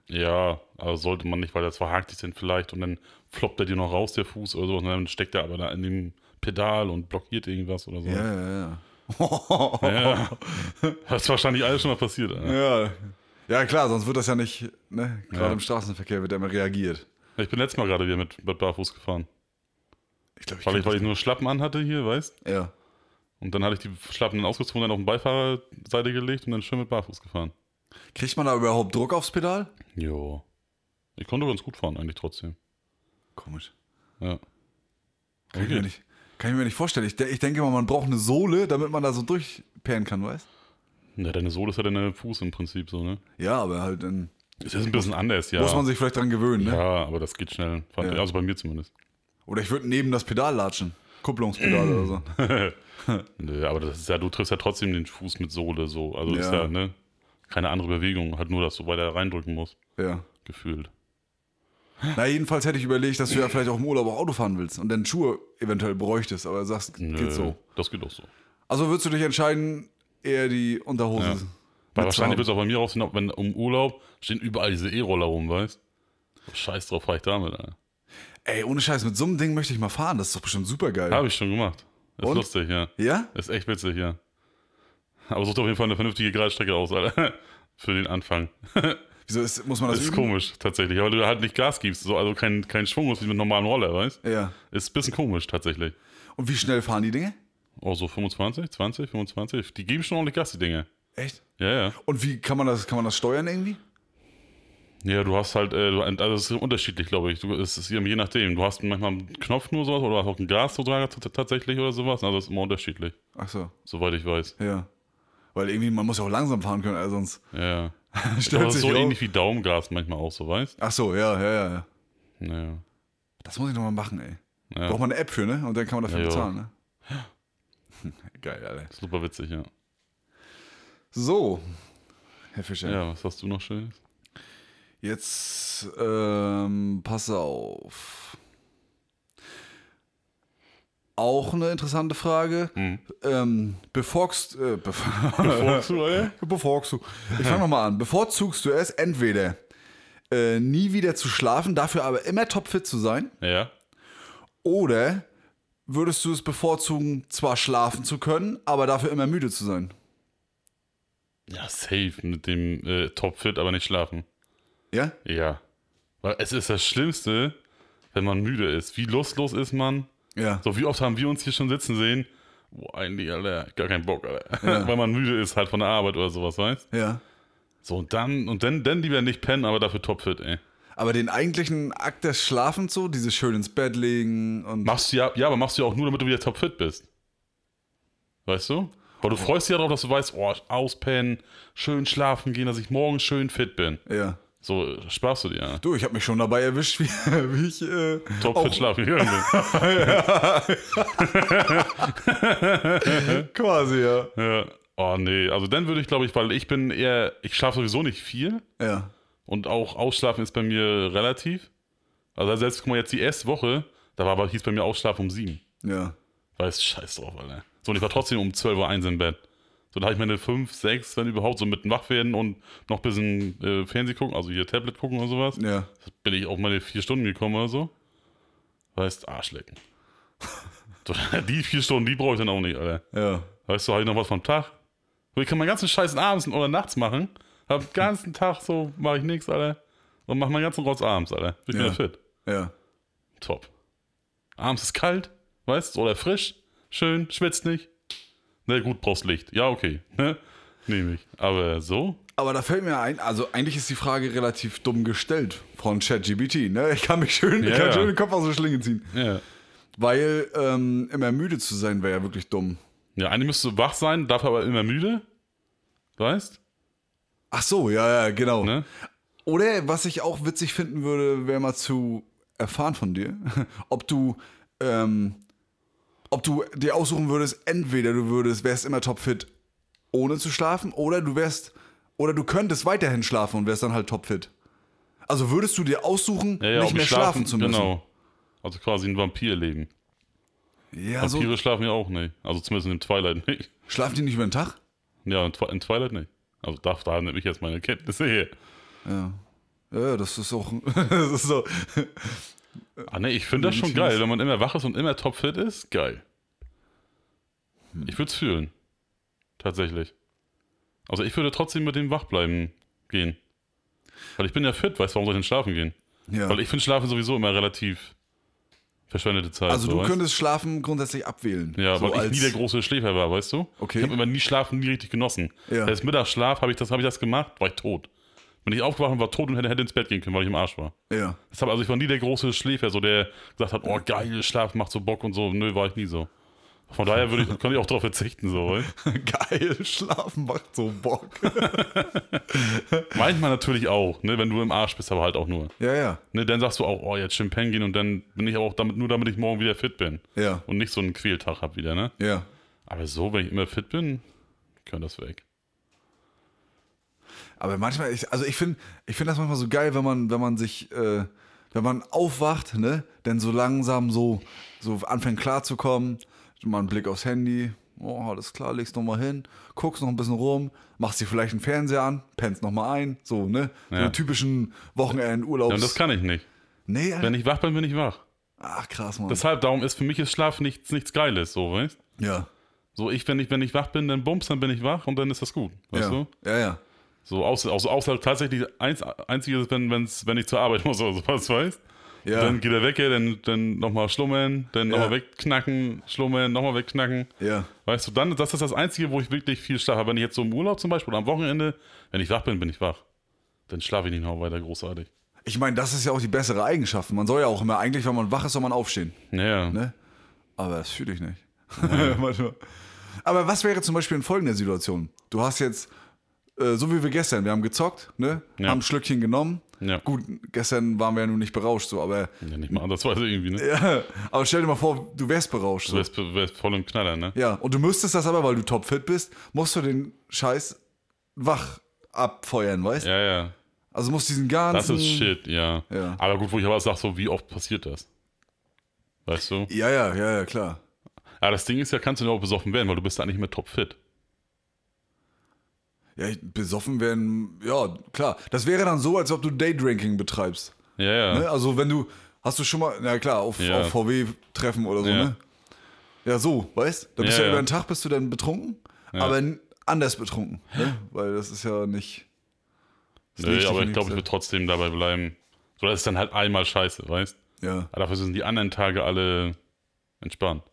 Speaker 1: Ja, also sollte man nicht, weil das verhakt sich dann vielleicht und dann floppt er dir noch raus, der Fuß oder so, und dann steckt er aber da in dem Pedal und blockiert irgendwas oder so.
Speaker 2: Ja, ja, ja. [LAUGHS]
Speaker 1: Ja. Das ist wahrscheinlich alles schon mal passiert. Alter.
Speaker 2: ja. Ja, klar, sonst wird das ja nicht, ne? Gerade
Speaker 1: Ja.
Speaker 2: im Straßenverkehr wird ja immer reagiert.
Speaker 1: Ich bin letztes Mal gerade wieder mit, mit Barfuß gefahren,
Speaker 2: Ich glaube, ich,
Speaker 1: weil ich,
Speaker 2: kenn
Speaker 1: weil ich nur Schlappen anhatte hier, weißt
Speaker 2: das. Ja.
Speaker 1: Und dann hatte ich die Schlappen dann ausgezogen, dann auf die Beifahrerseite gelegt und dann schön mit Barfuß gefahren.
Speaker 2: Kriegt man da überhaupt Druck aufs Pedal?
Speaker 1: Jo. Ich konnte ganz gut fahren eigentlich trotzdem.
Speaker 2: Komisch.
Speaker 1: Ja.
Speaker 2: Kann, ich,
Speaker 1: Okay.
Speaker 2: mir nicht, kann ich mir nicht vorstellen. Ich, de- ich denke mal, man braucht eine Sohle, damit man da so durchperren kann, weißt
Speaker 1: Na, deine Sohle ist ja dein Fuß im Prinzip so, ne?
Speaker 2: Ja, aber halt, dann
Speaker 1: Es ist ein bisschen anders, ja.
Speaker 2: muss man sich vielleicht dran gewöhnen, ne?
Speaker 1: ja, aber das geht schnell. Fand-
Speaker 2: Ja.
Speaker 1: Also bei mir
Speaker 2: [LAUGHS]
Speaker 1: zumindest.
Speaker 2: Oder ich würde neben das Pedal latschen.
Speaker 1: [CLEARS THROAT]
Speaker 2: Kupplungspedal oder so.
Speaker 1: Nö, aber das ist ja, du triffst ja trotzdem den Fuß mit Sohle so. Also ist
Speaker 2: Ja.
Speaker 1: ja, ne? Keine andere Bewegung, halt nur, dass du weiter reindrücken musst,
Speaker 2: Ja.
Speaker 1: gefühlt.
Speaker 2: Na, jedenfalls hätte ich überlegt, dass du ja vielleicht auch im Urlaub auch Auto fahren willst und dann Schuhe eventuell bräuchtest, aber du sagst,
Speaker 1: Nö,
Speaker 2: geht so.
Speaker 1: Das geht auch so.
Speaker 2: Also würdest du dich entscheiden, eher die Unterhose.
Speaker 1: Ja. Weil wahrscheinlich wird es auch bei mir raus, wenn um Urlaub stehen überall diese E-Roller rum, weißt Scheiß drauf, fahr ich damit, Alter.
Speaker 2: Ey, ohne Scheiß, mit so einem Ding möchte ich mal fahren, das ist doch bestimmt super geil.
Speaker 1: Habe ich schon gemacht. Ist
Speaker 2: Und?
Speaker 1: lustig, ja.
Speaker 2: Ja?
Speaker 1: Ist echt witzig, ja. Aber sucht auf jeden Fall eine vernünftige Gleitstrecke aus, Alter. [LAUGHS] Für den Anfang.
Speaker 2: Wieso ist, muss man das,
Speaker 1: Das ist
Speaker 2: üben?
Speaker 1: komisch, tatsächlich. Aber du halt nicht Gas gibst, so, also keinen kein Schwung hast wie mit normalem Roller, weißt
Speaker 2: Ja.
Speaker 1: Ist ein bisschen komisch, tatsächlich.
Speaker 2: Und wie schnell fahren die Dinge?
Speaker 1: Oh, so 25, 20, 25. Die geben schon ordentlich Gas, die Dinge.
Speaker 2: Echt?
Speaker 1: Ja, ja.
Speaker 2: Und wie kann man das, kann man das steuern irgendwie?
Speaker 1: Ja, du hast halt, äh, du- also es ist unterschiedlich, glaube ich. Du, es ist eben je nachdem. Du hast manchmal einen Knopf nur sowas oder du hast auch einen Gas so dran, t- tatsächlich oder sowas. Also es ist immer unterschiedlich,
Speaker 2: Ach so,
Speaker 1: soweit ich weiß.
Speaker 2: ja. Weil irgendwie, man muss ja auch langsam fahren können, also sonst [LAUGHS]
Speaker 1: [LAUGHS] Ja. Aber
Speaker 2: stellt
Speaker 1: es ist so
Speaker 2: sich auf.
Speaker 1: ähnlich wie Daumengas manchmal auch, so weißt
Speaker 2: Ach so, ja, ja, ja, ja.
Speaker 1: Ja.
Speaker 2: Das muss ich nochmal machen, ey.
Speaker 1: ja.
Speaker 2: Braucht man eine App für, ne? Und dann kann man
Speaker 1: Ja,
Speaker 2: dafür
Speaker 1: ja.
Speaker 2: bezahlen,
Speaker 1: [GASPS]
Speaker 2: ne? Geil, Alter.
Speaker 1: Super witzig, ja.
Speaker 2: So. Herr Fischer.
Speaker 1: Ja, was hast du noch [LAUGHS] Schönes?
Speaker 2: Jetzt, ähm, pass auf. Auch eine interessante Frage. Ähm, befolgst, äh, [LAUGHS] bef
Speaker 1: Mhm. Befolgst du, ey?
Speaker 2: befolgst du. Ich fange nochmal an. Bevorzugst du es, entweder äh, nie wieder zu schlafen, dafür aber immer topfit zu sein,
Speaker 1: Ja.
Speaker 2: oder würdest du es bevorzugen, zwar schlafen zu können, aber dafür immer müde zu sein?
Speaker 1: Ja, safe mit dem äh, Topfit, aber nicht schlafen.
Speaker 2: Ja?
Speaker 1: Ja. Weil es ist das Schlimmste, wenn man müde ist. Wie lustlos ist man?
Speaker 2: Ja.
Speaker 1: So, wie oft haben wir uns hier schon sitzen sehen? Boah, eigentlich, Alter, gar keinen Bock, Alter. [LAUGHS] Weil man müde ist halt von der Arbeit oder sowas, weißt
Speaker 2: Ja.
Speaker 1: So, und dann, und dann, dann lieber nicht pennen, aber dafür topfit, ey.
Speaker 2: Aber den eigentlichen Akt des Schlafens so, dieses schön ins Bett legen und.
Speaker 1: Machst du ja, ja, aber machst du ja auch nur, damit du wieder topfit bist. Weißt du? Weil du freust dich ja darauf, dass du weißt, oh, auspennen, schön schlafen gehen, dass ich morgen schön fit bin.
Speaker 2: Ja.
Speaker 1: So sparst du dir. ja.
Speaker 2: Du, ich habe mich schon dabei erwischt, [LAUGHS] wie, wie ich. Äh,
Speaker 1: Topfit schlafen gegangen bin.
Speaker 2: quasi, ja.
Speaker 1: ja. Oh nee, also dann würde ich glaube ich, weil ich bin eher, ich schlafe sowieso nicht viel
Speaker 2: Ja.
Speaker 1: und auch Ausschlafen ist bei mir relativ. Also selbst guck mal jetzt die erste Woche, da war aber hieß bei mir Ausschlafen um sieben.
Speaker 2: Ja.
Speaker 1: Weiß scheiß drauf, Alter. So, und ich war trotzdem um 12 Uhr eins im Bett. So, da habe ich meine 5, 6, wenn überhaupt, so mitten wach werden und noch ein bisschen äh, Fernsehen gucken, also hier Tablet gucken oder sowas.
Speaker 2: Ja.
Speaker 1: Bin ich auf meine vier Stunden gekommen oder so. Weißt, Arschlecken. so, die vier Stunden, die brauche ich dann auch nicht, Alter.
Speaker 2: Ja.
Speaker 1: Weißt du, habe ich noch was vom Tag? So, ich kann meinen ganzen Scheiß abends oder nachts machen. Hab den ganzen Tag so, mache ich nichts, Alter. Und mach meinen ganzen Rotz abends, Alter. Ich bin
Speaker 2: Ja.
Speaker 1: ja. fit.
Speaker 2: Ja.
Speaker 1: Top. Abends ist kalt, weißt du, oder frisch, schön, schwitzt nicht. Na gut, brauchst Licht. Ja, okay. [LAUGHS] Ne? Nehme ich. Aber so?
Speaker 2: Aber da fällt mir ein, also eigentlich ist die Frage relativ dumm gestellt von ChatGPT. Ne? Ich kann mich schön, ich
Speaker 1: Ja,
Speaker 2: kann
Speaker 1: ja.
Speaker 2: schön den Kopf aus der Schlinge ziehen.
Speaker 1: Ja.
Speaker 2: Weil ähm, immer müde zu sein wäre ja wirklich dumm.
Speaker 1: Ja, eigentlich müsstest du wach sein, darf aber immer müde. Weißt?
Speaker 2: Ach so, ja, ja, genau.
Speaker 1: Ne?
Speaker 2: Oder was ich auch witzig finden würde, wäre mal zu erfahren von dir, [LAUGHS] ob du, ähm, ob du dir aussuchen würdest, entweder du würdest, wärst immer topfit ohne zu schlafen, oder du wärst, oder du könntest weiterhin schlafen und wärst dann halt topfit. Also würdest du dir aussuchen,
Speaker 1: Ja, ja, ob
Speaker 2: nicht
Speaker 1: ich
Speaker 2: mehr schlafen, zu müssen.
Speaker 1: Genau. Also quasi ein Vampirleben.
Speaker 2: Ja, so
Speaker 1: Vampire schlafen ja auch nicht. Also zumindest in Twilight nicht.
Speaker 2: schlafen die nicht über den Tag?
Speaker 1: Ja, in, Twi in Twilight nicht. Also da, da nehme ich jetzt meine Kenntnisse her.
Speaker 2: Ja, Ja, das ist auch, [LAUGHS] das ist so.
Speaker 1: Ah ne, ich finde das schon
Speaker 2: Legitimes-
Speaker 1: geil, wenn man immer wach ist und immer topfit ist, geil.
Speaker 2: Hm.
Speaker 1: Ich würde es fühlen. Tatsächlich. Also ich würde trotzdem mit dem Wachbleiben gehen. Weil ich bin ja fit, weißt du, warum soll ich denn schlafen gehen?
Speaker 2: Ja.
Speaker 1: Weil ich finde Schlafen sowieso immer relativ verschwendete Zeit.
Speaker 2: Also
Speaker 1: so,
Speaker 2: du
Speaker 1: weißt?
Speaker 2: könntest schlafen grundsätzlich abwählen.
Speaker 1: Ja,
Speaker 2: so
Speaker 1: weil ich nie der
Speaker 2: als,
Speaker 1: große Schläfer war, weißt du?
Speaker 2: Okay.
Speaker 1: Ich habe immer nie schlafen, nie richtig genossen.
Speaker 2: Ja.
Speaker 1: Erst Mittagsschlaf habe ich, das- hab ich das gemacht, war ich tot. Bin ich aufgewacht und war tot und hätte, hätte ins Bett gehen können, weil ich im Arsch war.
Speaker 2: ja.
Speaker 1: Deshalb, also ich war nie der große Schläfer, so der gesagt hat, oh geil, Schlaf macht so Bock und so. Nö, war ich nie so. Von daher würde ich, [LAUGHS] könnte ich auch drauf verzichten, so. weißt? [LAUGHS]
Speaker 2: Geil, schlafen macht so Bock.
Speaker 1: Manchmal natürlich auch, ne, wenn du im Arsch bist, aber halt auch nur.
Speaker 2: ja, ja,
Speaker 1: Ne, dann sagst du auch, oh, jetzt schön pennen gehen und dann bin ich aber auch damit, nur damit ich morgen wieder fit bin.
Speaker 2: ja,
Speaker 1: Und nicht so einen Quältag hab wieder, ne?
Speaker 2: ja.
Speaker 1: Aber so, wenn ich immer fit bin, kann das weg.
Speaker 2: Aber manchmal, ich, also ich finde ich find das manchmal so geil, wenn man, wenn man sich, äh, wenn man aufwacht, ne, dann so langsam so, so anfängt klarzukommen, mal einen Blick aufs Handy, oh, alles klar, legst nochmal hin, guckst noch ein bisschen rum, machst dir vielleicht einen Fernseher an, pennst nochmal ein, so, ne? So
Speaker 1: Ja.
Speaker 2: einen typischen Wochenendurlaubs.
Speaker 1: Ja, und das kann ich nicht.
Speaker 2: nee, Alter.
Speaker 1: Wenn ich wach bin, bin ich wach.
Speaker 2: Ach, krass, Mann.
Speaker 1: Deshalb, darum ist für mich ist Schlaf nichts, nichts Geiles, so, weißt?
Speaker 2: ja.
Speaker 1: So, ich, wenn ich, wenn ich wach bin, dann bums, dann bin ich wach und dann ist das gut, weißt
Speaker 2: ja.
Speaker 1: du?
Speaker 2: ja, ja.
Speaker 1: So, außer, außer, außer halt tatsächlich eins, einziges, wenn, wenn's, wenn ich zur Arbeit [LAUGHS] muss oder sowas, weißt
Speaker 2: Ja.
Speaker 1: Dann geht er weg, ja, dann, dann nochmal schlummern, dann
Speaker 2: Ja.
Speaker 1: nochmal wegknacken, schlummern, nochmal wegknacken.
Speaker 2: Ja.
Speaker 1: Weißt du, dann, das ist das Einzige, wo ich wirklich viel schlafe. Aber Wenn ich jetzt so im Urlaub zum Beispiel oder am Wochenende, wenn ich wach bin, bin ich wach. Dann schlafe ich nicht noch weiter großartig.
Speaker 2: Ich meine, das ist ja auch die bessere Eigenschaft. Man soll ja auch immer, eigentlich, wenn man wach ist, soll man aufstehen.
Speaker 1: Naja.
Speaker 2: Ne? Aber das fühle ich nicht. [LAUGHS] Manchmal. Aber was wäre zum Beispiel in folgender Situation? Du hast jetzt, äh, so wie wir gestern, wir haben gezockt, ne?
Speaker 1: Ja.
Speaker 2: haben ein Schlückchen genommen.
Speaker 1: Ja.
Speaker 2: Gut, gestern waren wir ja nun nicht berauscht, so, aber, [LAUGHS]
Speaker 1: ja. Nicht mal [LAUGHS] andersweise irgendwie, ne?
Speaker 2: aber stell dir mal vor, du wärst berauscht.
Speaker 1: Du
Speaker 2: So.
Speaker 1: wärst, wärst voll im Knaller, ne?
Speaker 2: Ja, und du müsstest das aber, weil du topfit bist, musst du den Scheiß wach abfeuern, weißt du?
Speaker 1: Ja, ja.
Speaker 2: Also muss diesen ganzen.
Speaker 1: Das ist shit, ja.
Speaker 2: Ja.
Speaker 1: Aber gut, wo ich aber sage, so, wie oft passiert das? Weißt du?
Speaker 2: Ja, ja, ja, ja, klar.
Speaker 1: Aber Ah, das Ding ist ja, kannst du nur besoffen werden, weil du bist da nicht mehr topfit.
Speaker 2: Ja, ich- besoffen werden, ja, klar. Das wäre dann so, als ob du Daydrinking betreibst.
Speaker 1: Ja, ja.
Speaker 2: Ne? Also wenn du, hast du schon mal, na klar, auf,
Speaker 1: Ja.
Speaker 2: auf VW-Treffen oder so,
Speaker 1: Ja.
Speaker 2: ne? Ja, so, weißt? Da bist
Speaker 1: Ja,
Speaker 2: du ja, über
Speaker 1: ja.
Speaker 2: den Tag bist du dann betrunken, aber n- anders betrunken, ne? Weil das ist ja nicht. das
Speaker 1: Nee,
Speaker 2: liegt
Speaker 1: aber
Speaker 2: nicht
Speaker 1: ich glaube, ich
Speaker 2: in
Speaker 1: würde trotzdem dabei bleiben. So, das ist dann halt einmal scheiße, weißt
Speaker 2: die- ja.
Speaker 1: Aber dafür sind die anderen Tage alle entspannt.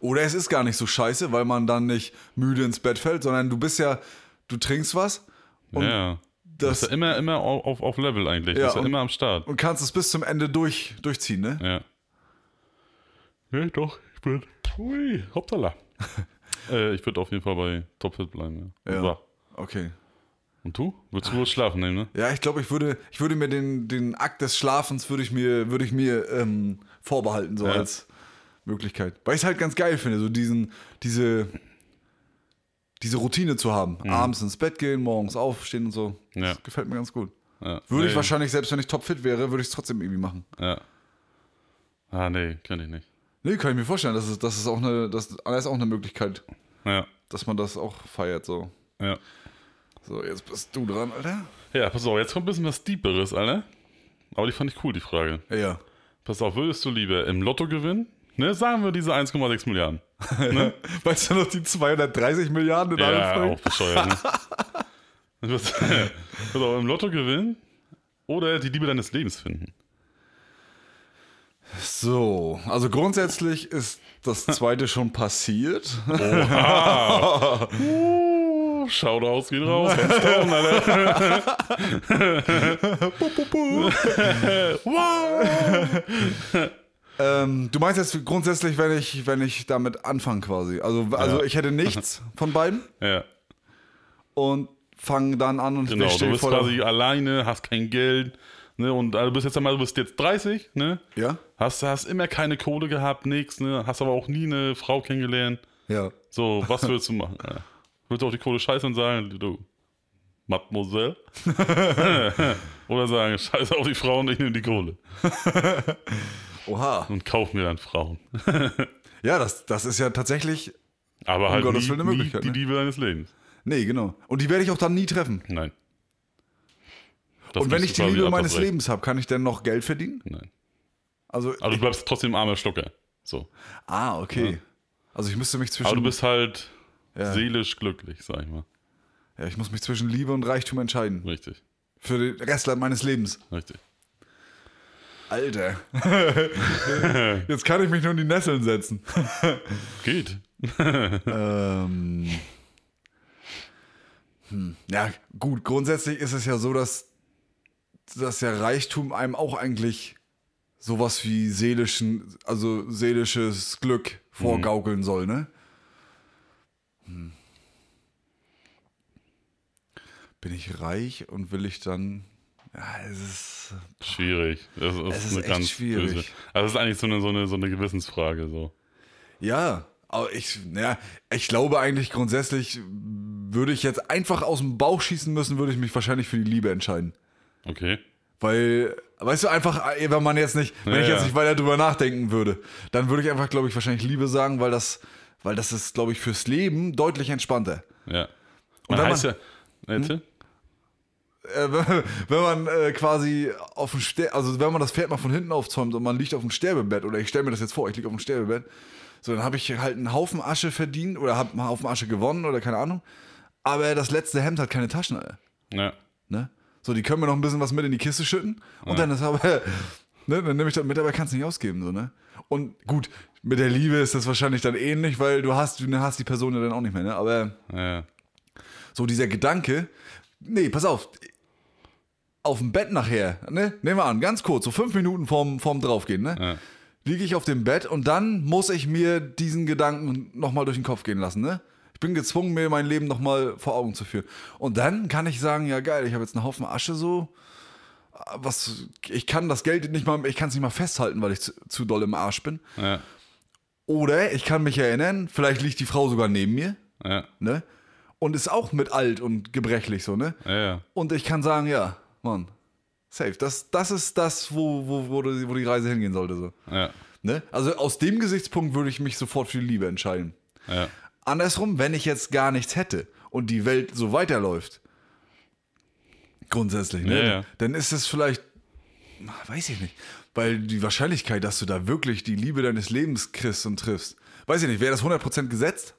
Speaker 2: Oder es ist gar nicht so scheiße, weil man dann nicht müde ins Bett fällt, sondern du bist ja, du trinkst was und,
Speaker 1: ja. Das
Speaker 2: das,
Speaker 1: ist ja immer, immer au- auf, auf Level eigentlich.
Speaker 2: Ja,
Speaker 1: Ja, ist ja
Speaker 2: und-
Speaker 1: immer am Start.
Speaker 2: und kannst es bis zum Ende durch, durchziehen, ne?
Speaker 1: Ja. Ja, doch, ich bin. Ui,
Speaker 2: [LAUGHS]
Speaker 1: hoppala. äh, ich würde auf jeden Fall bei Topfit bleiben. Ja.
Speaker 2: Ja. Ah.
Speaker 1: Und, wach.
Speaker 2: Okay.
Speaker 1: und du? Würdest du wohl schlafen nehmen, ne?
Speaker 2: Ja, ich glaube, ich würde, ich würde mir den, den Akt des Schlafens würde ich mir, würde ich mir ähm, vorbehalten, so
Speaker 1: Ja.
Speaker 2: als Möglichkeit. Weil ich es halt ganz geil finde, so diesen, diese, diese Routine zu haben. Abends ins Bett gehen, morgens aufstehen und so.
Speaker 1: Mhm. Ja.
Speaker 2: Das gefällt mir ganz gut.
Speaker 1: Ja.
Speaker 2: Würde ich
Speaker 1: Nee,
Speaker 2: wahrscheinlich, selbst wenn ich topfit wäre, würde ich es trotzdem irgendwie machen.
Speaker 1: Ja. Ah, nee, kann ich nicht.
Speaker 2: Nee, kann ich mir vorstellen. Das ist, das ist auch eine, das, das ist auch eine Möglichkeit,
Speaker 1: Ja.
Speaker 2: dass man das auch feiert. So.
Speaker 1: Ja.
Speaker 2: So, jetzt bist du dran, Alter.
Speaker 1: Ja, pass auf, jetzt kommt ein bisschen was Deeperes, Alter. Aber die fand ich cool, die Frage.
Speaker 2: Ja.
Speaker 1: Pass auf, würdest du lieber im Lotto gewinnen? Ne, sagen wir diese 1,6 Milliarden.
Speaker 2: Weißt du noch die 230 Milliarden in
Speaker 1: Ja,
Speaker 2: allen
Speaker 1: auch bescheuert, ne? Pass [LAUGHS] pass auf, im Lotto gewinnen oder die Liebe deines Lebens finden.
Speaker 2: So, also grundsätzlich ist das zweite schon passiert.
Speaker 1: [LAUGHS] Oh, Shoutouts geht raus. Hands down, Alter. [LAUGHS]
Speaker 2: ähm, du meinst jetzt grundsätzlich, wenn ich, wenn ich damit anfange quasi. Also, also
Speaker 1: Ja.
Speaker 2: ich
Speaker 1: [LAUGHS]
Speaker 2: hätte nichts von beiden
Speaker 1: Ja,
Speaker 2: und fange dann an und
Speaker 1: genau.
Speaker 2: ich
Speaker 1: Du
Speaker 2: stehe
Speaker 1: bist
Speaker 2: vor der-
Speaker 1: quasi alleine, hast kein Geld. Ne, und also du bist jetzt einmal, du bist jetzt 30, ne?
Speaker 2: Ja?
Speaker 1: Hast, hast immer keine Kohle gehabt, nix, ne? Hast aber auch nie eine Frau kennengelernt.
Speaker 2: Ja.
Speaker 1: So,
Speaker 2: [LAUGHS]
Speaker 1: was würdest du machen? Ja. Würdest du auf die Kohle scheißen und sagen, du,
Speaker 2: [LAUGHS]
Speaker 1: Mademoiselle? Oder sagen, scheiß auf die Frauen, ich nehme die Kohle
Speaker 2: Oha.
Speaker 1: und kauf mir dann Frauen.
Speaker 2: Ja, das, das ist ja tatsächlich.
Speaker 1: Aber halt
Speaker 2: Um Gottes
Speaker 1: nie,
Speaker 2: Willen eine
Speaker 1: nie
Speaker 2: Möglichkeit,
Speaker 1: die
Speaker 2: ne?
Speaker 1: Liebe deines Lebens.
Speaker 2: Nee, genau. Und die werde ich auch dann nie treffen.
Speaker 1: Nein. Das
Speaker 2: und wenn
Speaker 1: gibst
Speaker 2: ich
Speaker 1: du
Speaker 2: die
Speaker 1: quasi
Speaker 2: Liebe
Speaker 1: ab, das
Speaker 2: meines
Speaker 1: Recht.
Speaker 2: Lebens habe, kann ich denn noch Geld verdienen?
Speaker 1: Nein.
Speaker 2: Also.
Speaker 1: Aber du bleibst trotzdem armer Schlucker. So.
Speaker 2: ah, okay. Also ich müsste mich zwischen.
Speaker 1: Aber du bist halt
Speaker 2: Ja.
Speaker 1: seelisch glücklich, sag ich mal.
Speaker 2: ja, ich muss mich zwischen Liebe und Reichtum entscheiden.
Speaker 1: Richtig.
Speaker 2: Für den Rest meines Lebens.
Speaker 1: Richtig.
Speaker 2: Alter. Jetzt kann ich mich nur in die Nesseln setzen.
Speaker 1: Geht.
Speaker 2: ähm. hm. Ja, gut, grundsätzlich ist es ja so, dass, dass ja Reichtum einem auch eigentlich sowas wie seelischen, also seelisches Glück vorgaukeln soll, ne? Hm. Bin ich reich und will ich dann. Ja, es ist.
Speaker 1: Schwierig. Das ist,
Speaker 2: Es ist
Speaker 1: eine
Speaker 2: echt
Speaker 1: ganz
Speaker 2: schwierig.
Speaker 1: Böse. Also es ist eigentlich so eine, so eine, so eine Gewissensfrage. So.
Speaker 2: Ja, aber ich, ja, ich glaube eigentlich grundsätzlich würde ich jetzt einfach aus dem Bauch schießen müssen, würde ich mich wahrscheinlich für die Liebe entscheiden.
Speaker 1: Okay.
Speaker 2: Weil, weißt du, einfach, äh, wenn man jetzt nicht, wenn
Speaker 1: Ja,
Speaker 2: ich jetzt
Speaker 1: ja.
Speaker 2: nicht weiter drüber nachdenken würde, dann würde ich einfach, glaube ich, wahrscheinlich Liebe sagen, weil das, weil das ist, glaube ich, fürs Leben deutlich entspannter.
Speaker 1: Ja.
Speaker 2: Und
Speaker 1: Man
Speaker 2: wenn
Speaker 1: heißt
Speaker 2: man-
Speaker 1: ja. Hm?
Speaker 2: Äh, [LAUGHS] wenn, wenn man äh, quasi auf dem Ster also wenn man das Pferd mal von hinten aufzäumt und man liegt auf dem Sterbebett, oder ich stelle mir das jetzt vor, ich liege auf dem Sterbebett, so dann habe ich halt einen Haufen Asche verdient oder habe einen Haufen Asche gewonnen oder keine Ahnung. Aber das letzte Hemd hat keine Taschen, Alter,
Speaker 1: Ja.
Speaker 2: ne? So, die können mir noch ein bisschen was mit in die Kiste schütten und dann ist aber, [LAUGHS] ne, dann nehme ich das mit, aber kannst nicht ausgeben, so, ne? Und gut, mit der Liebe ist das wahrscheinlich dann ähnlich, weil du hast, du hast die Person ja dann auch nicht mehr, ne? Aber
Speaker 1: Ja.
Speaker 2: so dieser Gedanke, nee, pass auf, auf dem Bett nachher, ne? Nehmen wir an, ganz kurz, so fünf Minuten vorm, vorm Draufgehen, ne?
Speaker 1: Ja.
Speaker 2: Liege ich auf dem Bett und dann muss ich mir diesen Gedanken nochmal durch den Kopf gehen lassen, ne? Ich bin gezwungen, mir mein Leben nochmal vor Augen zu führen. Und dann kann ich sagen, ja geil, ich habe jetzt einen Haufen Asche so. Was, ich kann das Geld nicht mal, ich kann es nicht mal festhalten, weil ich zu, zu doll im Arsch bin.
Speaker 1: Ja.
Speaker 2: Oder ich kann mich erinnern, vielleicht liegt die Frau sogar neben mir.
Speaker 1: Ja.
Speaker 2: Ne? und ist auch mit alt und gebrechlich so, ne?
Speaker 1: Ja, ja.
Speaker 2: Und ich kann sagen, ja, Mann, safe. Das, das ist das, wo, wo, wo, die- wo die Reise hingehen sollte. So.
Speaker 1: ja,
Speaker 2: Ne? Also aus dem Gesichtspunkt würde ich mich sofort für die Liebe entscheiden.
Speaker 1: ja.
Speaker 2: Andersrum, wenn ich jetzt gar nichts hätte und die Welt so weiterläuft, grundsätzlich, ne?
Speaker 1: Ja, ja.
Speaker 2: dann ist es vielleicht, ah, weiß ich nicht, weil die Wahrscheinlichkeit, dass du da wirklich die Liebe deines Lebens kriegst und triffst, weiß ich nicht, wäre das 100% gesetzt?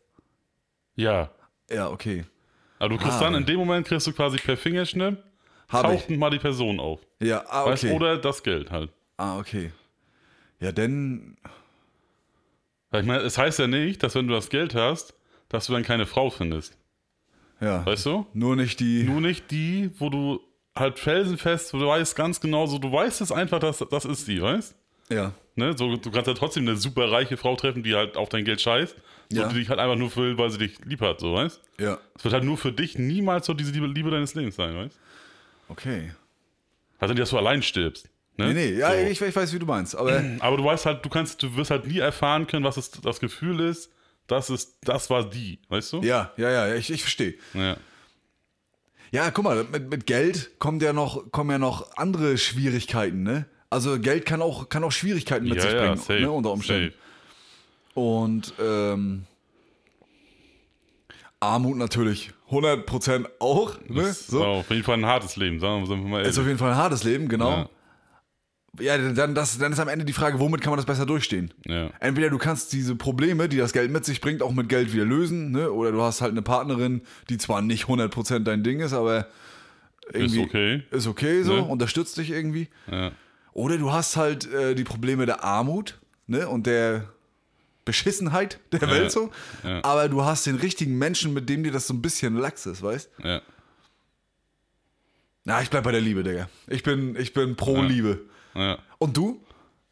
Speaker 1: ja.
Speaker 2: Ja, okay.
Speaker 1: Aber du kriegst
Speaker 2: Ah,
Speaker 1: dann
Speaker 2: ja.
Speaker 1: in dem Moment kriegst du quasi per Fingerschnipp
Speaker 2: Habe ich.
Speaker 1: taucht mal die Person auf.
Speaker 2: Ja, ah,
Speaker 1: Weißt,
Speaker 2: okay.
Speaker 1: Oder das Geld halt.
Speaker 2: Ah, okay. Ja, denn,
Speaker 1: Weil Ich meine, es heißt ja nicht, dass wenn du das Geld hast, dass du dann keine Frau findest.
Speaker 2: ja.
Speaker 1: Weißt du?
Speaker 2: Nur nicht die.
Speaker 1: Nur nicht die, wo du halt felsenfest, wo du weißt ganz genau so, du weißt es einfach, dass das ist die, weißt
Speaker 2: ja.
Speaker 1: ne? so, Du kannst ja trotzdem eine super reiche Frau treffen, die halt auf dein Geld scheißt. So,
Speaker 2: Ja.
Speaker 1: die dich halt einfach nur will, weil sie dich lieb hat, so weißt
Speaker 2: Ja.
Speaker 1: Es wird halt nur für dich niemals so diese Liebe, Liebe deines Lebens sein, weißt
Speaker 2: Okay.
Speaker 1: Also nicht, dass du allein stirbst. Ne?
Speaker 2: Nee, nee, ja,
Speaker 1: so.
Speaker 2: ich, ich weiß, wie du meinst,
Speaker 1: [CLEARS THROAT]
Speaker 2: aber
Speaker 1: Aber du weißt halt, du kannst, du wirst halt nie erfahren können, was es, das Gefühl ist, das ist, das war die, weißt du?
Speaker 2: ja, ja, ja, ich, ich verstehe.
Speaker 1: Ja.
Speaker 2: Ja, guck mal, mit, mit Geld kommt ja noch, kommen ja noch andere Schwierigkeiten, ne? Also Geld kann auch, kann auch Schwierigkeiten mit
Speaker 1: ja,
Speaker 2: sich
Speaker 1: ja,
Speaker 2: bringen,
Speaker 1: safe,
Speaker 2: ne, unter Umständen.
Speaker 1: Safe.
Speaker 2: Und ähm, Armut natürlich, 100% auch, ne?
Speaker 1: Das
Speaker 2: So. Also
Speaker 1: war auf jeden Fall ein hartes Leben, sagen wir sagen wir mal ehrlich.
Speaker 2: Ist auf jeden Fall ein hartes Leben, genau. Ja, dann, das, dann ist am Ende die Frage, womit kann man das besser durchstehen?
Speaker 1: Ja.
Speaker 2: Entweder du kannst diese Probleme, die das Geld mit sich bringt, auch mit Geld wieder lösen, ne? oder du hast halt eine Partnerin, die zwar nicht 100% dein Ding ist, aber
Speaker 1: Ist
Speaker 2: irgendwie
Speaker 1: okay.
Speaker 2: ist okay so,
Speaker 1: Ne?
Speaker 2: unterstützt dich irgendwie.
Speaker 1: Ja.
Speaker 2: Oder du hast halt äh, die Probleme der Armut ne? und der Beschissenheit der Welt so,
Speaker 1: ja.
Speaker 2: aber du hast den richtigen Menschen, mit dem dir das so ein bisschen lax ist, weißt?
Speaker 1: Ja.
Speaker 2: Na, ich bleib bei der Liebe, Digga. Ich bin, ich bin pro Liebe.
Speaker 1: ja.
Speaker 2: Und du?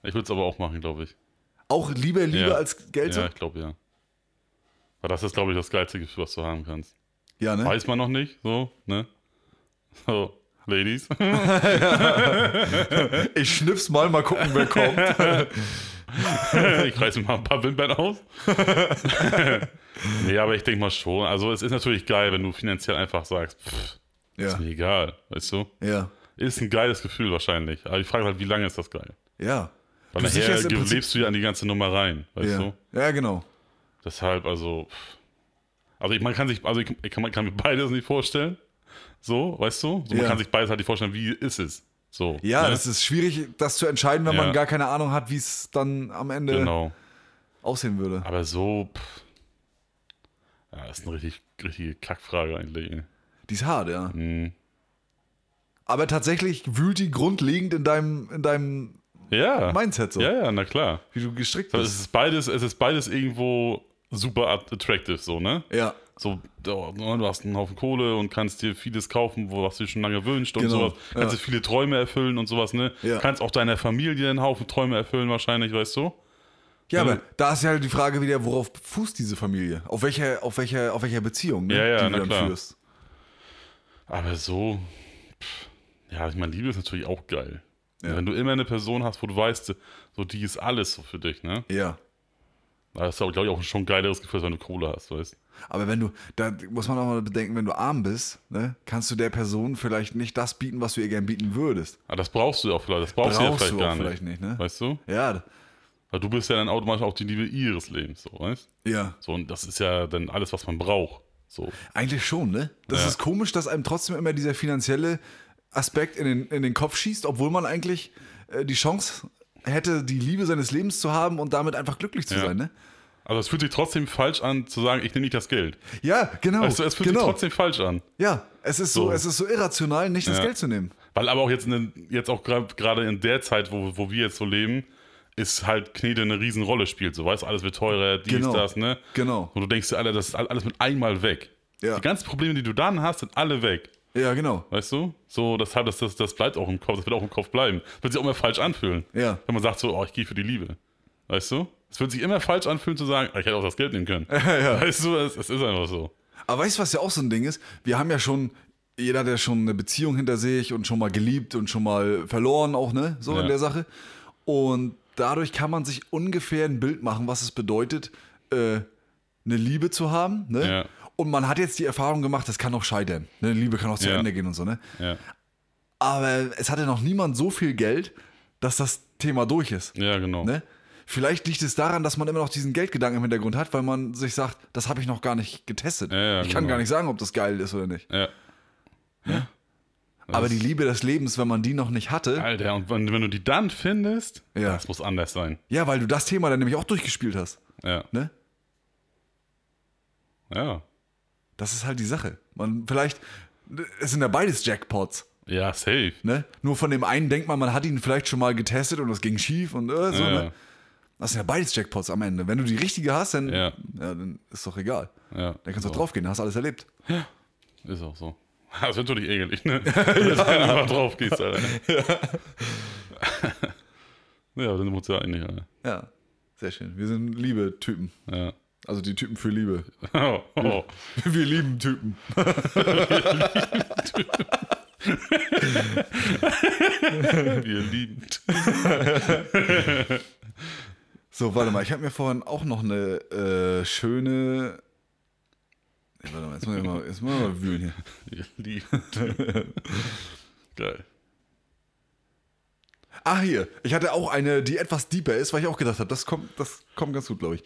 Speaker 1: Ich würde es aber auch machen, glaube ich.
Speaker 2: Auch lieber Liebe
Speaker 1: Ja.
Speaker 2: als Geld so?
Speaker 1: Ja, ich glaube ja. Aber das ist, glaube ich, das geilste Gefühl, was du haben kannst.
Speaker 2: Ja, ne?
Speaker 1: Weiß man noch nicht, so, ne? So, Ladies. [LAUGHS]
Speaker 2: Ich schnipp's mal, mal gucken, wer kommt.
Speaker 1: [LAUGHS] ich reiße mal ein paar Wimpern aus. [LAUGHS] nee, aber ich denke mal schon. Also, es ist natürlich geil, wenn du finanziell einfach sagst, pff,
Speaker 2: ja.
Speaker 1: ist mir egal, weißt du?
Speaker 2: Ja,
Speaker 1: Ist ein geiles Gefühl wahrscheinlich. Aber ich frage halt, wie lange ist das geil?
Speaker 2: ja.
Speaker 1: Weil
Speaker 2: Du
Speaker 1: nachher
Speaker 2: sicherst im Prinzip-
Speaker 1: lebst du ja an die ganze Nummer rein, weißt
Speaker 2: ja.
Speaker 1: du?
Speaker 2: ja, genau.
Speaker 1: Deshalb, also. pff. Also ich, man kann sich, also ich, ich kann, man kann mir beides nicht vorstellen. So, weißt du? So, Man
Speaker 2: Ja.
Speaker 1: kann sich beides halt nicht vorstellen, wie ist es. So.
Speaker 2: Ja,
Speaker 1: ne?
Speaker 2: das ist schwierig, das zu entscheiden, wenn
Speaker 1: Ja.
Speaker 2: man gar keine Ahnung hat, wie es dann am Ende
Speaker 1: Genau.
Speaker 2: aussehen würde.
Speaker 1: Aber so. Pff. Ja, das ist eine richtig, richtige Kackfrage eigentlich. ey.
Speaker 2: Die ist hart, ja.
Speaker 1: Mhm.
Speaker 2: Aber tatsächlich wühlt die grundlegend in deinem, in deinem
Speaker 1: Ja.
Speaker 2: Mindset so,
Speaker 1: Ja, ja, na klar.
Speaker 2: wie du gestrickt
Speaker 1: So,
Speaker 2: bist.
Speaker 1: es ist beides, es ist beides irgendwo super at- attractive, so, ne?
Speaker 2: Ja,
Speaker 1: So, oh, du hast einen Haufen Kohle und kannst dir vieles kaufen, wo was du dir schon lange wünscht und
Speaker 2: Genau,
Speaker 1: sowas. Kannst
Speaker 2: ja.
Speaker 1: dir viele Träume erfüllen und sowas, ne?
Speaker 2: Ja.
Speaker 1: Kannst auch deiner Familie einen Haufen Träume erfüllen, wahrscheinlich, weißt du?
Speaker 2: ja
Speaker 1: Wenn
Speaker 2: aber da ist ja halt die Frage wieder, worauf fußt diese Familie? Auf welcher, auf welcher, auf welcher Beziehung, ne?
Speaker 1: Ja, ja,
Speaker 2: die
Speaker 1: na
Speaker 2: du dann
Speaker 1: klar.
Speaker 2: führst.
Speaker 1: Aber so, pff, ja, ich meine, Liebe ist natürlich auch geil.
Speaker 2: Ja.
Speaker 1: Wenn du immer eine Person hast, wo du weißt, so die ist alles so für dich, ne?
Speaker 2: Ja.
Speaker 1: Aber Das ist, glaube ich, auch schon ein geileres Gefühl, als wenn du Kohle hast, weißt du?
Speaker 2: Aber wenn du, da muss man auch mal bedenken, wenn du arm bist, ne, kannst du der Person vielleicht nicht das bieten, was du ihr gern bieten würdest.
Speaker 1: Aber das brauchst du ja auch vielleicht, das brauchst,
Speaker 2: Brauchst
Speaker 1: du ja
Speaker 2: du
Speaker 1: vielleicht
Speaker 2: auch
Speaker 1: gar nicht.
Speaker 2: vielleicht nicht, ne?
Speaker 1: Weißt du?
Speaker 2: Ja,
Speaker 1: Weil du bist ja dann automatisch auch die Liebe ihres Lebens, so, weißt du?
Speaker 2: ja.
Speaker 1: So, und das ist ja dann alles, was man braucht. So.
Speaker 2: Eigentlich schon, ne? Das
Speaker 1: Ja.
Speaker 2: ist komisch, dass einem trotzdem immer dieser finanzielle Aspekt in den, in den Kopf schießt, obwohl man eigentlich äh, die Chance hätte, die Liebe seines Lebens zu haben und damit einfach glücklich zu
Speaker 1: Ja.
Speaker 2: sein, ne?
Speaker 1: Also es fühlt sich trotzdem falsch an, zu sagen, ich nehme nicht das Geld.
Speaker 2: Ja, genau.
Speaker 1: Also es fühlt
Speaker 2: genau.
Speaker 1: sich trotzdem falsch an.
Speaker 2: ja, es ist so,
Speaker 1: So.
Speaker 2: es ist so irrational, nicht das
Speaker 1: Ja.
Speaker 2: Geld zu nehmen.
Speaker 1: Weil aber auch jetzt, in, den- jetzt auch gra- gerade in der Zeit, wo, wo wir jetzt so leben, ist halt Knete eine Riesenrolle spielt. So weißt, alles wird teurer, dies,
Speaker 2: Genau.
Speaker 1: das, ne?
Speaker 2: Genau.
Speaker 1: Und du denkst dir, Alter, das ist all- alles mit einmal weg.
Speaker 2: Ja.
Speaker 1: Die ganzen Probleme, die du dann hast, sind alle weg.
Speaker 2: Ja, genau.
Speaker 1: Weißt du? So, deshalb, das, das, das bleibt auch im Kopf, das wird auch im Kopf bleiben. Das wird sich auch immer falsch anfühlen.
Speaker 2: Ja.
Speaker 1: Wenn man sagt so, oh, ich gehe für die Liebe. Weißt du? Es wird sich immer falsch anfühlen zu sagen, ah, ich hätte auch das Geld nehmen
Speaker 2: [LAUGHS]
Speaker 1: können. Weißt du, es, es ist einfach so.
Speaker 2: Aber weißt du, was ja auch so ein Ding ist? Wir haben ja schon, jeder hat ja schon eine Beziehung hinter sich und schon mal geliebt und schon mal verloren auch, ne? So
Speaker 1: Ja.
Speaker 2: in der Sache. Und dadurch kann man sich ungefähr ein Bild machen, was es bedeutet, äh, eine Liebe zu haben, ne?
Speaker 1: Ja.
Speaker 2: Und man hat jetzt die Erfahrung gemacht, das kann auch scheitern. Ne? Liebe kann auch zu
Speaker 1: Ja.
Speaker 2: Ende gehen und so, ne?
Speaker 1: Ja.
Speaker 2: Aber es hatte noch niemand so viel Geld, dass das Thema durch ist.
Speaker 1: ja, genau.
Speaker 2: Ne? Vielleicht liegt es daran, dass man immer noch diesen Geldgedanken im Hintergrund hat, weil man sich sagt, das habe ich noch gar nicht getestet.
Speaker 1: Ja, ja,
Speaker 2: ich kann
Speaker 1: genau.
Speaker 2: gar nicht sagen, ob das geil ist oder nicht.
Speaker 1: Ja.
Speaker 2: Aber die Liebe des Lebens, wenn man die noch nicht hatte,
Speaker 1: Alter, und wenn, wenn du die dann findest,
Speaker 2: Ja.
Speaker 1: das muss anders sein.
Speaker 2: ja, weil du das Thema dann nämlich auch durchgespielt hast.
Speaker 1: Ja.
Speaker 2: Ne?
Speaker 1: Ja.
Speaker 2: Das ist halt die Sache. Man, vielleicht, es sind ja beides Jackpots.
Speaker 1: Ja, safe.
Speaker 2: Ne? Nur von dem einen denkt man, man hat ihn vielleicht schon mal getestet und es ging schief und äh, so.
Speaker 1: ja.
Speaker 2: Ne? Das sind ja beides Jackpots am Ende. Wenn du die richtige hast, dann,
Speaker 1: Ja.
Speaker 2: dann ist doch egal.
Speaker 1: ja.
Speaker 2: Dann kannst du auch draufgehen, dann hast du alles erlebt.
Speaker 1: Ist auch so. [LAUGHS] Das wird natürlich ärgerlich,
Speaker 2: [LAUGHS]
Speaker 1: ne? Dass du einfach drauf gehst, Alter. [LAUGHS] Ja, dann sind wir uns ja einig, Alter.
Speaker 2: Ja, sehr schön. Wir sind Liebe-Typen.
Speaker 1: Ja. [LAUGHS]
Speaker 2: Also die Typen für Liebe. [LAUGHS]
Speaker 1: Oh, oh.
Speaker 2: Wir lieben Typen.
Speaker 1: Wir lieben.
Speaker 2: So, warte mal, ich habe mir vorhin auch noch eine äh, schöne. Ja, warte mal, jetzt muss ich mal, jetzt muss ich mal wühlen
Speaker 1: Wir
Speaker 2: hier. [LAUGHS]
Speaker 1: lieben. Geil.
Speaker 2: Ah, hier. Ich hatte auch eine, die etwas deeper ist, weil ich auch gedacht habe, das kommt, das kommt ganz gut, glaube ich.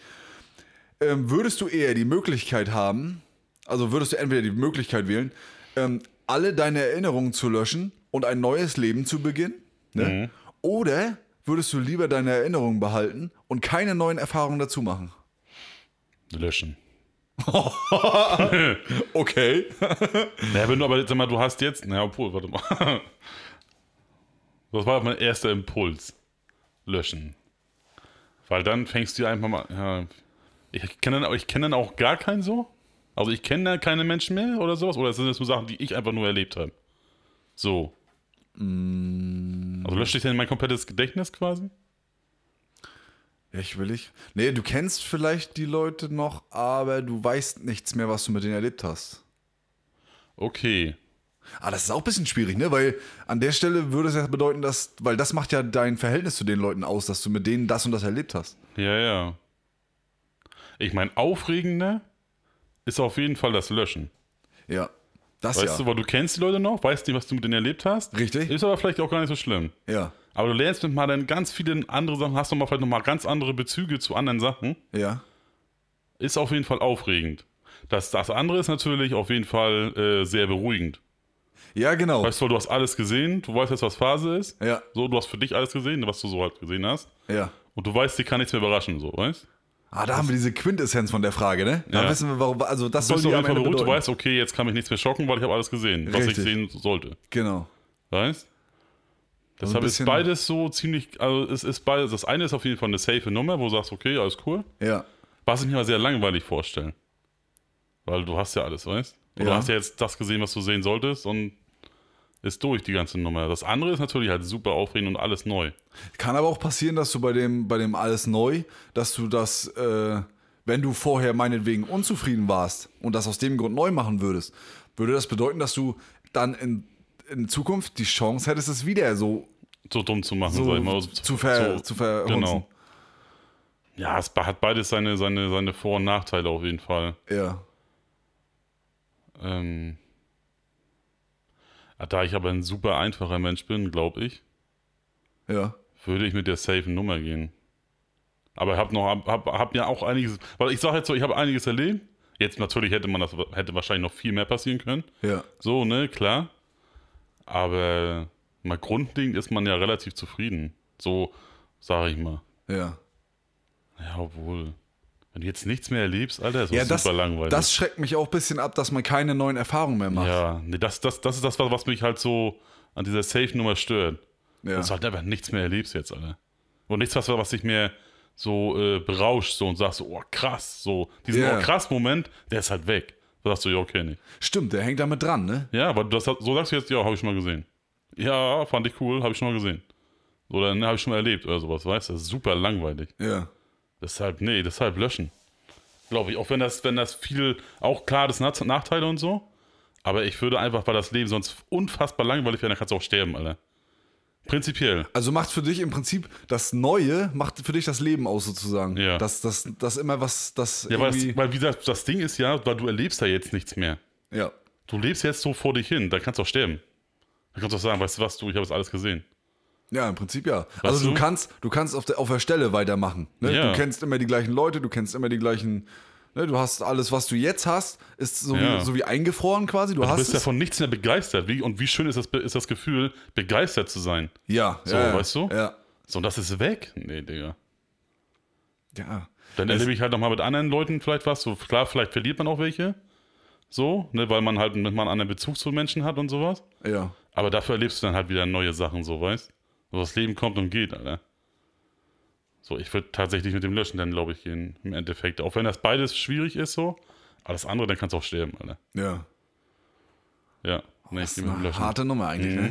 Speaker 2: Ähm, würdest du eher die Möglichkeit haben, also würdest du entweder die Möglichkeit wählen, ähm, alle deine Erinnerungen zu löschen und ein neues Leben zu beginnen? Ne? Oder würdest du lieber deine Erinnerungen behalten und keine neuen Erfahrungen dazu machen?
Speaker 1: Löschen.
Speaker 2: Okay.
Speaker 1: Ja, wenn du aber jetzt sag mal, du hast jetzt. Na, obwohl, warte mal. [LAUGHS] Das war mein erster Impuls. Löschen. Weil dann fängst du ja einfach mal. Ja, ich kenne dann, ich kenn dann auch gar keinen so. Also ich kenne da keine Menschen mehr oder sowas. Oder sind das nur Sachen, die ich einfach nur erlebt habe? So. Also lösche ich dann mein komplettes Gedächtnis quasi?
Speaker 2: Ja, ich will ich. Nee, du kennst vielleicht die Leute noch, aber du weißt nichts mehr, was du mit denen erlebt hast.
Speaker 1: Okay.
Speaker 2: Ah, das ist auch ein bisschen schwierig, ne? Weil an der Stelle würde es ja bedeuten, dass, weil das macht ja dein Verhältnis zu den Leuten aus, dass du mit denen das und das erlebt hast.
Speaker 1: Ja, ja. Ich meine, aufregender ist auf jeden Fall das Löschen.
Speaker 2: Ja. Das
Speaker 1: Weißt
Speaker 2: ja.
Speaker 1: du, weil du kennst die Leute noch, weißt nicht, was du mit denen erlebt hast.
Speaker 2: Richtig.
Speaker 1: Ist aber vielleicht auch gar nicht so schlimm.
Speaker 2: ja.
Speaker 1: Aber du lernst mit mal dann ganz viele andere Sachen, hast nochmal vielleicht nochmal ganz andere Bezüge zu anderen Sachen.
Speaker 2: Ja.
Speaker 1: Ist auf jeden Fall aufregend. Das, das andere ist natürlich auf jeden Fall äh, sehr beruhigend.
Speaker 2: Ja, genau.
Speaker 1: Weißt du, du hast alles gesehen, du weißt jetzt, was Phase ist.
Speaker 2: Ja.
Speaker 1: So, du hast für dich alles gesehen, was du so halt gesehen hast.
Speaker 2: Ja.
Speaker 1: Und du weißt, dir kann nichts mehr überraschen, so, weißt
Speaker 2: Ah, da haben wir diese Quintessenz von der Frage, ne? Da
Speaker 1: Ja.
Speaker 2: wissen wir, warum. Also, das
Speaker 1: du?
Speaker 2: soll
Speaker 1: Bist auf
Speaker 2: die
Speaker 1: jeden
Speaker 2: am
Speaker 1: Fall
Speaker 2: Ende
Speaker 1: beruhigt,
Speaker 2: bedeuten.
Speaker 1: du weißt, okay, jetzt kann mich nichts mehr schocken, weil ich habe alles gesehen, was ich
Speaker 2: Richtig.
Speaker 1: sehen sollte.
Speaker 2: Genau.
Speaker 1: Weißt
Speaker 2: Also ein
Speaker 1: Deshalb ist
Speaker 2: bisschen-
Speaker 1: beides so ziemlich, also es ist beides, das eine ist auf jeden Fall eine safe Nummer, wo du sagst, okay, alles cool.
Speaker 2: Ja.
Speaker 1: Was ich mir aber sehr langweilig vorstelle. Weil du hast ja alles, weißt du? Du
Speaker 2: Ja.
Speaker 1: hast ja jetzt das gesehen, was du sehen solltest und ist durch die ganze Nummer. Das andere ist natürlich halt super aufregend und alles neu.
Speaker 2: Kann aber auch passieren, dass du bei dem, bei dem alles neu, dass du das, äh, wenn du vorher meinetwegen unzufrieden warst und das aus dem Grund neu machen würdest, würde das bedeuten, dass du dann in, in Zukunft die Chance hättest, es wieder so
Speaker 1: So dumm zu machen,
Speaker 2: So
Speaker 1: sag ich mal. Also
Speaker 2: zu ver- zu verhunzen.
Speaker 1: Genau. Ja, es hat beides seine, seine, seine Vor- und Nachteile auf jeden Fall.
Speaker 2: Ja.
Speaker 1: Ähm, ah, da ich aber ein super einfacher Mensch bin, glaube ich,
Speaker 2: Ja.
Speaker 1: würde ich mit der safen Nummer gehen. Aber ich habe noch, hab, hab ja auch einiges, weil ich sage jetzt so, ich habe einiges erlebt. Jetzt natürlich hätte man das, hätte wahrscheinlich noch viel mehr passieren können.
Speaker 2: Ja.
Speaker 1: So, ne, klar. Aber mal grundlegend ist man ja relativ zufrieden. So, sage ich mal.
Speaker 2: Ja.
Speaker 1: Ja, obwohl. Wenn du jetzt nichts mehr erlebst, Alter, ist
Speaker 2: Ja,
Speaker 1: das
Speaker 2: das,
Speaker 1: super langweilig.
Speaker 2: das schreckt mich auch ein bisschen ab, dass man keine neuen Erfahrungen mehr macht.
Speaker 1: ja, nee, das, das, das ist das, was- was mich halt so an dieser Safe-Nummer stört.
Speaker 2: Ja.
Speaker 1: Dass du halt einfach nichts mehr erlebst jetzt, Alter. Und nichts, was, was dich mehr so äh, berauscht so, und sagst, so, oh krass, so. Diesen
Speaker 2: Ja.
Speaker 1: oh krass Moment, der ist halt weg. Da sagst du, ja, okay, nicht.
Speaker 2: Stimmt, der hängt damit dran, ne?
Speaker 1: Ja, aber das, hat- so sagst du jetzt, ja, habe ich schon mal gesehen. Ja, fand ich cool, habe ich schon mal gesehen. Oder ne, habe ich schon mal erlebt oder sowas, weißt du? Das ist super langweilig.
Speaker 2: Ja.
Speaker 1: Deshalb, nee, deshalb löschen. Glaube ich, auch wenn das, wenn das viel, auch klar, das hat Nachteile und so. Aber ich würde einfach, weil das Leben sonst unfassbar langweilig wäre, dann kannst du auch sterben, Alter. Prinzipiell.
Speaker 2: Also macht für dich im Prinzip das Neue, macht für dich das Leben aus sozusagen.
Speaker 1: Ja.
Speaker 2: Das, das, das immer was, das
Speaker 1: Ja, weil,
Speaker 2: irgendwie.
Speaker 1: das, weil wie gesagt, das Ding ist ja, weil du erlebst ja jetzt nichts mehr.
Speaker 2: ja.
Speaker 1: Du lebst jetzt so vor dich hin, da kannst du auch sterben. Da kannst du auch sagen, weißt du was, du, ich habe es alles gesehen.
Speaker 2: Ja, im Prinzip ja. also du,
Speaker 1: du?
Speaker 2: kannst, du kannst auf der, auf der Stelle weitermachen. Ne?
Speaker 1: Ja.
Speaker 2: Du kennst immer die gleichen Leute, du kennst immer die gleichen. Ne? Du hast alles, was du jetzt hast, ist so,
Speaker 1: Ja. Also
Speaker 2: wie, so wie eingefroren quasi. Du
Speaker 1: Du
Speaker 2: hast
Speaker 1: bist ja
Speaker 2: es.
Speaker 1: von nichts mehr begeistert. Wie, und wie schön ist das, Be- ist das Gefühl, begeistert zu sein?
Speaker 2: Ja,
Speaker 1: So,
Speaker 2: ja, ja.
Speaker 1: weißt du?
Speaker 2: Ja.
Speaker 1: So, und das ist weg? Nee, Digga.
Speaker 2: ja.
Speaker 1: Dann erlebe ich halt nochmal mit anderen Leuten vielleicht was. So, klar, vielleicht verliert man auch welche. So, ne, weil man halt mit mal einen anderen Bezug zu Menschen hat und sowas.
Speaker 2: Ja.
Speaker 1: Aber dafür erlebst du dann halt wieder neue Sachen, so, weißt So, das Leben kommt und geht, Alter. So, ich würde tatsächlich mit dem Löschen dann, glaube ich, gehen, im Endeffekt. Auch wenn das beides schwierig ist, so. Aber das andere, dann kannst du auch sterben, Alter.
Speaker 2: Ja.
Speaker 1: Ja. Nee, ich geh
Speaker 2: Das ist
Speaker 1: mit dem
Speaker 2: eine
Speaker 1: Löschen.
Speaker 2: harte Nummer eigentlich,
Speaker 1: Mhm.
Speaker 2: ne?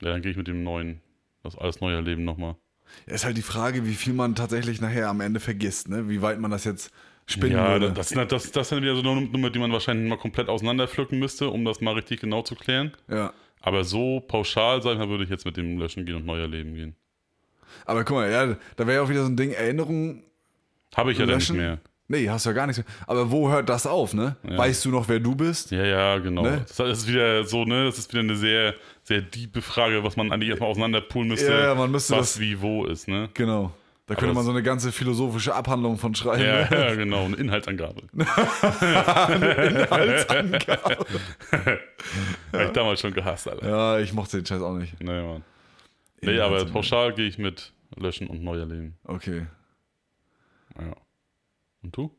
Speaker 1: Ja, dann gehe ich mit dem neuen. Das alles neue Leben nochmal.
Speaker 2: Ist halt die Frage, wie viel man tatsächlich nachher am Ende vergisst, ne? Wie weit man das jetzt spinnen
Speaker 1: Ja,
Speaker 2: würde.
Speaker 1: das, das, das, das ist dann wieder so eine Nummer, die man wahrscheinlich mal komplett auseinanderpflücken müsste, um das mal richtig genau zu klären.
Speaker 2: ja.
Speaker 1: Aber so pauschal, sag ich mal, würde ich jetzt mit dem Löschen gehen und neu erleben gehen.
Speaker 2: Aber guck mal, ja, da wäre ja auch wieder so ein Ding, Erinnerungen
Speaker 1: Habe ich ja dann nicht
Speaker 2: löschen.
Speaker 1: mehr.
Speaker 2: Nee, hast ja gar nichts mehr. Aber wo hört das auf, ne? Weißt du noch, wer du bist?
Speaker 1: Ja, ja, genau.
Speaker 2: Ne?
Speaker 1: Das ist wieder so, ne? Das ist wieder eine sehr, sehr diebe Frage, was man eigentlich erstmal auseinanderpoolen müsste.
Speaker 2: Ja, ja, man müsste
Speaker 1: was
Speaker 2: das-
Speaker 1: wie wo ist,
Speaker 2: [LAUGHS]
Speaker 1: ne?
Speaker 2: Genau. Da könnte
Speaker 1: das-
Speaker 2: man so eine ganze philosophische Abhandlung von schreiben.
Speaker 1: Ja,
Speaker 2: [LAUGHS] ne?
Speaker 1: ja, genau. Eine Inhaltsangabe.
Speaker 2: halt [LAUGHS] Inhaltsangabe.
Speaker 1: Habe ich damals schon gehasst, Alter.
Speaker 2: ja, ich mochte den Scheiß auch nicht.
Speaker 1: Nee, Mann. Nee, aber pauschal gehe ich mit Löschen und neu erleben.
Speaker 2: Okay.
Speaker 1: Ja. Und du?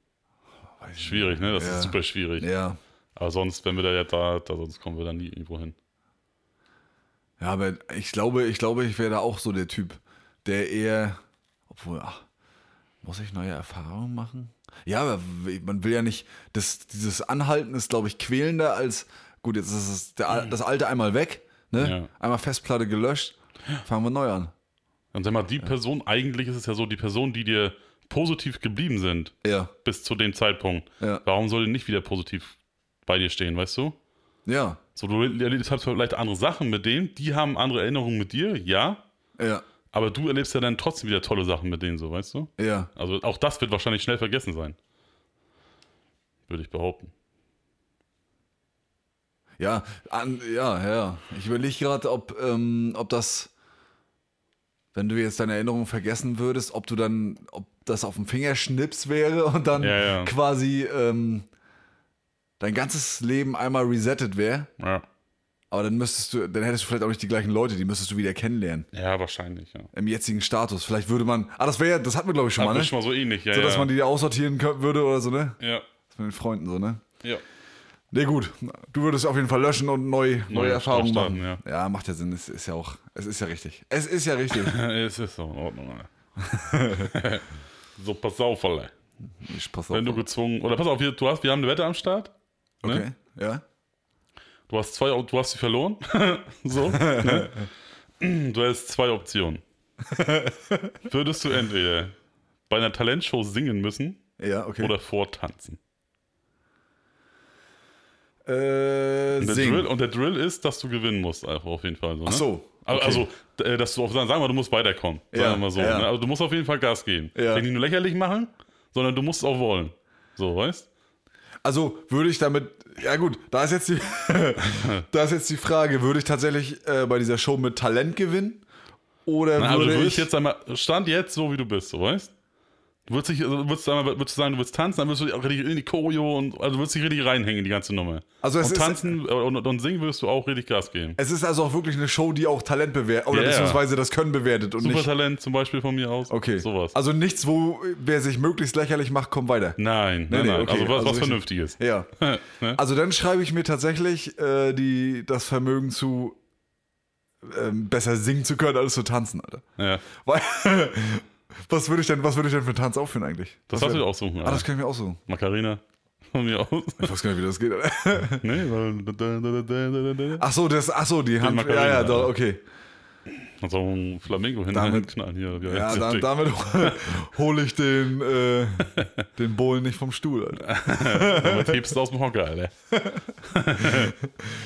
Speaker 2: Weiß ich
Speaker 1: Schwierig, ne? Das
Speaker 2: Ja.
Speaker 1: ist super schwierig.
Speaker 2: Ja.
Speaker 1: Aber sonst, wenn wir da ja da, da, sonst kommen wir da nie irgendwo hin.
Speaker 2: Ja, aber ich glaube, ich glaube, ich wäre da auch so der Typ, der eher. Obwohl, ach, muss ich neue Erfahrungen machen? Ja, aber w- man will ja nicht. Das, dieses Anhalten ist, glaube ich, quälender als. Gut, jetzt ist es der, Al- das alte einmal weg, ne?
Speaker 1: Ja.
Speaker 2: Einmal Festplatte gelöscht, fangen wir neu an.
Speaker 1: Und sag mal, die Person, eigentlich ist es ja so, die Person, die dir positiv geblieben sind
Speaker 2: Ja,
Speaker 1: bis zu dem Zeitpunkt,
Speaker 2: ja,
Speaker 1: warum soll die nicht wieder positiv bei dir stehen, weißt du?
Speaker 2: ja,
Speaker 1: So, du erlebst halt vielleicht andere Sachen mit denen, die haben andere Erinnerungen mit dir, ja,
Speaker 2: ja,
Speaker 1: aber du erlebst ja dann trotzdem wieder tolle Sachen mit denen, so, weißt du?
Speaker 2: ja.
Speaker 1: Also auch das wird wahrscheinlich schnell vergessen sein. Würde ich behaupten.
Speaker 2: Ja, an, ja, ja. Ich überlege gerade, ob, ähm, ob das, wenn du jetzt deine Erinnerung vergessen würdest, ob du dann, ob das auf dem Fingerschnips wäre und dann
Speaker 1: Ja, ja.
Speaker 2: quasi ähm, dein ganzes Leben einmal resettet wäre.
Speaker 1: Ja,
Speaker 2: Aber dann müsstest du, dann hättest du vielleicht auch nicht die gleichen Leute, die müsstest du wieder kennenlernen
Speaker 1: ja wahrscheinlich, ja.
Speaker 2: im jetzigen Status. Vielleicht würde man, ah, das wäre, ja- das hatten wir glaube ich schon
Speaker 1: Hat
Speaker 2: mal,
Speaker 1: mir
Speaker 2: ne?
Speaker 1: schon mal so ähnlich, ja.
Speaker 2: So, dass
Speaker 1: ja.
Speaker 2: man die aussortieren kö- würde oder so, ne?
Speaker 1: ja,
Speaker 2: Das mit den Freunden so, ne?
Speaker 1: ja.
Speaker 2: Nee, gut. Du würdest auf jeden Fall löschen und neu, neue,
Speaker 1: Neue
Speaker 2: Erfahrungen
Speaker 1: starten,
Speaker 2: machen. Ja. macht ja Sinn. Es ist ja auch, es ist ja richtig. Es ist
Speaker 1: [LAUGHS]
Speaker 2: ja richtig.
Speaker 1: es ist so in Ordnung, Alter. [LAUGHS] so, pass auf, Alter.
Speaker 2: ich pass auf.
Speaker 1: Wenn du gezwungen. Oder pass auf, wir, du hast, wir haben eine Wette am Start. ne?
Speaker 2: okay, ja.
Speaker 1: Du hast zwei, du hast sie verloren. [LAUGHS] so. Ne? Du hast zwei Optionen. Würdest du entweder bei einer Talentshow singen müssen
Speaker 2: Ja, okay.
Speaker 1: oder vortanzen?
Speaker 2: äh,
Speaker 1: Und der,
Speaker 2: singen.
Speaker 1: Drill, und der Drill ist, dass du gewinnen musst, einfach auf jeden Fall. So, ne?
Speaker 2: Ach so.
Speaker 1: Aber-
Speaker 2: okay.
Speaker 1: Also, äh, dass du auf, sagen wir mal, du musst weiterkommen. Sagen
Speaker 2: Ja,
Speaker 1: wir mal so.
Speaker 2: ja.
Speaker 1: Ne? Also, du musst auf jeden Fall Gas geben.
Speaker 2: Ja.
Speaker 1: Dich Nicht nur lächerlich machen, sondern du musst es auch wollen. So, weißt
Speaker 2: Also würde ich damit, ja gut, da ist jetzt
Speaker 1: [LAUGHS]
Speaker 2: die, da ist jetzt die Frage, würde ich tatsächlich äh, bei dieser Show mit Talent gewinnen? Oder
Speaker 1: Na, aber du
Speaker 2: würde
Speaker 1: würdest
Speaker 2: ich,
Speaker 1: jetzt einmal, Stand jetzt so, wie du bist, so, weißt du? Würdest, dich, also würdest, du einmal, würdest du sagen, du willst tanzen, dann würdest du dich auch richtig in die Choreo und also du würdest dich richtig reinhängen, die ganze Nummer.
Speaker 2: Also es
Speaker 1: und
Speaker 2: ist-
Speaker 1: tanzen äh, und, und singen würdest du auch richtig Gas geben.
Speaker 2: es ist also auch wirklich eine Show, die auch Talent bewertet, oder
Speaker 1: Ja, ja.
Speaker 2: beziehungsweise das Können bewertet und nicht,
Speaker 1: Supertalent zum Beispiel von mir aus.
Speaker 2: okay.
Speaker 1: Sowas.
Speaker 2: Also nichts, wo, wer sich möglichst lächerlich macht, kommt weiter.
Speaker 1: nein, nein,
Speaker 2: nee,
Speaker 1: nein.
Speaker 2: okay.
Speaker 1: Also was,
Speaker 2: Also
Speaker 1: was
Speaker 2: richtig-
Speaker 1: Vernünftiges.
Speaker 2: Ja.
Speaker 1: [LAUGHS] Ne?
Speaker 2: Also dann schreibe ich mir tatsächlich äh, die, das Vermögen zu, ähm, besser singen zu können, als zu tanzen, Alter.
Speaker 1: Ja.
Speaker 2: Weil, [LAUGHS] was würde ich denn, was würde ich denn für einen Tanz aufführen eigentlich?
Speaker 1: Das
Speaker 2: Was
Speaker 1: hast du
Speaker 2: wär-
Speaker 1: dir aussuchen.
Speaker 2: Ah,
Speaker 1: Alter.
Speaker 2: das kann ich mir auch so.
Speaker 1: Macarena. Von mir
Speaker 2: [LAUGHS]
Speaker 1: aus.
Speaker 2: Ich weiß gar nicht, wie das geht. Alter.
Speaker 1: nee, weil. Da, da, da, da, da, da, da.
Speaker 2: Ach so, das, ach so, die Hand.
Speaker 1: Macarena,
Speaker 2: Ja, ja, da,
Speaker 1: Alter.
Speaker 2: okay.
Speaker 1: Und so ein Flamingo hin-
Speaker 2: Damit-
Speaker 1: hinknallen hier. wie [LAUGHS]
Speaker 2: Ja,
Speaker 1: heißt das
Speaker 2: dann,
Speaker 1: Ding?
Speaker 2: damit [LAUGHS] hole ich den, äh, den Bohlen nicht vom Stuhl. Alter.
Speaker 1: Damit hebst du aus dem Hocker, Alter.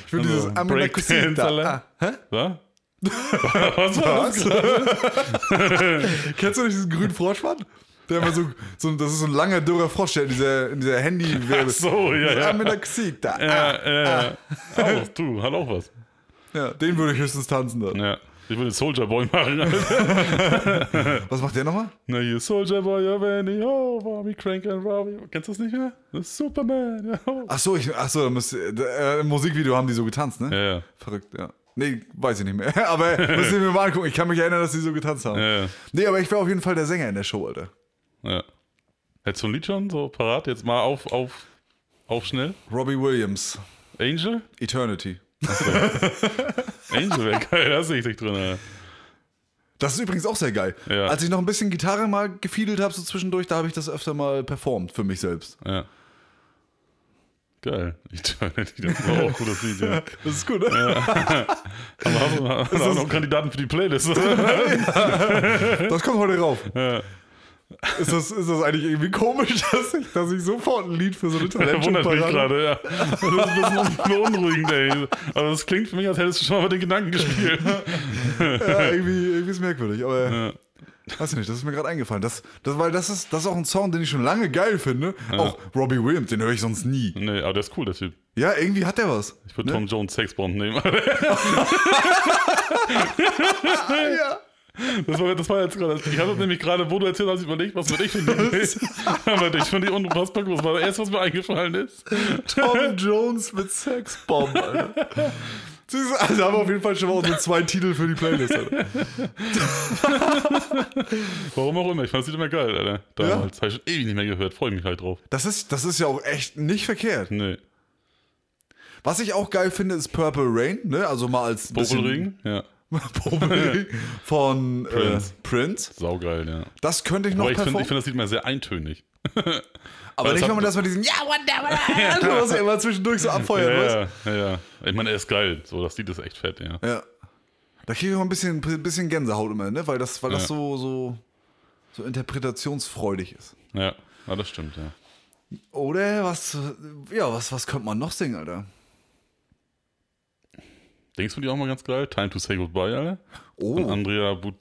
Speaker 2: Ich will dieses
Speaker 1: Breakdance,
Speaker 2: Aminacusita.
Speaker 1: Alter.
Speaker 2: [LAUGHS] Ah, hä?
Speaker 1: Was? Was war das?
Speaker 2: [LAUGHS] Kennst du nicht diesen grünen Froschmann? Der immer so, so, das ist so ein langer, dürrer Frosch, der in dieser, in dieser Handy-Werbe.
Speaker 1: Ach so, ja, ja.
Speaker 2: Ah, mit der Xik, da. Ah,
Speaker 1: Ja, ja, ja. Auch, Ah, du, hat auch was.
Speaker 2: Ja, den würde ich höchstens tanzen dann.
Speaker 1: Ja. Ich würde Soldier Boy machen. Alter.
Speaker 2: Was macht der nochmal?
Speaker 1: [LAUGHS] Na hier, Soldier Boy, ja, wenn ich, oh, Robbie, Crank and Robbie. Kennst du das nicht mehr? Das ist Superman, ja. oh.
Speaker 2: Ach so, ich, ach so, da müsst, äh, im Musikvideo haben die so getanzt, ne?
Speaker 1: Ja, ja.
Speaker 2: Verrückt, ja. Nee, weiß ich nicht mehr. [LAUGHS] aber müssen wir mal angucken. Ich kann mich erinnern, dass die so getanzt haben.
Speaker 1: Ja, ja.
Speaker 2: Nee, aber ich wäre auf jeden Fall der Sänger in der Show, Alter.
Speaker 1: ja. Hättest du ein Lied schon so parat? Jetzt mal auf, auf, auf schnell.
Speaker 2: Robbie Williams,
Speaker 1: Angel?
Speaker 2: Eternity.
Speaker 1: Angel wäre [LAUGHS] geil, da sehe ich dich drin. Alter.
Speaker 2: Das ist übrigens auch sehr geil.
Speaker 1: Ja.
Speaker 2: Als ich noch ein bisschen Gitarre mal gefiedelt habe, so zwischendurch, da habe ich das öfter mal performt für mich selbst.
Speaker 1: Ja. Geil. Eternity, [LAUGHS] das war auch ein cooles Lied, ja.
Speaker 2: Das ist gut, ne?
Speaker 1: Aber haben wir haben wir auch noch Kandidaten für die Playlist.
Speaker 2: Das kommt heute rauf.
Speaker 1: Ja.
Speaker 2: Ist das, ist das eigentlich irgendwie komisch, [LAUGHS] dass ich, dass ich sofort ein Lied für
Speaker 1: [LAUGHS]
Speaker 2: so eine
Speaker 1: Der
Speaker 2: Talentshow
Speaker 1: wundert mich
Speaker 2: parat habe?
Speaker 1: gerade, ja. Das ist ein bisschen beunruhigend, ey. Aber das klingt für mich, als hättest du schon mal den Gedanken gespielt.
Speaker 2: Ja, irgendwie, irgendwie ist merkwürdig, aber weiß ich nicht, das ist mir gerade eingefallen. Das, das, weil das ist, das ist auch ein Sound, den ich schon lange geil finde. Auch Robbie Williams, den höre ich sonst nie.
Speaker 1: [LAUGHS] Nee, aber der ist cool, der Typ.
Speaker 2: Ja, irgendwie hat der was.
Speaker 1: Ich würde Tom Jones Sexbomb nehmen. [LAUGHS]
Speaker 2: ja.
Speaker 1: Das war, das war jetzt gerade. Ich hatte nämlich gerade, wo du erzählt hast, überlegt, was würde ich denn nehmen? [LAUGHS] Aber dich fand ich unfassbar groß. War das erste, was mir eingefallen ist. [LAUGHS]
Speaker 2: Tom Jones mit Sexbomb, Alter. Siehst du, Also haben wir auf jeden Fall schon mal unsere zwei Titel für die Playlist. Alter.
Speaker 1: Warum auch immer. Ich fand es immer geil, Alter. Damals. Habe ich schon ewig nicht mehr gehört. Freue mich halt drauf.
Speaker 2: Das ist, das ist ja auch echt nicht verkehrt.
Speaker 1: Nee.
Speaker 2: Was ich auch geil finde, ist Purple Rain, ne? Also mal als
Speaker 1: Vogelring? Ja.
Speaker 2: bisschen- [LAUGHS] Popelring von Prince.
Speaker 1: Prince.
Speaker 2: Äh, Prince.
Speaker 1: Saugeil, ja.
Speaker 2: Das könnte ich noch
Speaker 1: Aber ich finde,
Speaker 2: performen.
Speaker 1: ich find, das sieht mal sehr eintönig.
Speaker 2: aber
Speaker 1: das
Speaker 2: nicht
Speaker 1: hat-
Speaker 2: nochmal, dass man diesen Ja, whatever, was er immer zwischendurch so abfeuert, weißt
Speaker 1: Ja, ja, ja. Ich meine, er ist geil. So, das Lied ist echt fett, ja.
Speaker 2: du? Ja. Da kriege ich auch ein bisschen, bisschen Gänsehaut immer, ne? Weil das, weil das
Speaker 1: Ja.
Speaker 2: so, so, so interpretationsfreudig ist.
Speaker 1: Ja, ja das stimmt, ja.
Speaker 2: Oder was, ja, was, was könnte man noch singen, Alter?
Speaker 1: Denkst du die auch mal ganz geil? Time to say goodbye, Alter.
Speaker 2: Oh,
Speaker 1: Und Andrea Bocelli.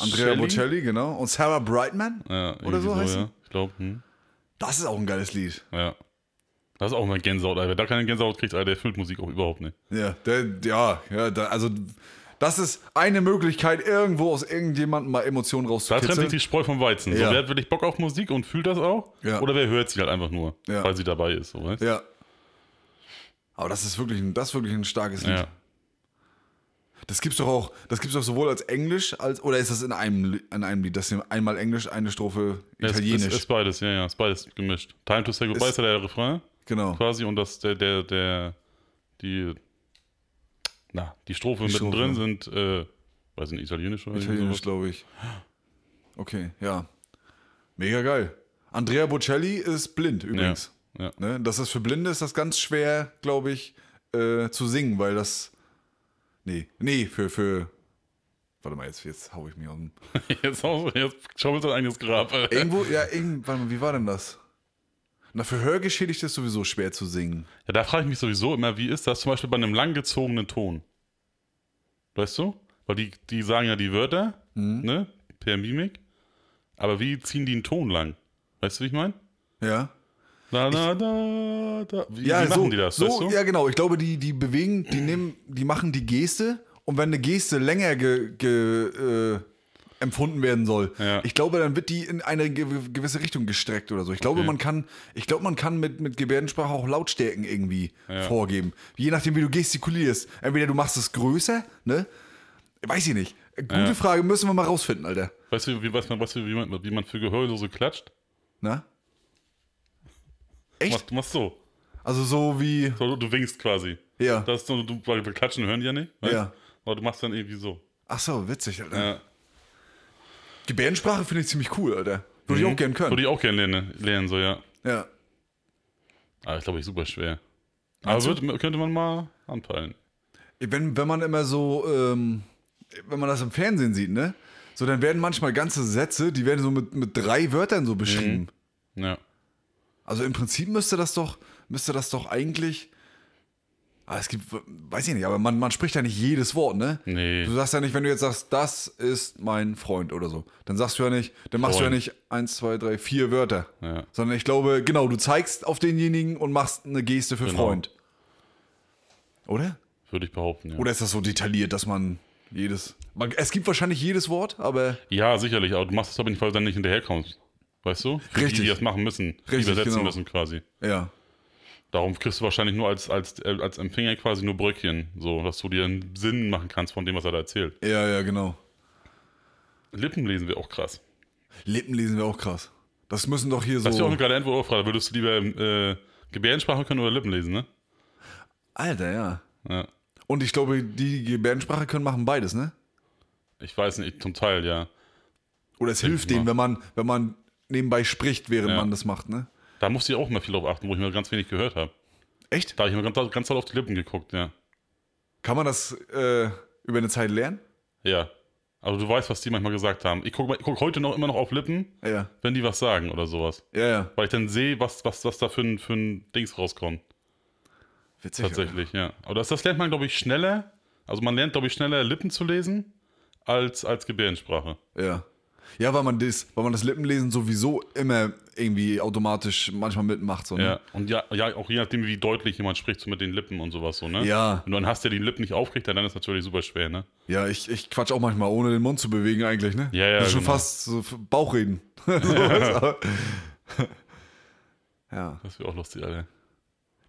Speaker 2: Andrea Bocelli, genau. Und Sarah Brightman?
Speaker 1: Ja,
Speaker 2: Oder
Speaker 1: irgendwie
Speaker 2: so
Speaker 1: so,
Speaker 2: heißt
Speaker 1: ja. Ich glaube, hm.
Speaker 2: Das ist auch ein geiles Lied.
Speaker 1: Ja. Das ist auch mal Gänsehaut, Alter. Wer da keine Gänsehaut kriegt, Alter, der fühlt Musik auch überhaupt nicht.
Speaker 2: Ja, der, ja, ja da, also das ist eine Möglichkeit, irgendwo aus irgendjemandem mal Emotionen
Speaker 1: Da trennt sich
Speaker 2: rauszukitzeln.
Speaker 1: die Spreu vom Weizen.
Speaker 2: Ja.
Speaker 1: So, wer hat wirklich Bock auf Musik und fühlt das auch?
Speaker 2: Ja.
Speaker 1: Oder wer hört sie halt einfach nur,
Speaker 2: Ja.
Speaker 1: weil sie dabei ist, so weißt du?
Speaker 2: Ja. Aber das ist wirklich ein, das ist wirklich ein starkes Lied.
Speaker 1: Ja.
Speaker 2: Das gibt's doch auch, das gibt's doch sowohl als Englisch als oder ist das in einem Li- in einem Lied, das ist einmal Englisch, eine Strophe
Speaker 1: Ja, es-
Speaker 2: italienisch.
Speaker 1: Es ist beides, ja, ja. Ist beides gemischt. Time to say goodbye
Speaker 2: Ist-
Speaker 1: ist ja der Refrain
Speaker 2: genau.
Speaker 1: quasi und das, der, der, der, die, na, die Strophe
Speaker 2: Strophe.
Speaker 1: mittendrin sind, äh, weiß nicht, italienisch oder irgendwie
Speaker 2: Italienisch,
Speaker 1: sowas.
Speaker 2: glaube ich. Okay, ja. Mega geil. Andrea Bocelli ist blind übrigens.
Speaker 1: Ja, ja.
Speaker 2: Ne? Das ist für Blinde ist das ganz schwer, glaube ich, äh, zu singen, weil das. Nee, nee, für, für. Warte mal, jetzt, jetzt hau ich mich um.
Speaker 1: [LAUGHS] Jetzt, auch so- jetzt schaufelst du dein eigenes Grab, Alter.
Speaker 2: Irgendwo, ja, irgend, warte mal, wie war denn das? Na, für Hörgeschädigte ist sowieso schwer zu singen.
Speaker 1: Ja, da frage ich mich sowieso immer, wie ist das zum Beispiel bei einem langgezogenen Ton? Weißt du? Weil die, die sagen ja die Wörter,
Speaker 2: Mhm.
Speaker 1: ne? Per Mimik. Aber wie ziehen die einen Ton lang? Weißt du, wie ich meine?
Speaker 2: Ja.
Speaker 1: Da, da, da, da. Wie,
Speaker 2: Ja,
Speaker 1: wie machen die das?
Speaker 2: So,
Speaker 1: weißt du?
Speaker 2: Ja, genau. Ich glaube, die, die bewegen, die nehmen, die machen die Geste und wenn eine Geste länger ge, ge, äh, empfunden werden soll,
Speaker 1: Ja.
Speaker 2: ich glaube, dann wird die in eine gew- gewisse Richtung gestreckt oder so. Ich glaube, man kann, ich glaube, man kann mit, mit Gebärdensprache auch Lautstärken irgendwie vorgeben. Je nachdem, wie du gestikulierst. Entweder du machst es größer, ne? Weiß ich nicht. Gute
Speaker 1: Ja.
Speaker 2: Frage, müssen wir mal rausfinden, Alter.
Speaker 1: Weißt du, wie, weißt man, weißt du, wie, man, wie man für Gehörlose klatscht?
Speaker 2: Na?
Speaker 1: Du
Speaker 2: Echt?
Speaker 1: machst, du machst so.
Speaker 2: Also so wie.
Speaker 1: so. Du du winkst quasi.
Speaker 2: Ja.
Speaker 1: Das ist so, du, weil wir klatschen hören die ja nicht. Weißt?
Speaker 2: Ja.
Speaker 1: Aber du machst dann irgendwie so.
Speaker 2: Ach so, witzig, Alter.
Speaker 1: Ja.
Speaker 2: Gebärdensprache finde ich ziemlich cool, Alter. Würde ich auch gern können.
Speaker 1: Würde ich auch gerne lernen, lernen so, ja.
Speaker 2: Ja.
Speaker 1: Aber Ah, ich glaube, ich super schwer. Aber wird, könnte man mal anpeilen.
Speaker 2: Wenn, wenn man immer so, ähm, wenn man das im Fernsehen sieht, ne? So, dann werden manchmal ganze Sätze, die werden so mit, mit drei Wörtern so beschrieben.
Speaker 1: Ja.
Speaker 2: Also im Prinzip müsste das doch, müsste das doch eigentlich Ah, es gibt, weiß ich nicht, aber man, man spricht ja nicht jedes Wort, ne?
Speaker 1: Nee.
Speaker 2: Du sagst ja nicht, wenn du jetzt sagst, das ist mein Freund oder so, dann sagst du ja nicht, dann machst du ja
Speaker 1: Freund.
Speaker 2: nicht eins, zwei, drei, vier Wörter.
Speaker 1: Ja.
Speaker 2: Sondern ich glaube, genau, du zeigst auf denjenigen und machst eine Geste für
Speaker 1: Genau.
Speaker 2: Freund. Oder?
Speaker 1: Würde ich behaupten, ja.
Speaker 2: Oder ist das so detailliert, dass man jedes. Man, es gibt wahrscheinlich jedes Wort, aber
Speaker 1: ja, sicherlich, aber du machst es aber nicht, weil du dann nicht hinterherkommst. Weißt du? Für
Speaker 2: Richtig.
Speaker 1: Die, die das machen müssen, die
Speaker 2: Richtig,
Speaker 1: übersetzen
Speaker 2: genau.
Speaker 1: müssen quasi.
Speaker 2: ja.
Speaker 1: Darum kriegst du wahrscheinlich nur als, als, äh, als Empfänger quasi nur Bröckchen, so, dass du dir einen Sinn machen kannst von dem, was er da erzählt.
Speaker 2: Ja, ja, genau.
Speaker 1: Lippen lesen wir auch krass.
Speaker 2: Lippen lesen wir auch krass. Das müssen doch hier so.
Speaker 1: Das wäre auch eine geile Antwort. Würdest du lieber äh, Gebärdensprache können oder Lippen lesen, ne?
Speaker 2: Alter, ja.
Speaker 1: Ja.
Speaker 2: Und ich glaube, die Gebärdensprache können machen beides, ne?
Speaker 1: Ich weiß nicht, zum Teil, ja.
Speaker 2: Oder es hilft
Speaker 1: ich
Speaker 2: denen, wenn man, wenn man nebenbei spricht, während
Speaker 1: Ja.
Speaker 2: man das macht, ne?
Speaker 1: Da musste ich auch immer viel drauf achten, wo ich mal ganz wenig gehört habe.
Speaker 2: Echt?
Speaker 1: Da habe ich immer ganz, ganz doll auf die Lippen geguckt, ja.
Speaker 2: Kann man das äh, über eine Zeit lernen?
Speaker 1: Ja. Also du weißt, was die manchmal gesagt haben. Ich gucke guck heute noch immer noch auf Lippen,
Speaker 2: Ja.
Speaker 1: wenn die was sagen oder sowas.
Speaker 2: Ja, ja.
Speaker 1: Weil ich dann sehe, was, was, was da für ein, für ein Dings rauskommt.
Speaker 2: Witzig.
Speaker 1: Tatsächlich, ja. Aber das, das lernt man, glaube ich, schneller. Also man lernt, glaube ich, schneller Lippen zu lesen als, als Gebärdensprache.
Speaker 2: Ja. Ja, weil man das, weil man das Lippenlesen sowieso immer irgendwie automatisch manchmal mitmacht, so, ne?
Speaker 1: Ja. Und ja, ja, auch je nachdem, wie deutlich jemand spricht, so mit den Lippen und sowas so, ne?
Speaker 2: Ja,
Speaker 1: Und dann hast du die Lippen nicht aufgekriegt, dann ist es natürlich super schwer, ne?
Speaker 2: ja, ich, ich quatsch auch manchmal ohne den Mund zu bewegen eigentlich, ne?
Speaker 1: Ja, ja,
Speaker 2: Das ist schon
Speaker 1: genau.
Speaker 2: fast so f- Bauchreden. [LAUGHS] so,
Speaker 1: [LAUGHS]
Speaker 2: aber- [LAUGHS] ja.
Speaker 1: Das wäre auch lustig, Alter.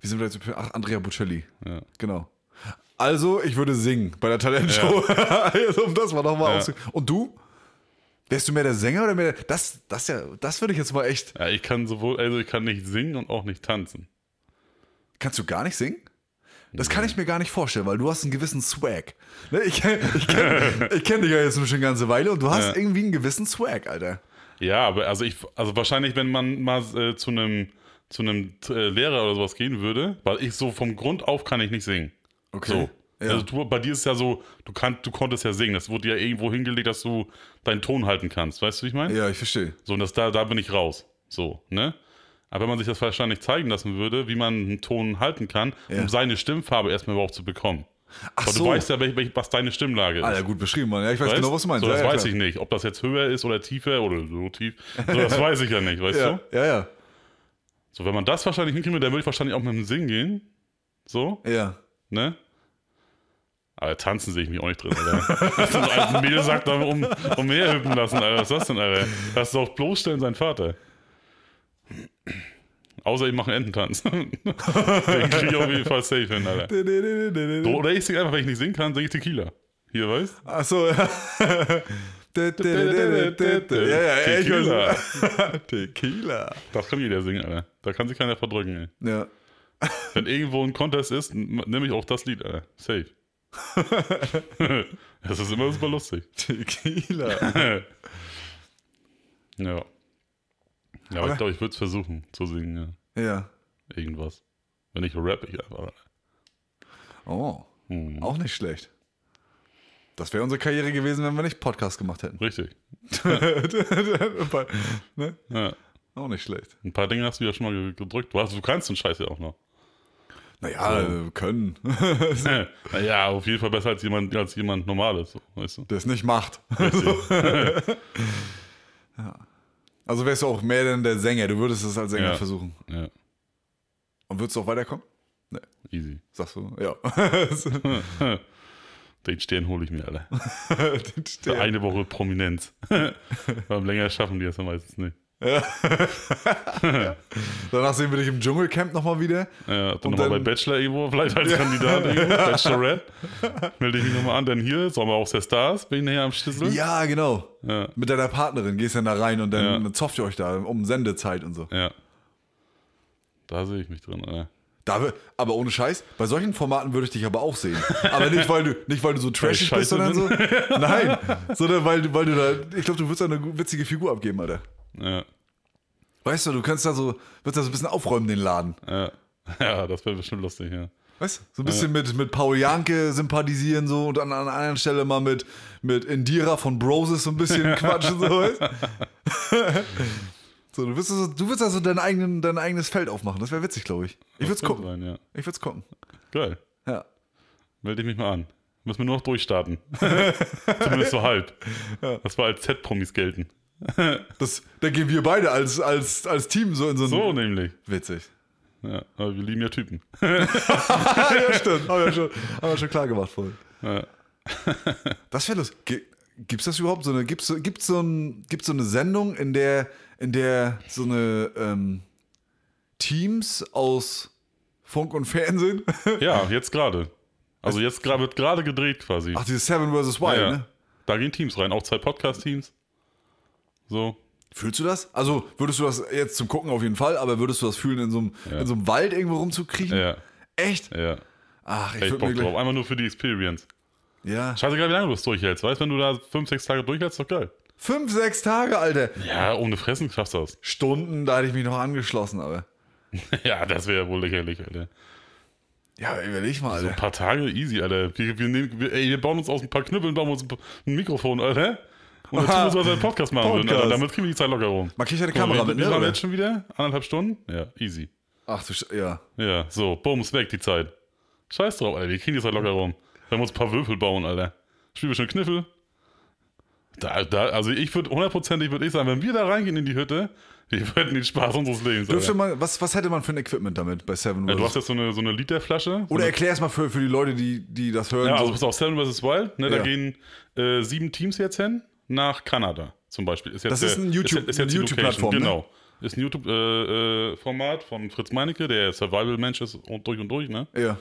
Speaker 2: Wie sind wir jetzt? Ach, Andrea Bocelli.
Speaker 1: Ja.
Speaker 2: Genau. Also, ich würde singen bei der Talentshow. [LAUGHS] also, um das mal nochmal
Speaker 1: Ja.
Speaker 2: ja. Und du? Wärst du mehr der Sänger oder mehr der. Das, das, ja, das würde ich jetzt mal echt.
Speaker 1: Ja, ich kann sowohl, also ich kann nicht singen und auch nicht tanzen.
Speaker 2: Kannst du gar nicht singen? Das kann ich mir gar nicht vorstellen, weil du hast einen gewissen Swag. Ne, Ich,
Speaker 1: [LAUGHS]
Speaker 2: ich kenne ich kenn dich ja jetzt schon eine ganze Weile und du
Speaker 1: Ja.
Speaker 2: hast irgendwie einen gewissen Swag, Alter.
Speaker 1: Ja, aber also ich, also wahrscheinlich, wenn man mal äh, zu einem zu einem äh, Lehrer oder sowas gehen würde, weil ich so vom Grund auf kann ich nicht singen.
Speaker 2: Okay.
Speaker 1: So.
Speaker 2: Ja.
Speaker 1: Also du, bei dir ist es ja so, du kannst, du konntest ja singen. Das wurde ja irgendwo hingelegt, dass du deinen Ton halten kannst. Weißt du, wie ich meine?
Speaker 2: Ja, ich verstehe.
Speaker 1: So, und das, da, da bin ich raus. So, ne? Aber wenn man sich das wahrscheinlich zeigen lassen würde, wie man einen Ton halten kann,
Speaker 2: Ja.
Speaker 1: um seine Stimmfarbe erstmal überhaupt zu bekommen.
Speaker 2: Ach
Speaker 1: Weil
Speaker 2: so.
Speaker 1: du weißt ja, welch, welch, was deine Stimmlage ist.
Speaker 2: Alter, gut beschrieben, Mann. Ja, ich weiß
Speaker 1: Weißt?
Speaker 2: genau, was du meinst.
Speaker 1: So, das
Speaker 2: ja, ja,
Speaker 1: weiß
Speaker 2: klar.
Speaker 1: ich nicht. Ob das jetzt höher ist oder tiefer oder so tief, so,
Speaker 2: [LAUGHS]
Speaker 1: das weiß ich ja nicht, weißt
Speaker 2: Ja,
Speaker 1: du?
Speaker 2: ja, ja.
Speaker 1: So, wenn man das wahrscheinlich hinkriegen würde, dann würde ich wahrscheinlich auch mit dem Singen gehen. So,
Speaker 2: ja.
Speaker 1: ne? Aber tanzen sehe ich mich auch nicht drin,
Speaker 2: [LAUGHS]
Speaker 1: Alter. Das ist so ein alten Mädel sagt dann um, umherhüppen lassen, Alter. Was ist das denn, Alter? Das ist doch bloßstellen sein Vater. Außer ich mache einen Ententanz. [LAUGHS] Den kriege ich auf jeden Fall safe hin, Alter. So, oder ich singe einfach, wenn ich nicht singen kann, singe ich Tequila. Hier, weißt du? [LAUGHS]
Speaker 2: Achso, ja. ja, ja, ja, ich
Speaker 1: Tequila.
Speaker 2: weiß. Tequila.
Speaker 1: Das kann jeder singen, Alter. Da kann sich keiner verdrücken, ey.
Speaker 2: Ja.
Speaker 1: Wenn irgendwo ein Contest ist, n- nehme ich auch das Lied, Alter. Safe. das ist immer super lustig. [LAUGHS]
Speaker 2: Tequila.
Speaker 1: ja. Ja, aber
Speaker 2: Aber-
Speaker 1: ich glaube, ich würde es versuchen zu singen, ja.
Speaker 2: Ja.
Speaker 1: Irgendwas. Wenn ich rap, ich einfach.
Speaker 2: Oh,
Speaker 1: Hm.
Speaker 2: auch nicht schlecht. Das wäre unsere Karriere gewesen, wenn wir nicht Podcast gemacht hätten.
Speaker 1: Richtig.
Speaker 2: [LAUGHS] ne?
Speaker 1: Ja.
Speaker 2: Auch nicht schlecht.
Speaker 1: Ein paar Dinge hast du ja schon mal ge- gedrückt. Du, hast, du kannst den Scheiß ja auch noch.
Speaker 2: Naja, äh, können. [LAUGHS]
Speaker 1: [LAUGHS] ja, auf jeden Fall besser als jemand, als jemand Normales, so, weißt du?
Speaker 2: Der es nicht macht. Ja. Also wärst du auch mehr denn der Sänger. Du würdest es als Sänger
Speaker 1: Ja.
Speaker 2: versuchen.
Speaker 1: Ja,
Speaker 2: Und würdest du auch weiterkommen?
Speaker 1: easy. [LAUGHS]
Speaker 2: Sagst du? Ja. [LAUGHS]
Speaker 1: Den Stern hole ich mir, Alter.
Speaker 2: Den
Speaker 1: Für
Speaker 2: Stern.
Speaker 1: eine Woche
Speaker 2: [LAUGHS]
Speaker 1: Prominenz. Beim länger schaffen die das ja meistens nicht.
Speaker 2: Danach sehen wir dich im Dschungelcamp nochmal wieder.
Speaker 1: Ja, dann
Speaker 2: Und
Speaker 1: nochmal bei
Speaker 2: dann-
Speaker 1: Bachelor irgendwo, vielleicht als Kandidat
Speaker 2: [LAUGHS]
Speaker 1: irgendwo, Bachelorette. Melde ich mich nochmal an, denn hier, Sommer auch der Stars, bin ich nachher am Schlüssel.
Speaker 2: Ja, genau.
Speaker 1: Hm? Ja.
Speaker 2: Mit deiner Partnerin gehst dann da rein und dann
Speaker 1: Ja.
Speaker 2: zofft ihr euch da um Sendezeit und so.
Speaker 1: ja. Da sehe ich mich drin, Alter.
Speaker 2: Da, wir- aber ohne Scheiß, bei solchen Formaten würde ich dich aber auch sehen. Aber nicht, weil du, nicht, weil du so trashig bist,
Speaker 1: scheiße
Speaker 2: sondern so.
Speaker 1: [LAUGHS]
Speaker 2: Nein, sondern weil, du- weil du da. Ich glaube, du würdest da eine gu- witzige Figur abgeben, Alter.
Speaker 1: Ja,
Speaker 2: Weißt du, du kannst da so, würdest da so ein bisschen aufräumen, den Laden.
Speaker 1: ja. [LAUGHS] ja das wäre bestimmt lustig, ja.
Speaker 2: Weißt du? So ein bisschen mit, mit Paul Janke sympathisieren so und an an einer anderen Stelle mal mit, mit Indira von Broses so ein bisschen quatschen, so weißt du? [LAUGHS] So, du wirst, also, du wirst also dein, eigenen, dein eigenes Feld aufmachen. Das wäre witzig, glaube ich. Ich würde es
Speaker 1: Könnte
Speaker 2: gucken.
Speaker 1: Sein, ja.
Speaker 2: Ich würde es gucken.
Speaker 1: Geil.
Speaker 2: Ja.
Speaker 1: Melde ich mich mal an. Müssen wir nur noch durchstarten. [LAUGHS] Zumindest so halb. Das war als Z-Promis gelten.
Speaker 2: Das, da gehen wir beide als, als, als Team so in so einen.
Speaker 1: So nämlich.
Speaker 2: Witzig.
Speaker 1: Ja, aber wir lieben ja Typen.
Speaker 2: [LAUGHS] ja, stimmt. Haben wir schon, haben wir schon klar gemacht vorhin.
Speaker 1: Ja.
Speaker 2: [LAUGHS] Das wäre lustig. Ge- Gibt's das überhaupt so eine, gibt's, so- gibt's so, ein, gibt's so eine Sendung, in der, in der so eine ähm, Teams aus Funk
Speaker 1: [LAUGHS]
Speaker 2: und Fernsehen,
Speaker 1: Ja, jetzt gerade. Also jetzt gra- wird gerade gedreht quasi.
Speaker 2: ach dieses Seven vs. Wild,
Speaker 1: Ja, ja.
Speaker 2: ne?
Speaker 1: Da gehen Teams rein, auch zwei Podcast-Teams. So.
Speaker 2: Fühlst du das? Also würdest du das jetzt zum Gucken auf jeden Fall, aber würdest du das fühlen, in so einem, in so einem Wald irgendwo rumzukriechen?
Speaker 1: Ja,
Speaker 2: Echt?
Speaker 1: ja.
Speaker 2: Ach, ich
Speaker 1: Echt
Speaker 2: würde
Speaker 1: Bock
Speaker 2: mir
Speaker 1: drauf.
Speaker 2: gleich,
Speaker 1: Einfach nur für die Experience.
Speaker 2: ja.
Speaker 1: Scheißegal, wie lange du das durchhältst. Weißt wenn du da fünf, sechs Tage durchhältst, doch geil.
Speaker 2: Fünf, sechs Tage, Alter.
Speaker 1: Ja, ohne Fressen schaffst du das. [LAUGHS]
Speaker 2: Stunden, da hätte ich mich noch angeschlossen, aber.
Speaker 1: Ja, das wäre wohl lächerlich, Alter.
Speaker 2: Ja, aber überleg mal,
Speaker 1: So ein
Speaker 2: Alter.
Speaker 1: paar Tage easy, Alter. Wir, wir, nehmen, wir, ey, wir bauen uns aus ein paar Knüppeln, bauen uns ein, paar- ein Mikrofon, Alter. Und dazu
Speaker 2: Aha.
Speaker 1: müssen wir einen Podcast machen würden, Alter.
Speaker 2: Podcast.
Speaker 1: Damit kriegen wir die Zeit locker rum.
Speaker 2: Man kriegt ja eine Kamera
Speaker 1: wir,
Speaker 2: mit,
Speaker 1: wir
Speaker 2: ne?
Speaker 1: waren
Speaker 2: oder?
Speaker 1: jetzt schon wieder anderthalb Stunden. Ja, easy.
Speaker 2: Ach du Sch ja.
Speaker 1: Ja, so, Bums, weg die Zeit. Scheiß drauf, Alter, wir kriegen die Zeit locker rum. Wenn wir uns ein paar Würfel bauen, Alter. Spielen wir schon Kniffel. Da, da, also ich würde hundertprozentig würde ich sagen, wenn wir da reingehen in die Hütte, wir würden den Spaß unseres Lebens.
Speaker 2: Dürfte
Speaker 1: Alter.
Speaker 2: man, was, was hätte man für ein Equipment damit bei Seven
Speaker 1: Ja, du
Speaker 2: vs.
Speaker 1: hast jetzt so eine, so eine Literflasche. So
Speaker 2: Oder
Speaker 1: eine,
Speaker 2: erklär es mal für, für die Leute, die, die das hören.
Speaker 1: ja,
Speaker 2: so.
Speaker 1: also pass auf, Seven vs. Wild, ne, da
Speaker 2: Ja.
Speaker 1: gehen äh, sieben Teams jetzt hin, nach Kanada zum Beispiel. jetzt
Speaker 2: Das ist
Speaker 1: der-
Speaker 2: ein YouTube-
Speaker 1: ist, ist jetzt die
Speaker 2: eine
Speaker 1: Location,
Speaker 2: YouTube-Plattform, ne?
Speaker 1: Genau. Ist ein YouTube-Format von Fritz Meinecke, der Survival-Mensch ist und durch und durch, ne?
Speaker 2: ja.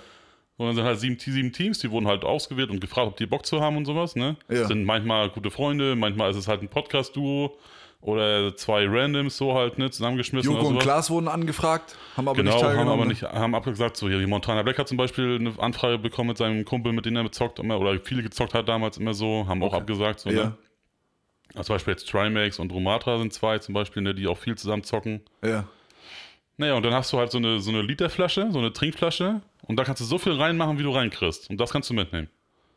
Speaker 1: Und dann sind halt sieben, sieben Teams, die wurden halt ausgewählt und gefragt, ob die Bock zu haben und sowas, ne?
Speaker 2: Ja.
Speaker 1: Sind manchmal gute Freunde, manchmal ist es halt ein Podcast-Duo oder zwei Randoms so halt, ne, zusammengeschmissen
Speaker 2: Joko
Speaker 1: oder
Speaker 2: und
Speaker 1: sowas.
Speaker 2: Klaas wurden angefragt, haben aber
Speaker 1: Genau,
Speaker 2: nicht
Speaker 1: haben
Speaker 2: teilgenommen.
Speaker 1: aber
Speaker 2: ne?
Speaker 1: nicht, haben abgesagt, so hier, die Montana Black hat zum Beispiel eine Anfrage bekommen mit seinem Kumpel, mit dem er gezockt immer, oder viele gezockt hat damals immer so, haben auch abgesagt, so, ne?
Speaker 2: Ja,
Speaker 1: Also zum Beispiel jetzt Trimax und Romatra sind zwei zum Beispiel, ne, die auch viel zusammen zocken.
Speaker 2: ja.
Speaker 1: Naja, und dann hast du halt so eine, so eine Literflasche, so eine Trinkflasche und da kannst du so viel reinmachen, wie du reinkriegst. Und das kannst du mitnehmen.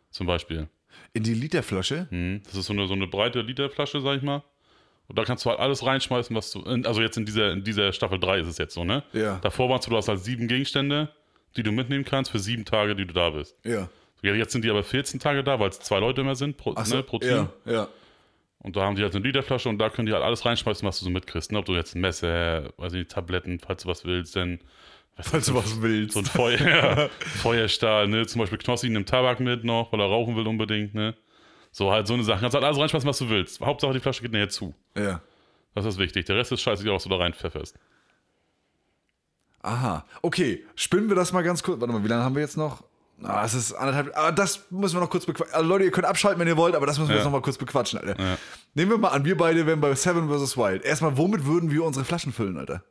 Speaker 1: Zum Beispiel.
Speaker 2: In die Literflasche?
Speaker 1: Mhm. Das ist so eine, so eine breite Literflasche, sag ich mal. Und da kannst du halt alles reinschmeißen, was du. in- Also jetzt in dieser, in dieser Staffel 3 ist es jetzt so, ne?
Speaker 2: Ja.
Speaker 1: Davor warst du, du hast halt sieben Gegenstände, die du mitnehmen kannst für sieben Tage, die du da bist.
Speaker 2: Ja.
Speaker 1: Ja, Jetzt sind die aber 14 Tage da, weil es zwei Leute immer sind pro,
Speaker 2: Achso,
Speaker 1: ne, pro Team. [LAUGHS]
Speaker 2: ja, ja.
Speaker 1: Und da haben die halt eine Literflasche und da können die halt alles reinschmeißen, was du so mitkriegst. Ne? Ob du jetzt ein Messer, weiß ich nicht, Tabletten, falls du was willst, denn
Speaker 2: Falls du was willst.
Speaker 1: so ein
Speaker 2: [LAUGHS]
Speaker 1: Feuer, ja, Feuerstahl, ne? Zum Beispiel Knossi nimmt Tabak mit noch, weil er rauchen will unbedingt, ne? So halt so eine Sache. Kannst halt alles reinschmeißen, was du willst. Hauptsache die Flasche geht näher zu.
Speaker 2: ja.
Speaker 1: Das ist wichtig. Der Rest ist scheißegal, was du da reinpfefferst.
Speaker 2: Aha. Okay, spinnen wir das mal ganz kurz. Warte mal, wie lange haben wir jetzt noch? Ah, es ist anderthalb. Ah, das müssen wir noch kurz bequatschen. Also Leute, ihr könnt abschalten, wenn ihr wollt, aber das müssen wir
Speaker 1: Ja.
Speaker 2: jetzt noch mal kurz bequatschen, Alter.
Speaker 1: Ja.
Speaker 2: Nehmen wir mal an, wir beide wären bei Seven vs. Wild. Erstmal, womit würden wir unsere Flaschen füllen, Alter?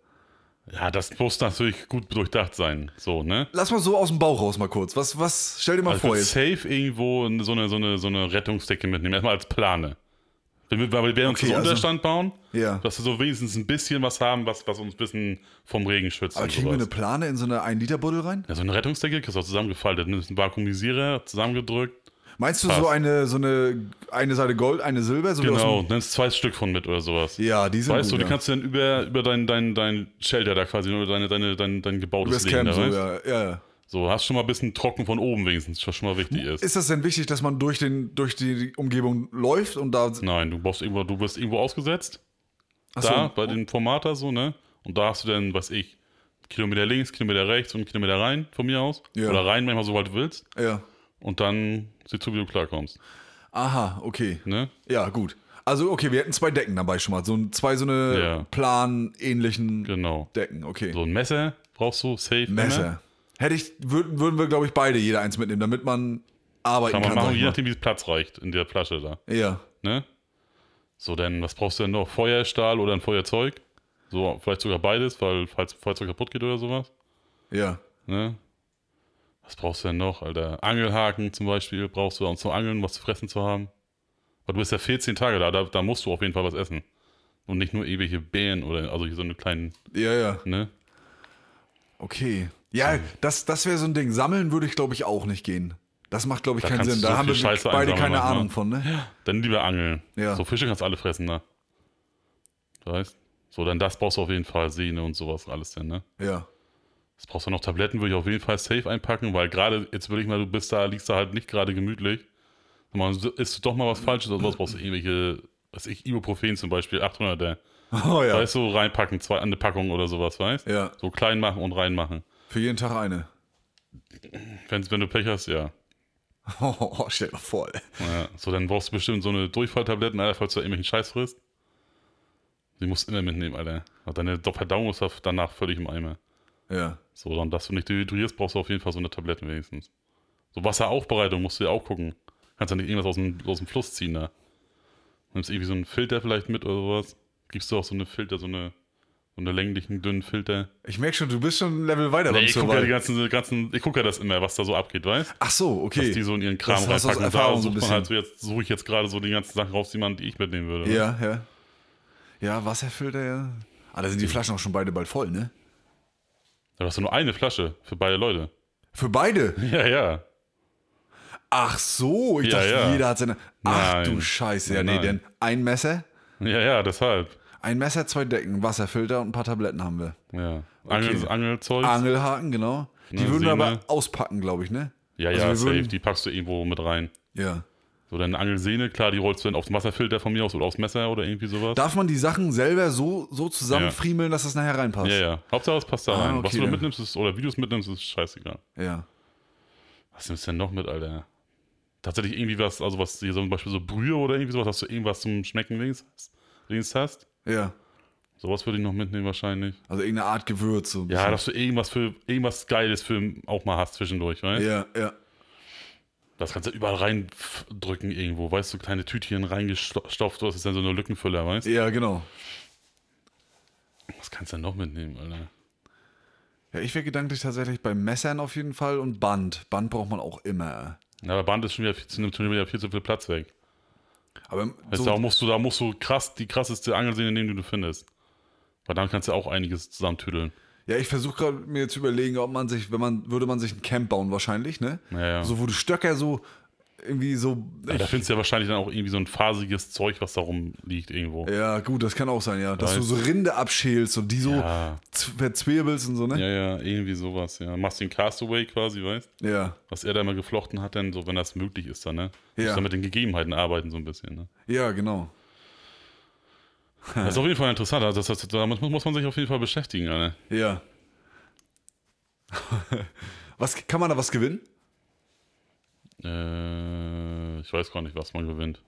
Speaker 1: Ja, das muss natürlich gut durchdacht sein. So, ne?
Speaker 2: Lass mal so aus dem Bauch raus mal kurz. Was, was, stell dir mal
Speaker 1: Also
Speaker 2: vor
Speaker 1: ich würd
Speaker 2: jetzt.
Speaker 1: safe irgendwo so eine, so eine, so eine Rettungsdecke mitnehmen. Erstmal als Plane. Damit wir, weil wir uns
Speaker 2: Okay,
Speaker 1: so einen
Speaker 2: also-
Speaker 1: Unterstand bauen,
Speaker 2: Ja.
Speaker 1: dass wir so wenigstens ein bisschen was haben, was, was uns ein bisschen vom Regen schützt.
Speaker 2: Aber
Speaker 1: und
Speaker 2: kriegen wir
Speaker 1: sowas.
Speaker 2: eine Plane in so eine 1-Liter-Buddel rein?
Speaker 1: ja, so eine Rettungsdecke kriegst du auch zusammengefaltet. Nimmst einen Vakuumisierer, zusammengedrückt,
Speaker 2: Meinst du
Speaker 1: Passt.
Speaker 2: so eine, so eine, eine Seite Gold, eine Silber? So wie aus
Speaker 1: Genau,
Speaker 2: dem-
Speaker 1: nimmst zwei Stück von mit oder sowas.
Speaker 2: Ja, die sind
Speaker 1: weißt
Speaker 2: gut,
Speaker 1: du, die
Speaker 2: ja.
Speaker 1: kannst du dann über, über dein, dein, dein Shelter da quasi, über deine, deine, dein, dein gebautes
Speaker 2: Übers
Speaker 1: Leben
Speaker 2: Camp
Speaker 1: da,
Speaker 2: so,
Speaker 1: weißt?
Speaker 2: ja. ja.
Speaker 1: So, hast schon mal ein bisschen trocken von oben wenigstens, was schon mal wichtig ist.
Speaker 2: Ist das denn wichtig, dass man durch, den, durch die Umgebung läuft und da.
Speaker 1: Nein, du brauchst irgendwo, du wirst irgendwo ausgesetzt,
Speaker 2: Achso,
Speaker 1: da, bei dem Formater so, ne? Und da hast du dann, weiß ich, Kilometer links, Kilometer rechts und Kilometer rein, von mir aus.
Speaker 2: Ja.
Speaker 1: Oder rein, manchmal so weit du willst.
Speaker 2: ja.
Speaker 1: Und dann sieh zu, wie du klarkommst,
Speaker 2: Aha, okay.
Speaker 1: ne?
Speaker 2: Ja, gut. Also, okay, wir hätten zwei Decken dabei schon mal. So ein- zwei so eine
Speaker 1: Ja.
Speaker 2: planähnlichen
Speaker 1: Genau.
Speaker 2: Decken, okay.
Speaker 1: So ein Messer brauchst du, safe. immer.
Speaker 2: Messer. Hätte ich, würden, würden wir, glaube ich, beide jeder eins mitnehmen, damit man arbeiten
Speaker 1: Kann
Speaker 2: kann.
Speaker 1: man machen,
Speaker 2: sag ich
Speaker 1: je
Speaker 2: mal.
Speaker 1: nachdem, wie es Platz reicht in der Flasche da.
Speaker 2: Ja.
Speaker 1: Ne? So, dann, was brauchst du denn noch? Feuerstahl oder ein Feuerzeug? So, vielleicht sogar beides, weil falls ein Feuerzeug kaputt geht oder sowas.
Speaker 2: Ja.
Speaker 1: Ne? Was brauchst du denn noch, Alter? Angelhaken zum Beispiel brauchst du, um zum Angeln was zu fressen zu haben. Weil du bist ja 14 Tage da, da, da musst du auf jeden Fall was essen. Und nicht nur irgendwelche Bären oder also hier so eine kleinen,
Speaker 2: Ja, ja.
Speaker 1: ne?
Speaker 2: Okay. Ja, das, das wäre so ein Ding. Sammeln würde ich, glaube ich, auch nicht gehen. Das macht, glaube ich,
Speaker 1: Da
Speaker 2: keinen
Speaker 1: kannst
Speaker 2: Sinn.
Speaker 1: du
Speaker 2: Da
Speaker 1: so
Speaker 2: haben
Speaker 1: viel
Speaker 2: wir
Speaker 1: Scheiße
Speaker 2: beide
Speaker 1: einsammeln
Speaker 2: keine
Speaker 1: manchmal.
Speaker 2: Ahnung von, ne?
Speaker 1: Dann lieber angeln.
Speaker 2: Ja.
Speaker 1: So Fische kannst du alle fressen, ne? Weißt? So, dann das brauchst du auf jeden Fall, Sehne und sowas alles denn, ne?
Speaker 2: Ja.
Speaker 1: Jetzt brauchst du noch Tabletten, würde ich auf jeden Fall safe einpacken, weil gerade, jetzt würde ich mal, du bist da, liegst da halt nicht gerade gemütlich. Sag mal, Ist doch mal was Falsches, oder sowas brauchst du ewige, was ich, Ibuprofen zum Beispiel, 800er.
Speaker 2: Oh ja. [LAUGHS]
Speaker 1: Weißt du, reinpacken, zwei, eine Packung oder sowas, weißt
Speaker 2: Ja.
Speaker 1: So klein machen und reinmachen.
Speaker 2: Für jeden Tag eine. [LAUGHS]
Speaker 1: Wenn's, wenn du Pech hast, ja.
Speaker 2: Oh, stell dir vor, ey.
Speaker 1: ja. So, dann brauchst du bestimmt so eine Durchfalltabletten, Alter, falls du irgendwelchen Scheiß frisst. Die musst du immer mitnehmen, Alter. Deine Verdauung ist danach völlig im Eimer.
Speaker 2: Ja.
Speaker 1: So, dann, dass du nicht dehydrierst, brauchst du auf jeden Fall so eine Tablette wenigstens. So Wasseraufbereitung musst du ja auch gucken. Kannst ja nicht irgendwas aus dem, aus dem Fluss ziehen da. Nimmst irgendwie so einen Filter vielleicht mit oder sowas. Gibst du auch so eine Filter, so eine, so eine länglichen, dünnen Filter.
Speaker 2: Ich merke schon, du bist schon ein Level weiter
Speaker 1: Nee, ich gucke ja die
Speaker 2: Survival.
Speaker 1: ganzen, die ganzen, ich gucke ja das immer, was da so abgeht, weißt?
Speaker 2: Ach so, okay.
Speaker 1: Dass die so in ihren Kram
Speaker 2: Das hast du aus
Speaker 1: reinpacken. Und Da
Speaker 2: Erfahrung so ein
Speaker 1: sucht man
Speaker 2: bisschen.
Speaker 1: halt so jetzt, suche ich jetzt gerade so die ganzen Sachen raus, die man, die ich mitnehmen würde. ne?
Speaker 2: Ja, ja. Ja, Wasserfilter, ja. Ah, da sind die Flaschen auch schon beide bald voll, ne?
Speaker 1: Da hast du nur eine Flasche für beide Leute. [LAUGHS]
Speaker 2: Für beide.
Speaker 1: Ja, ja.
Speaker 2: Ach so, ich
Speaker 1: Ja,
Speaker 2: dachte,
Speaker 1: ja.
Speaker 2: jeder hat seine. Ach
Speaker 1: Nein.
Speaker 2: du Scheiße. Ja, nee,
Speaker 1: Nein.
Speaker 2: denn ein Messer,
Speaker 1: Ja, ja, deshalb.
Speaker 2: ein Messer, zwei Decken, Wasserfilter und ein paar Tabletten haben wir.
Speaker 1: Ja. Angel, Angelzeug.
Speaker 2: Angelhaken, genau. Die
Speaker 1: Ne,
Speaker 2: würden wir
Speaker 1: Sehne.
Speaker 2: aber auspacken, glaube ich, ne?
Speaker 1: Ja,
Speaker 2: Also
Speaker 1: ja,
Speaker 2: wir
Speaker 1: safe.
Speaker 2: würden-
Speaker 1: Die packst du irgendwo mit rein.
Speaker 2: Ja.
Speaker 1: So deine Angelsehne, klar, die rollst du dann aufs Wasserfilter von mir aus oder aufs Messer oder irgendwie sowas.
Speaker 2: Darf man die Sachen selber so, so zusammenfriemeln, dass das nachher reinpasst?
Speaker 1: ja, ja. Hauptsache es passt da
Speaker 2: Ah,
Speaker 1: rein.
Speaker 2: okay,
Speaker 1: Was du da
Speaker 2: dann.
Speaker 1: mitnimmst ist, oder Videos mitnimmst, ist scheißegal.
Speaker 2: ja.
Speaker 1: Was nimmst du denn noch mit, Alter? Tatsächlich irgendwie was, also was hier so zum Beispiel so Brühe oder irgendwie sowas, dass du irgendwas zum Schmecken wenigstens hast. wenigstens hast.
Speaker 2: Ja.
Speaker 1: Sowas würde ich noch mitnehmen wahrscheinlich.
Speaker 2: Also irgendeine Art Gewürz. So ein
Speaker 1: Ja,
Speaker 2: bisschen.
Speaker 1: dass du irgendwas für irgendwas Geiles für auch mal hast zwischendurch, weißt du?
Speaker 2: Ja, ja.
Speaker 1: Das kannst du überall reindrücken irgendwo, weißt du, kleine Tütchen reingestopft, das ist dann so eine Lückenfüller, weißt du?
Speaker 2: Ja, genau.
Speaker 1: Was kannst du denn noch mitnehmen, Alter?
Speaker 2: Ja, ich wäre gedanklich tatsächlich bei Messern auf jeden Fall und Band. Band braucht man auch immer.
Speaker 1: Na, aber Band ist schon wieder viel, zu- nimmt schon wieder viel zu viel Platz weg.
Speaker 2: Aber
Speaker 1: Weißt, du, da
Speaker 2: so,
Speaker 1: musst du, da musst du krass die krasseste Angelsehne nehmen, die du findest. Weil dann kannst du auch einiges zusammentüdeln.
Speaker 2: ja, ich versuche gerade mir zu überlegen, ob man sich, wenn man, würde man sich ein Camp bauen wahrscheinlich, ne?
Speaker 1: Ja, ja.
Speaker 2: So, wo die Stöcker so irgendwie so.
Speaker 1: Ja, da
Speaker 2: Ich, [LAUGHS]
Speaker 1: findest du ja wahrscheinlich dann auch irgendwie so ein fasiges Zeug, was da rumliegt irgendwo.
Speaker 2: ja, gut, das kann auch sein, ja. Dass du
Speaker 1: Weißt-
Speaker 2: so Rinde abschälst und die so
Speaker 1: Ja.
Speaker 2: z- verzwirbelst und so, ne?
Speaker 1: Ja, ja, irgendwie sowas, ja. Machst den Castaway quasi, weißt
Speaker 2: Ja. ja.
Speaker 1: Was er da immer geflochten hat, dann so, wenn das möglich ist, dann, ne?
Speaker 2: Ja.
Speaker 1: Musst du mit den Gegebenheiten arbeiten, so ein bisschen,
Speaker 2: [LAUGHS]
Speaker 1: ne?
Speaker 2: genau.
Speaker 1: Das ist auf jeden Fall interessant. Also das, das, damit muss man sich auf jeden Fall beschäftigen, ne?
Speaker 2: Ja. [LAUGHS] was, kann man da was gewinnen?
Speaker 1: Äh, ich weiß gar nicht, was man gewinnt.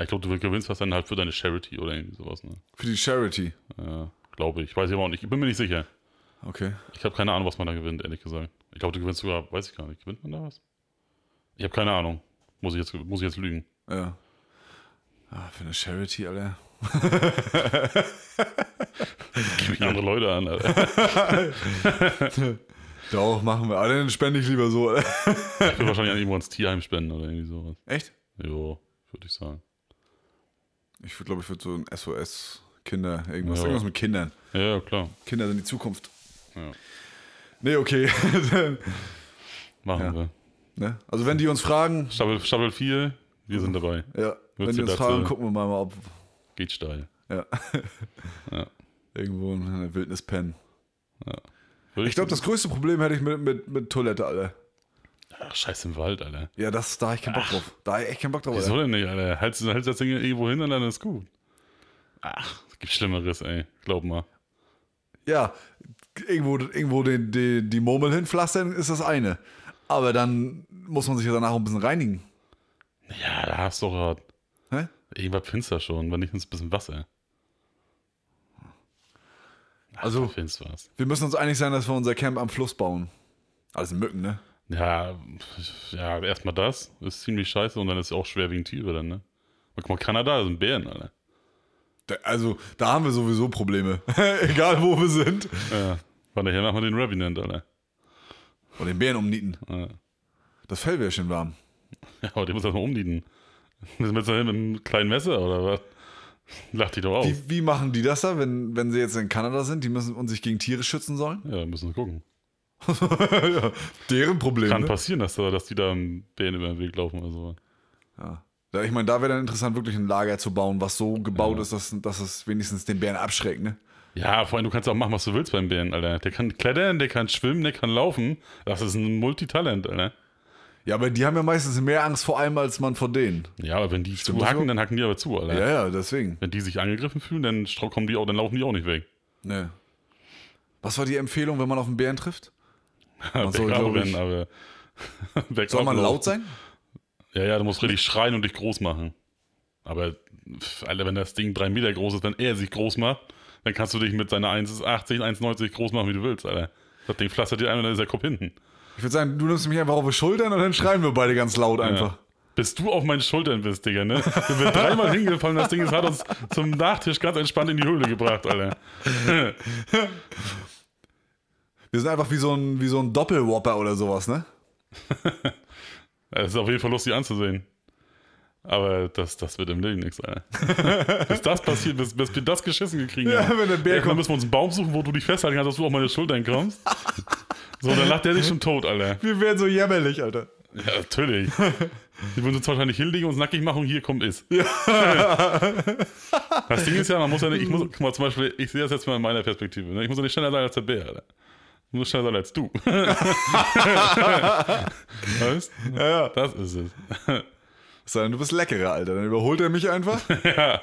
Speaker 1: Ich glaube, du gewinnst was dann halt für deine Charity oder irgendwie sowas, ne?
Speaker 2: Für die Charity.
Speaker 1: Ja, glaube ich. Weiß ich aber auch nicht. Ich bin mir nicht sicher.
Speaker 2: Okay.
Speaker 1: Ich habe keine Ahnung, was man da gewinnt, ehrlich gesagt. Ich glaube, du gewinnst sogar, weiß ich gar nicht. Gewinnt man da was? Ich habe keine Ahnung. Muss ich jetzt, muss ich jetzt lügen.
Speaker 2: Ja. Ah, für eine Charity, Alter.
Speaker 1: Gib mich andere Leute an, Alter.
Speaker 2: Doch, machen wir. Alter, dann spende ich lieber so, Alter. [LAUGHS]
Speaker 1: Ich will wahrscheinlich an irgendwo ins Tierheim spenden oder irgendwie sowas.
Speaker 2: Echt?
Speaker 1: Jo, würde ich sagen.
Speaker 2: Ich glaube, ich würde so ein SOS, Kinder, irgendwas,
Speaker 1: Ja.
Speaker 2: irgendwas mit Kindern.
Speaker 1: Ja, ja, klar.
Speaker 2: Kinder sind die Zukunft.
Speaker 1: Ja.
Speaker 2: Nee, okay. [LAUGHS] Dann,
Speaker 1: Machen
Speaker 2: Ja.
Speaker 1: wir.
Speaker 2: ne? Also wenn die uns fragen,
Speaker 1: Staffel, Staffel 4, wir sind dabei.
Speaker 2: ja, wenn
Speaker 1: Würdest
Speaker 2: die
Speaker 1: du
Speaker 2: uns
Speaker 1: dazu-
Speaker 2: fragen, gucken wir mal, ob
Speaker 1: Geht steil.
Speaker 2: ja.
Speaker 1: Ja.
Speaker 2: irgendwo in der Wildnis pennen.
Speaker 1: Würde
Speaker 2: Ich glaube, das größte Problem hätte ich mit, mit, mit Toilette, Alter.
Speaker 1: Ach, scheiß im Wald, Alter.
Speaker 2: Ja, das, da habe ich keinen Bock drauf. Da habe ich echt keinen Bock drauf, Alter.
Speaker 1: Wieso denn nicht, Alter? Hältst du hältst das Ding irgendwo hin und dann ist gut. Ach, es gibt Schlimmeres, ey. Glaub mal.
Speaker 2: Ja, irgendwo, irgendwo den, den, die Murmel hinpflastern ist das eine. Aber dann muss man sich ja danach auch ein bisschen reinigen.
Speaker 1: Ja, da hast du doch
Speaker 2: Hä?
Speaker 1: irgendwas findest du da schon, wenn nicht ein bisschen Wasser. Ach,
Speaker 2: Also-
Speaker 1: da findest du was.
Speaker 2: Wir müssen uns einig sein, dass wir unser Camp am Fluss bauen. Alles Mücken, ne?
Speaker 1: Ja, pf, ja, erstmal das ist ziemlich scheiße und dann ist es auch schwer wegen Tiere dann, ne? Aber Guck mal, Kanada sind Bären, Alter.
Speaker 2: Da- Also, da haben wir sowieso Probleme. [LAUGHS] Egal, wo wir sind.
Speaker 1: Ja. Von daher machen wir den Revenant, Alter.
Speaker 2: Und den Bären umnieten.
Speaker 1: Ja,
Speaker 2: Das Fell wäre schön warm.
Speaker 1: Ja, aber den muss erstmal umnieten. Müssen wir jetzt dahin mit einem kleinen Messer oder was? Lach dich doch aus.
Speaker 2: Wie, wie machen die das da, wenn, wenn sie jetzt in Kanada sind? Die müssen und sich gegen Tiere schützen sollen?
Speaker 1: Ja, müssen wir gucken.
Speaker 2: ja, [LAUGHS] deren Problem.
Speaker 1: Kann
Speaker 2: Ne?
Speaker 1: passieren, dass, da, dass die da im Bären über den Weg laufen oder so.
Speaker 2: Ja. Ja, Ich meine, da wäre dann interessant, wirklich ein Lager zu bauen, was so gebaut
Speaker 1: Ja.
Speaker 2: ist, dass, dass es wenigstens den Bären abschreckt, ne?
Speaker 1: Ja, vor allem, du kannst auch machen, was du willst beim Bären, Alter. Der kann klettern, der kann schwimmen, der kann laufen. Das ist ein Multitalent, Alter.
Speaker 2: Ja, aber die haben ja meistens mehr Angst vor einem als man vor denen.
Speaker 1: Ja, aber wenn die
Speaker 2: Stimmt
Speaker 1: zu
Speaker 2: das
Speaker 1: hacken,
Speaker 2: so?
Speaker 1: dann hacken die aber zu, Alter.
Speaker 2: Ja, ja, deswegen.
Speaker 1: Wenn die sich angegriffen fühlen, dann stra- kommen die auch, dann laufen die auch nicht weg.
Speaker 2: Ne. Was war die Empfehlung, wenn man auf einen Bären trifft?
Speaker 1: Man
Speaker 2: soll, glaub ich-
Speaker 1: aber
Speaker 2: Soll man
Speaker 1: weglaufen.
Speaker 2: laut sein?
Speaker 1: Ja, ja, du musst richtig schreien und dich groß machen. Aber, pff, Alter, wenn das Ding drei Meter groß ist, wenn er sich groß macht, dann kannst du dich mit seiner 1,80, 1,90 groß machen, wie du willst, Alter. Das Ding pflastert dir einmal, dann ist der Kopf hinten.
Speaker 2: Ich würde sagen, du nimmst mich einfach auf die Schultern und dann schreien wir beide ganz laut einfach.
Speaker 1: Bis du auf meinen Schultern bist, Digga, ne? Wir sind dreimal [LAUGHS] hingefallen, das Ding ist, hat uns zum Nachtisch ganz entspannt in die Höhle gebracht, Alter.
Speaker 2: Wir sind einfach wie so ein, wie so ein Doppelwhopper oder sowas, ne?
Speaker 1: Es ist auf jeden Fall lustig anzusehen. Aber das, das wird im Leben nichts,
Speaker 2: [LAUGHS]
Speaker 1: Alter. bis das passiert, bis, bis wir das geschissen gekriegen
Speaker 2: Ja,
Speaker 1: haben.
Speaker 2: wenn der Bär
Speaker 1: Erstmal
Speaker 2: kommt.
Speaker 1: müssen wir uns einen Baum suchen, wo du dich festhalten kannst, dass du auf meine Schultern kommst. so, dann lacht der dich schon tot, Alter.
Speaker 2: Wir werden so jämmerlich, Alter.
Speaker 1: Ja,
Speaker 2: [LAUGHS]
Speaker 1: natürlich. Die würden uns wahrscheinlich hinlegen, uns nackig machen und hier kommt es. das Ding ist ja, man muss ja nicht, ich muss, guck mal, zum Beispiel, ich sehe das jetzt mal in meiner Perspektive. Ne? Ich muss ja nicht schneller sein als der Bär, Alter. Ich muss schneller sein als
Speaker 2: [LAUGHS]
Speaker 1: du. weißt?
Speaker 2: Ja, ja.
Speaker 1: Das ist es.
Speaker 2: Sondern du bist leckerer, Alter. Dann überholt er mich einfach.
Speaker 1: Ja.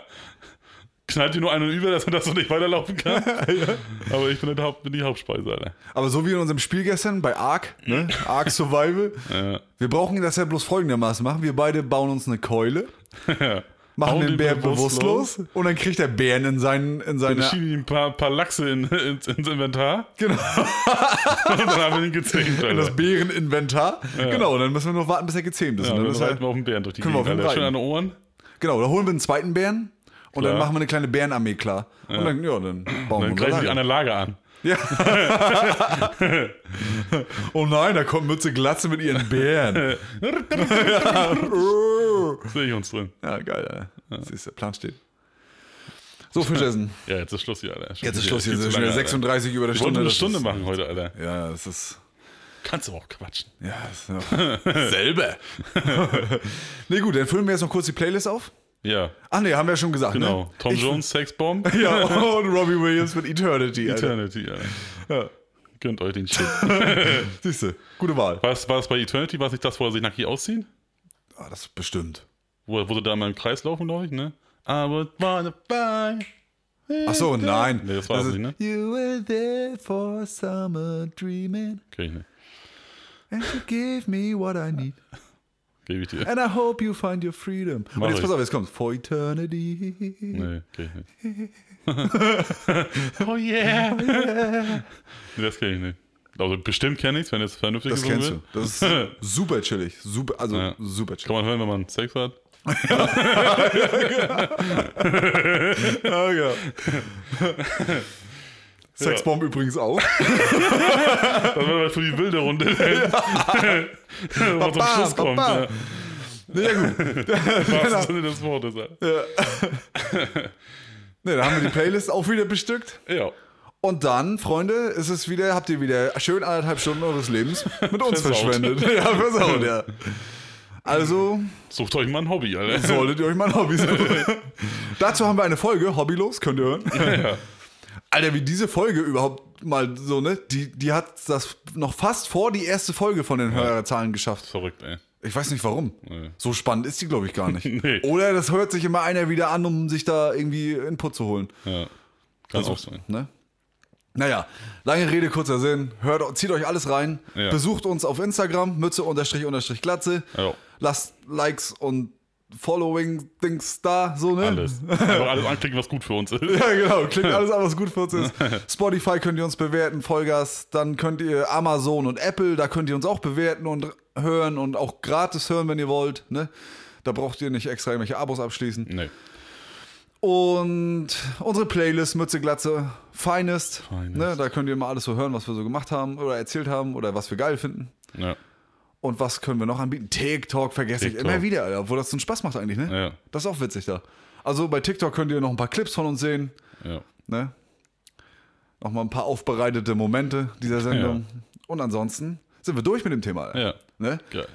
Speaker 1: Knallt dir nur einen über, dass, dass du nicht weiterlaufen
Speaker 2: [LAUGHS]
Speaker 1: kannst. Aber ich bin, der Haupt, bin die Hauptspeise, Alter.
Speaker 2: Aber so wie in unserem Spiel gestern bei Ark,
Speaker 1: [LAUGHS]
Speaker 2: ne? Ark Survival. Wir brauchen das ja bloß folgendermaßen machen. Wir beide bauen uns eine Keule,
Speaker 1: [LAUGHS] Ja.
Speaker 2: machen
Speaker 1: Hauen
Speaker 2: den Bär
Speaker 1: bewusstlos,
Speaker 2: bewusstlos und dann kriegt der Bären in, seinen, in seine.
Speaker 1: Schieben ihm ein paar, paar Lachse in, ins, ins Inventar
Speaker 2: Genau,
Speaker 1: [LAUGHS] und dann haben wir ihn gezähmt,
Speaker 2: in
Speaker 1: Alter.
Speaker 2: das Bäreninventar. Genau, und dann müssen wir noch warten, bis er gezähmt ist.
Speaker 1: Ja,
Speaker 2: und dann
Speaker 1: dann
Speaker 2: ist
Speaker 1: reiten wir
Speaker 2: er,
Speaker 1: auf den Bären durch die
Speaker 2: Können
Speaker 1: Gegend.
Speaker 2: wir auf
Speaker 1: Alter.
Speaker 2: ihn
Speaker 1: Schön an den Ohren.
Speaker 2: genau, da holen wir einen zweiten Bären und dann
Speaker 1: Klar.
Speaker 2: machen wir eine kleine Bärenarmee klar. Und dann, ja, dann bauen
Speaker 1: Dann
Speaker 2: wir
Speaker 1: greifen
Speaker 2: uns
Speaker 1: die an der Lage an.
Speaker 2: [LAUGHS] Oh nein, da kommt Mütze Glatze mit ihren
Speaker 1: [LAUGHS]
Speaker 2: Bären. [LAUGHS]
Speaker 1: Sehe ich uns drin.
Speaker 2: ja, geil, Alter. Siehst du, der Plan steht. So, Fischessen.
Speaker 1: Ja, jetzt ist Schluss hier, Alter. Schon
Speaker 2: Jetzt ist
Speaker 1: wieder-
Speaker 2: Schluss hier.
Speaker 1: viel
Speaker 2: Es
Speaker 1: zu
Speaker 2: ist schon
Speaker 1: lange,
Speaker 2: wieder 36 über der
Speaker 1: Alter. Wir
Speaker 2: Stunde.
Speaker 1: wollten eine
Speaker 2: das
Speaker 1: Stunde
Speaker 2: ist,
Speaker 1: machen heute, Alter.
Speaker 2: Ja, das ist.
Speaker 1: Kannst du auch quatschen.
Speaker 2: Ja, das ist [LAUGHS] selber. nee, gut, dann füllen wir jetzt noch kurz die Playlist auf.
Speaker 1: Ja,
Speaker 2: Ach nee, haben wir ja schon gesagt.
Speaker 1: genau.
Speaker 2: Ne?
Speaker 1: Tom
Speaker 2: ich,
Speaker 1: Jones, Sexbomb.
Speaker 2: [LAUGHS] Ja, und Robbie Williams mit Eternity. Alter.
Speaker 1: Eternity, Alter. Gönnt euch den Shit.
Speaker 2: Siehst du, gute Wahl.
Speaker 1: Was war es bei Eternity? War es nicht das, wo er sich nackig ausziehen?
Speaker 2: Ah, das ist bestimmt.
Speaker 1: Wo, wo sie da mal im Kreis laufen, glaube ich, ne? I would wanna buy.
Speaker 2: Ach so, nein.
Speaker 1: Nee, das war das
Speaker 2: ist-
Speaker 1: nicht, ne?
Speaker 2: You were there for summer dreaming
Speaker 1: Kenn ich nicht.
Speaker 2: and you gave me what I need.
Speaker 1: Gebe ich dir.
Speaker 2: And I hope you find your freedom.
Speaker 1: Mach
Speaker 2: Und jetzt
Speaker 1: ich.
Speaker 2: pass auf, jetzt kommt For Eternity.
Speaker 1: Nee, kenn ich nicht. oh yeah. nee, das kenn ich nicht. Also bestimmt kenn ich's, wenn es vernünftig
Speaker 2: Das
Speaker 1: gesungen
Speaker 2: kennst du.
Speaker 1: wird.
Speaker 2: Das
Speaker 1: [LAUGHS]
Speaker 2: ist super chillig. Super, also
Speaker 1: Ja.
Speaker 2: super chillig.
Speaker 1: Kann man hören, wenn man Sex hat.
Speaker 2: Ah, [LAUGHS] ja. Sexbomb übrigens auch.
Speaker 1: Dann werden wir für die wilde
Speaker 2: [LAUGHS]
Speaker 1: Runde. Wo man zum
Speaker 2: Baba,
Speaker 1: Schluss kommt.
Speaker 2: Baba.
Speaker 1: Ja.
Speaker 2: Ja, gut. Genau.
Speaker 1: Im wahrsten Sinne des Wortes. Ja.
Speaker 2: Ne, da haben wir die Playlist auch wieder bestückt.
Speaker 1: ja.
Speaker 2: Und dann, Freunde, ist es wieder, habt ihr wieder schön anderthalb Stunden eures Lebens mit uns
Speaker 1: Versaut.
Speaker 2: verschwendet. [LAUGHS] Ja, versaut, ja. Also
Speaker 1: Sucht euch mal ein Hobby, Alter.
Speaker 2: solltet ihr euch mal ein
Speaker 1: [LAUGHS]
Speaker 2: Hobby suchen. Dazu haben wir eine Folge, hobbylos, könnt ihr hören.
Speaker 1: Ja.
Speaker 2: Alter, wie diese Folge überhaupt mal so, ne? Die, die hat das noch fast vor die erste Folge von den Hörerzahlen
Speaker 1: [LAUGHS]
Speaker 2: geschafft.
Speaker 1: Verrückt, ey.
Speaker 2: Ich weiß nicht warum.
Speaker 1: Nee.
Speaker 2: So spannend ist die, glaube ich, gar
Speaker 1: [LAUGHS]
Speaker 2: nicht.
Speaker 1: Nee.
Speaker 2: Oder das hört sich immer einer wieder an, um sich da irgendwie Input zu holen.
Speaker 1: Ja. Kann auch
Speaker 2: [LAUGHS]
Speaker 1: sein.
Speaker 2: Ne? Naja, lange Rede, kurzer Sinn. Hört, zieht euch alles rein.
Speaker 1: Ja.
Speaker 2: Besucht uns auf Instagram, Mütze unterstrich unterstrich Glatze.
Speaker 1: Ja.
Speaker 2: Lasst Likes und Following-Dings da, so, ne?
Speaker 1: Alles. Einfach alles anklicken, was gut für uns ist.
Speaker 2: [LAUGHS] Ja, genau.
Speaker 1: [LAUGHS]
Speaker 2: Klingt alles an, was gut für uns ist. Spotify könnt ihr uns bewerten, Vollgas. Dann könnt ihr Amazon und Apple, da könnt ihr uns auch bewerten und hören und auch gratis hören, wenn ihr wollt. Ne? Da braucht ihr nicht extra irgendwelche Abos abschließen.
Speaker 1: Nee.
Speaker 2: Und unsere Playlist Mütze Glatze Finest.
Speaker 1: Finest.
Speaker 2: Ne? Da könnt ihr mal alles so hören, was wir so gemacht haben oder erzählt haben oder was wir geil finden.
Speaker 1: Ja.
Speaker 2: Und was können wir noch anbieten? TikTok vergesse ich
Speaker 1: TikTok.
Speaker 2: immer wieder, Alter, obwohl das so einen Spaß macht eigentlich, ne?
Speaker 1: Ja.
Speaker 2: Das ist auch witzig da. Also bei TikTok könnt ihr noch ein paar Clips von uns sehen.
Speaker 1: Ja.
Speaker 2: Ne? Nochmal ein paar aufbereitete Momente dieser Sendung. Und ansonsten sind wir durch mit dem Thema.
Speaker 1: Ja.
Speaker 2: Ne?
Speaker 1: Geil.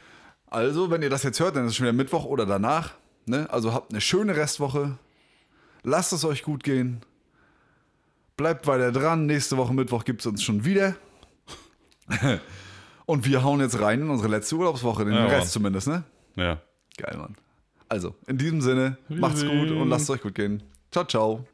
Speaker 2: Also, wenn ihr das jetzt hört, dann ist es schon wieder Mittwoch oder danach. Ne? Also habt eine schöne Restwoche. Lasst es euch gut gehen. Bleibt weiter dran. Nächste Woche Mittwoch gibt es uns schon wieder. [LAUGHS] Und wir hauen jetzt rein in unsere letzte Urlaubswoche, den
Speaker 1: Ja,
Speaker 2: Rest
Speaker 1: Mann.
Speaker 2: zumindest, ne?
Speaker 1: Ja.
Speaker 2: Geil, Mann. Also, in diesem Sinne,
Speaker 1: Wir
Speaker 2: macht's gut
Speaker 1: sehen.
Speaker 2: und lasst es euch gut gehen. Ciao, ciao.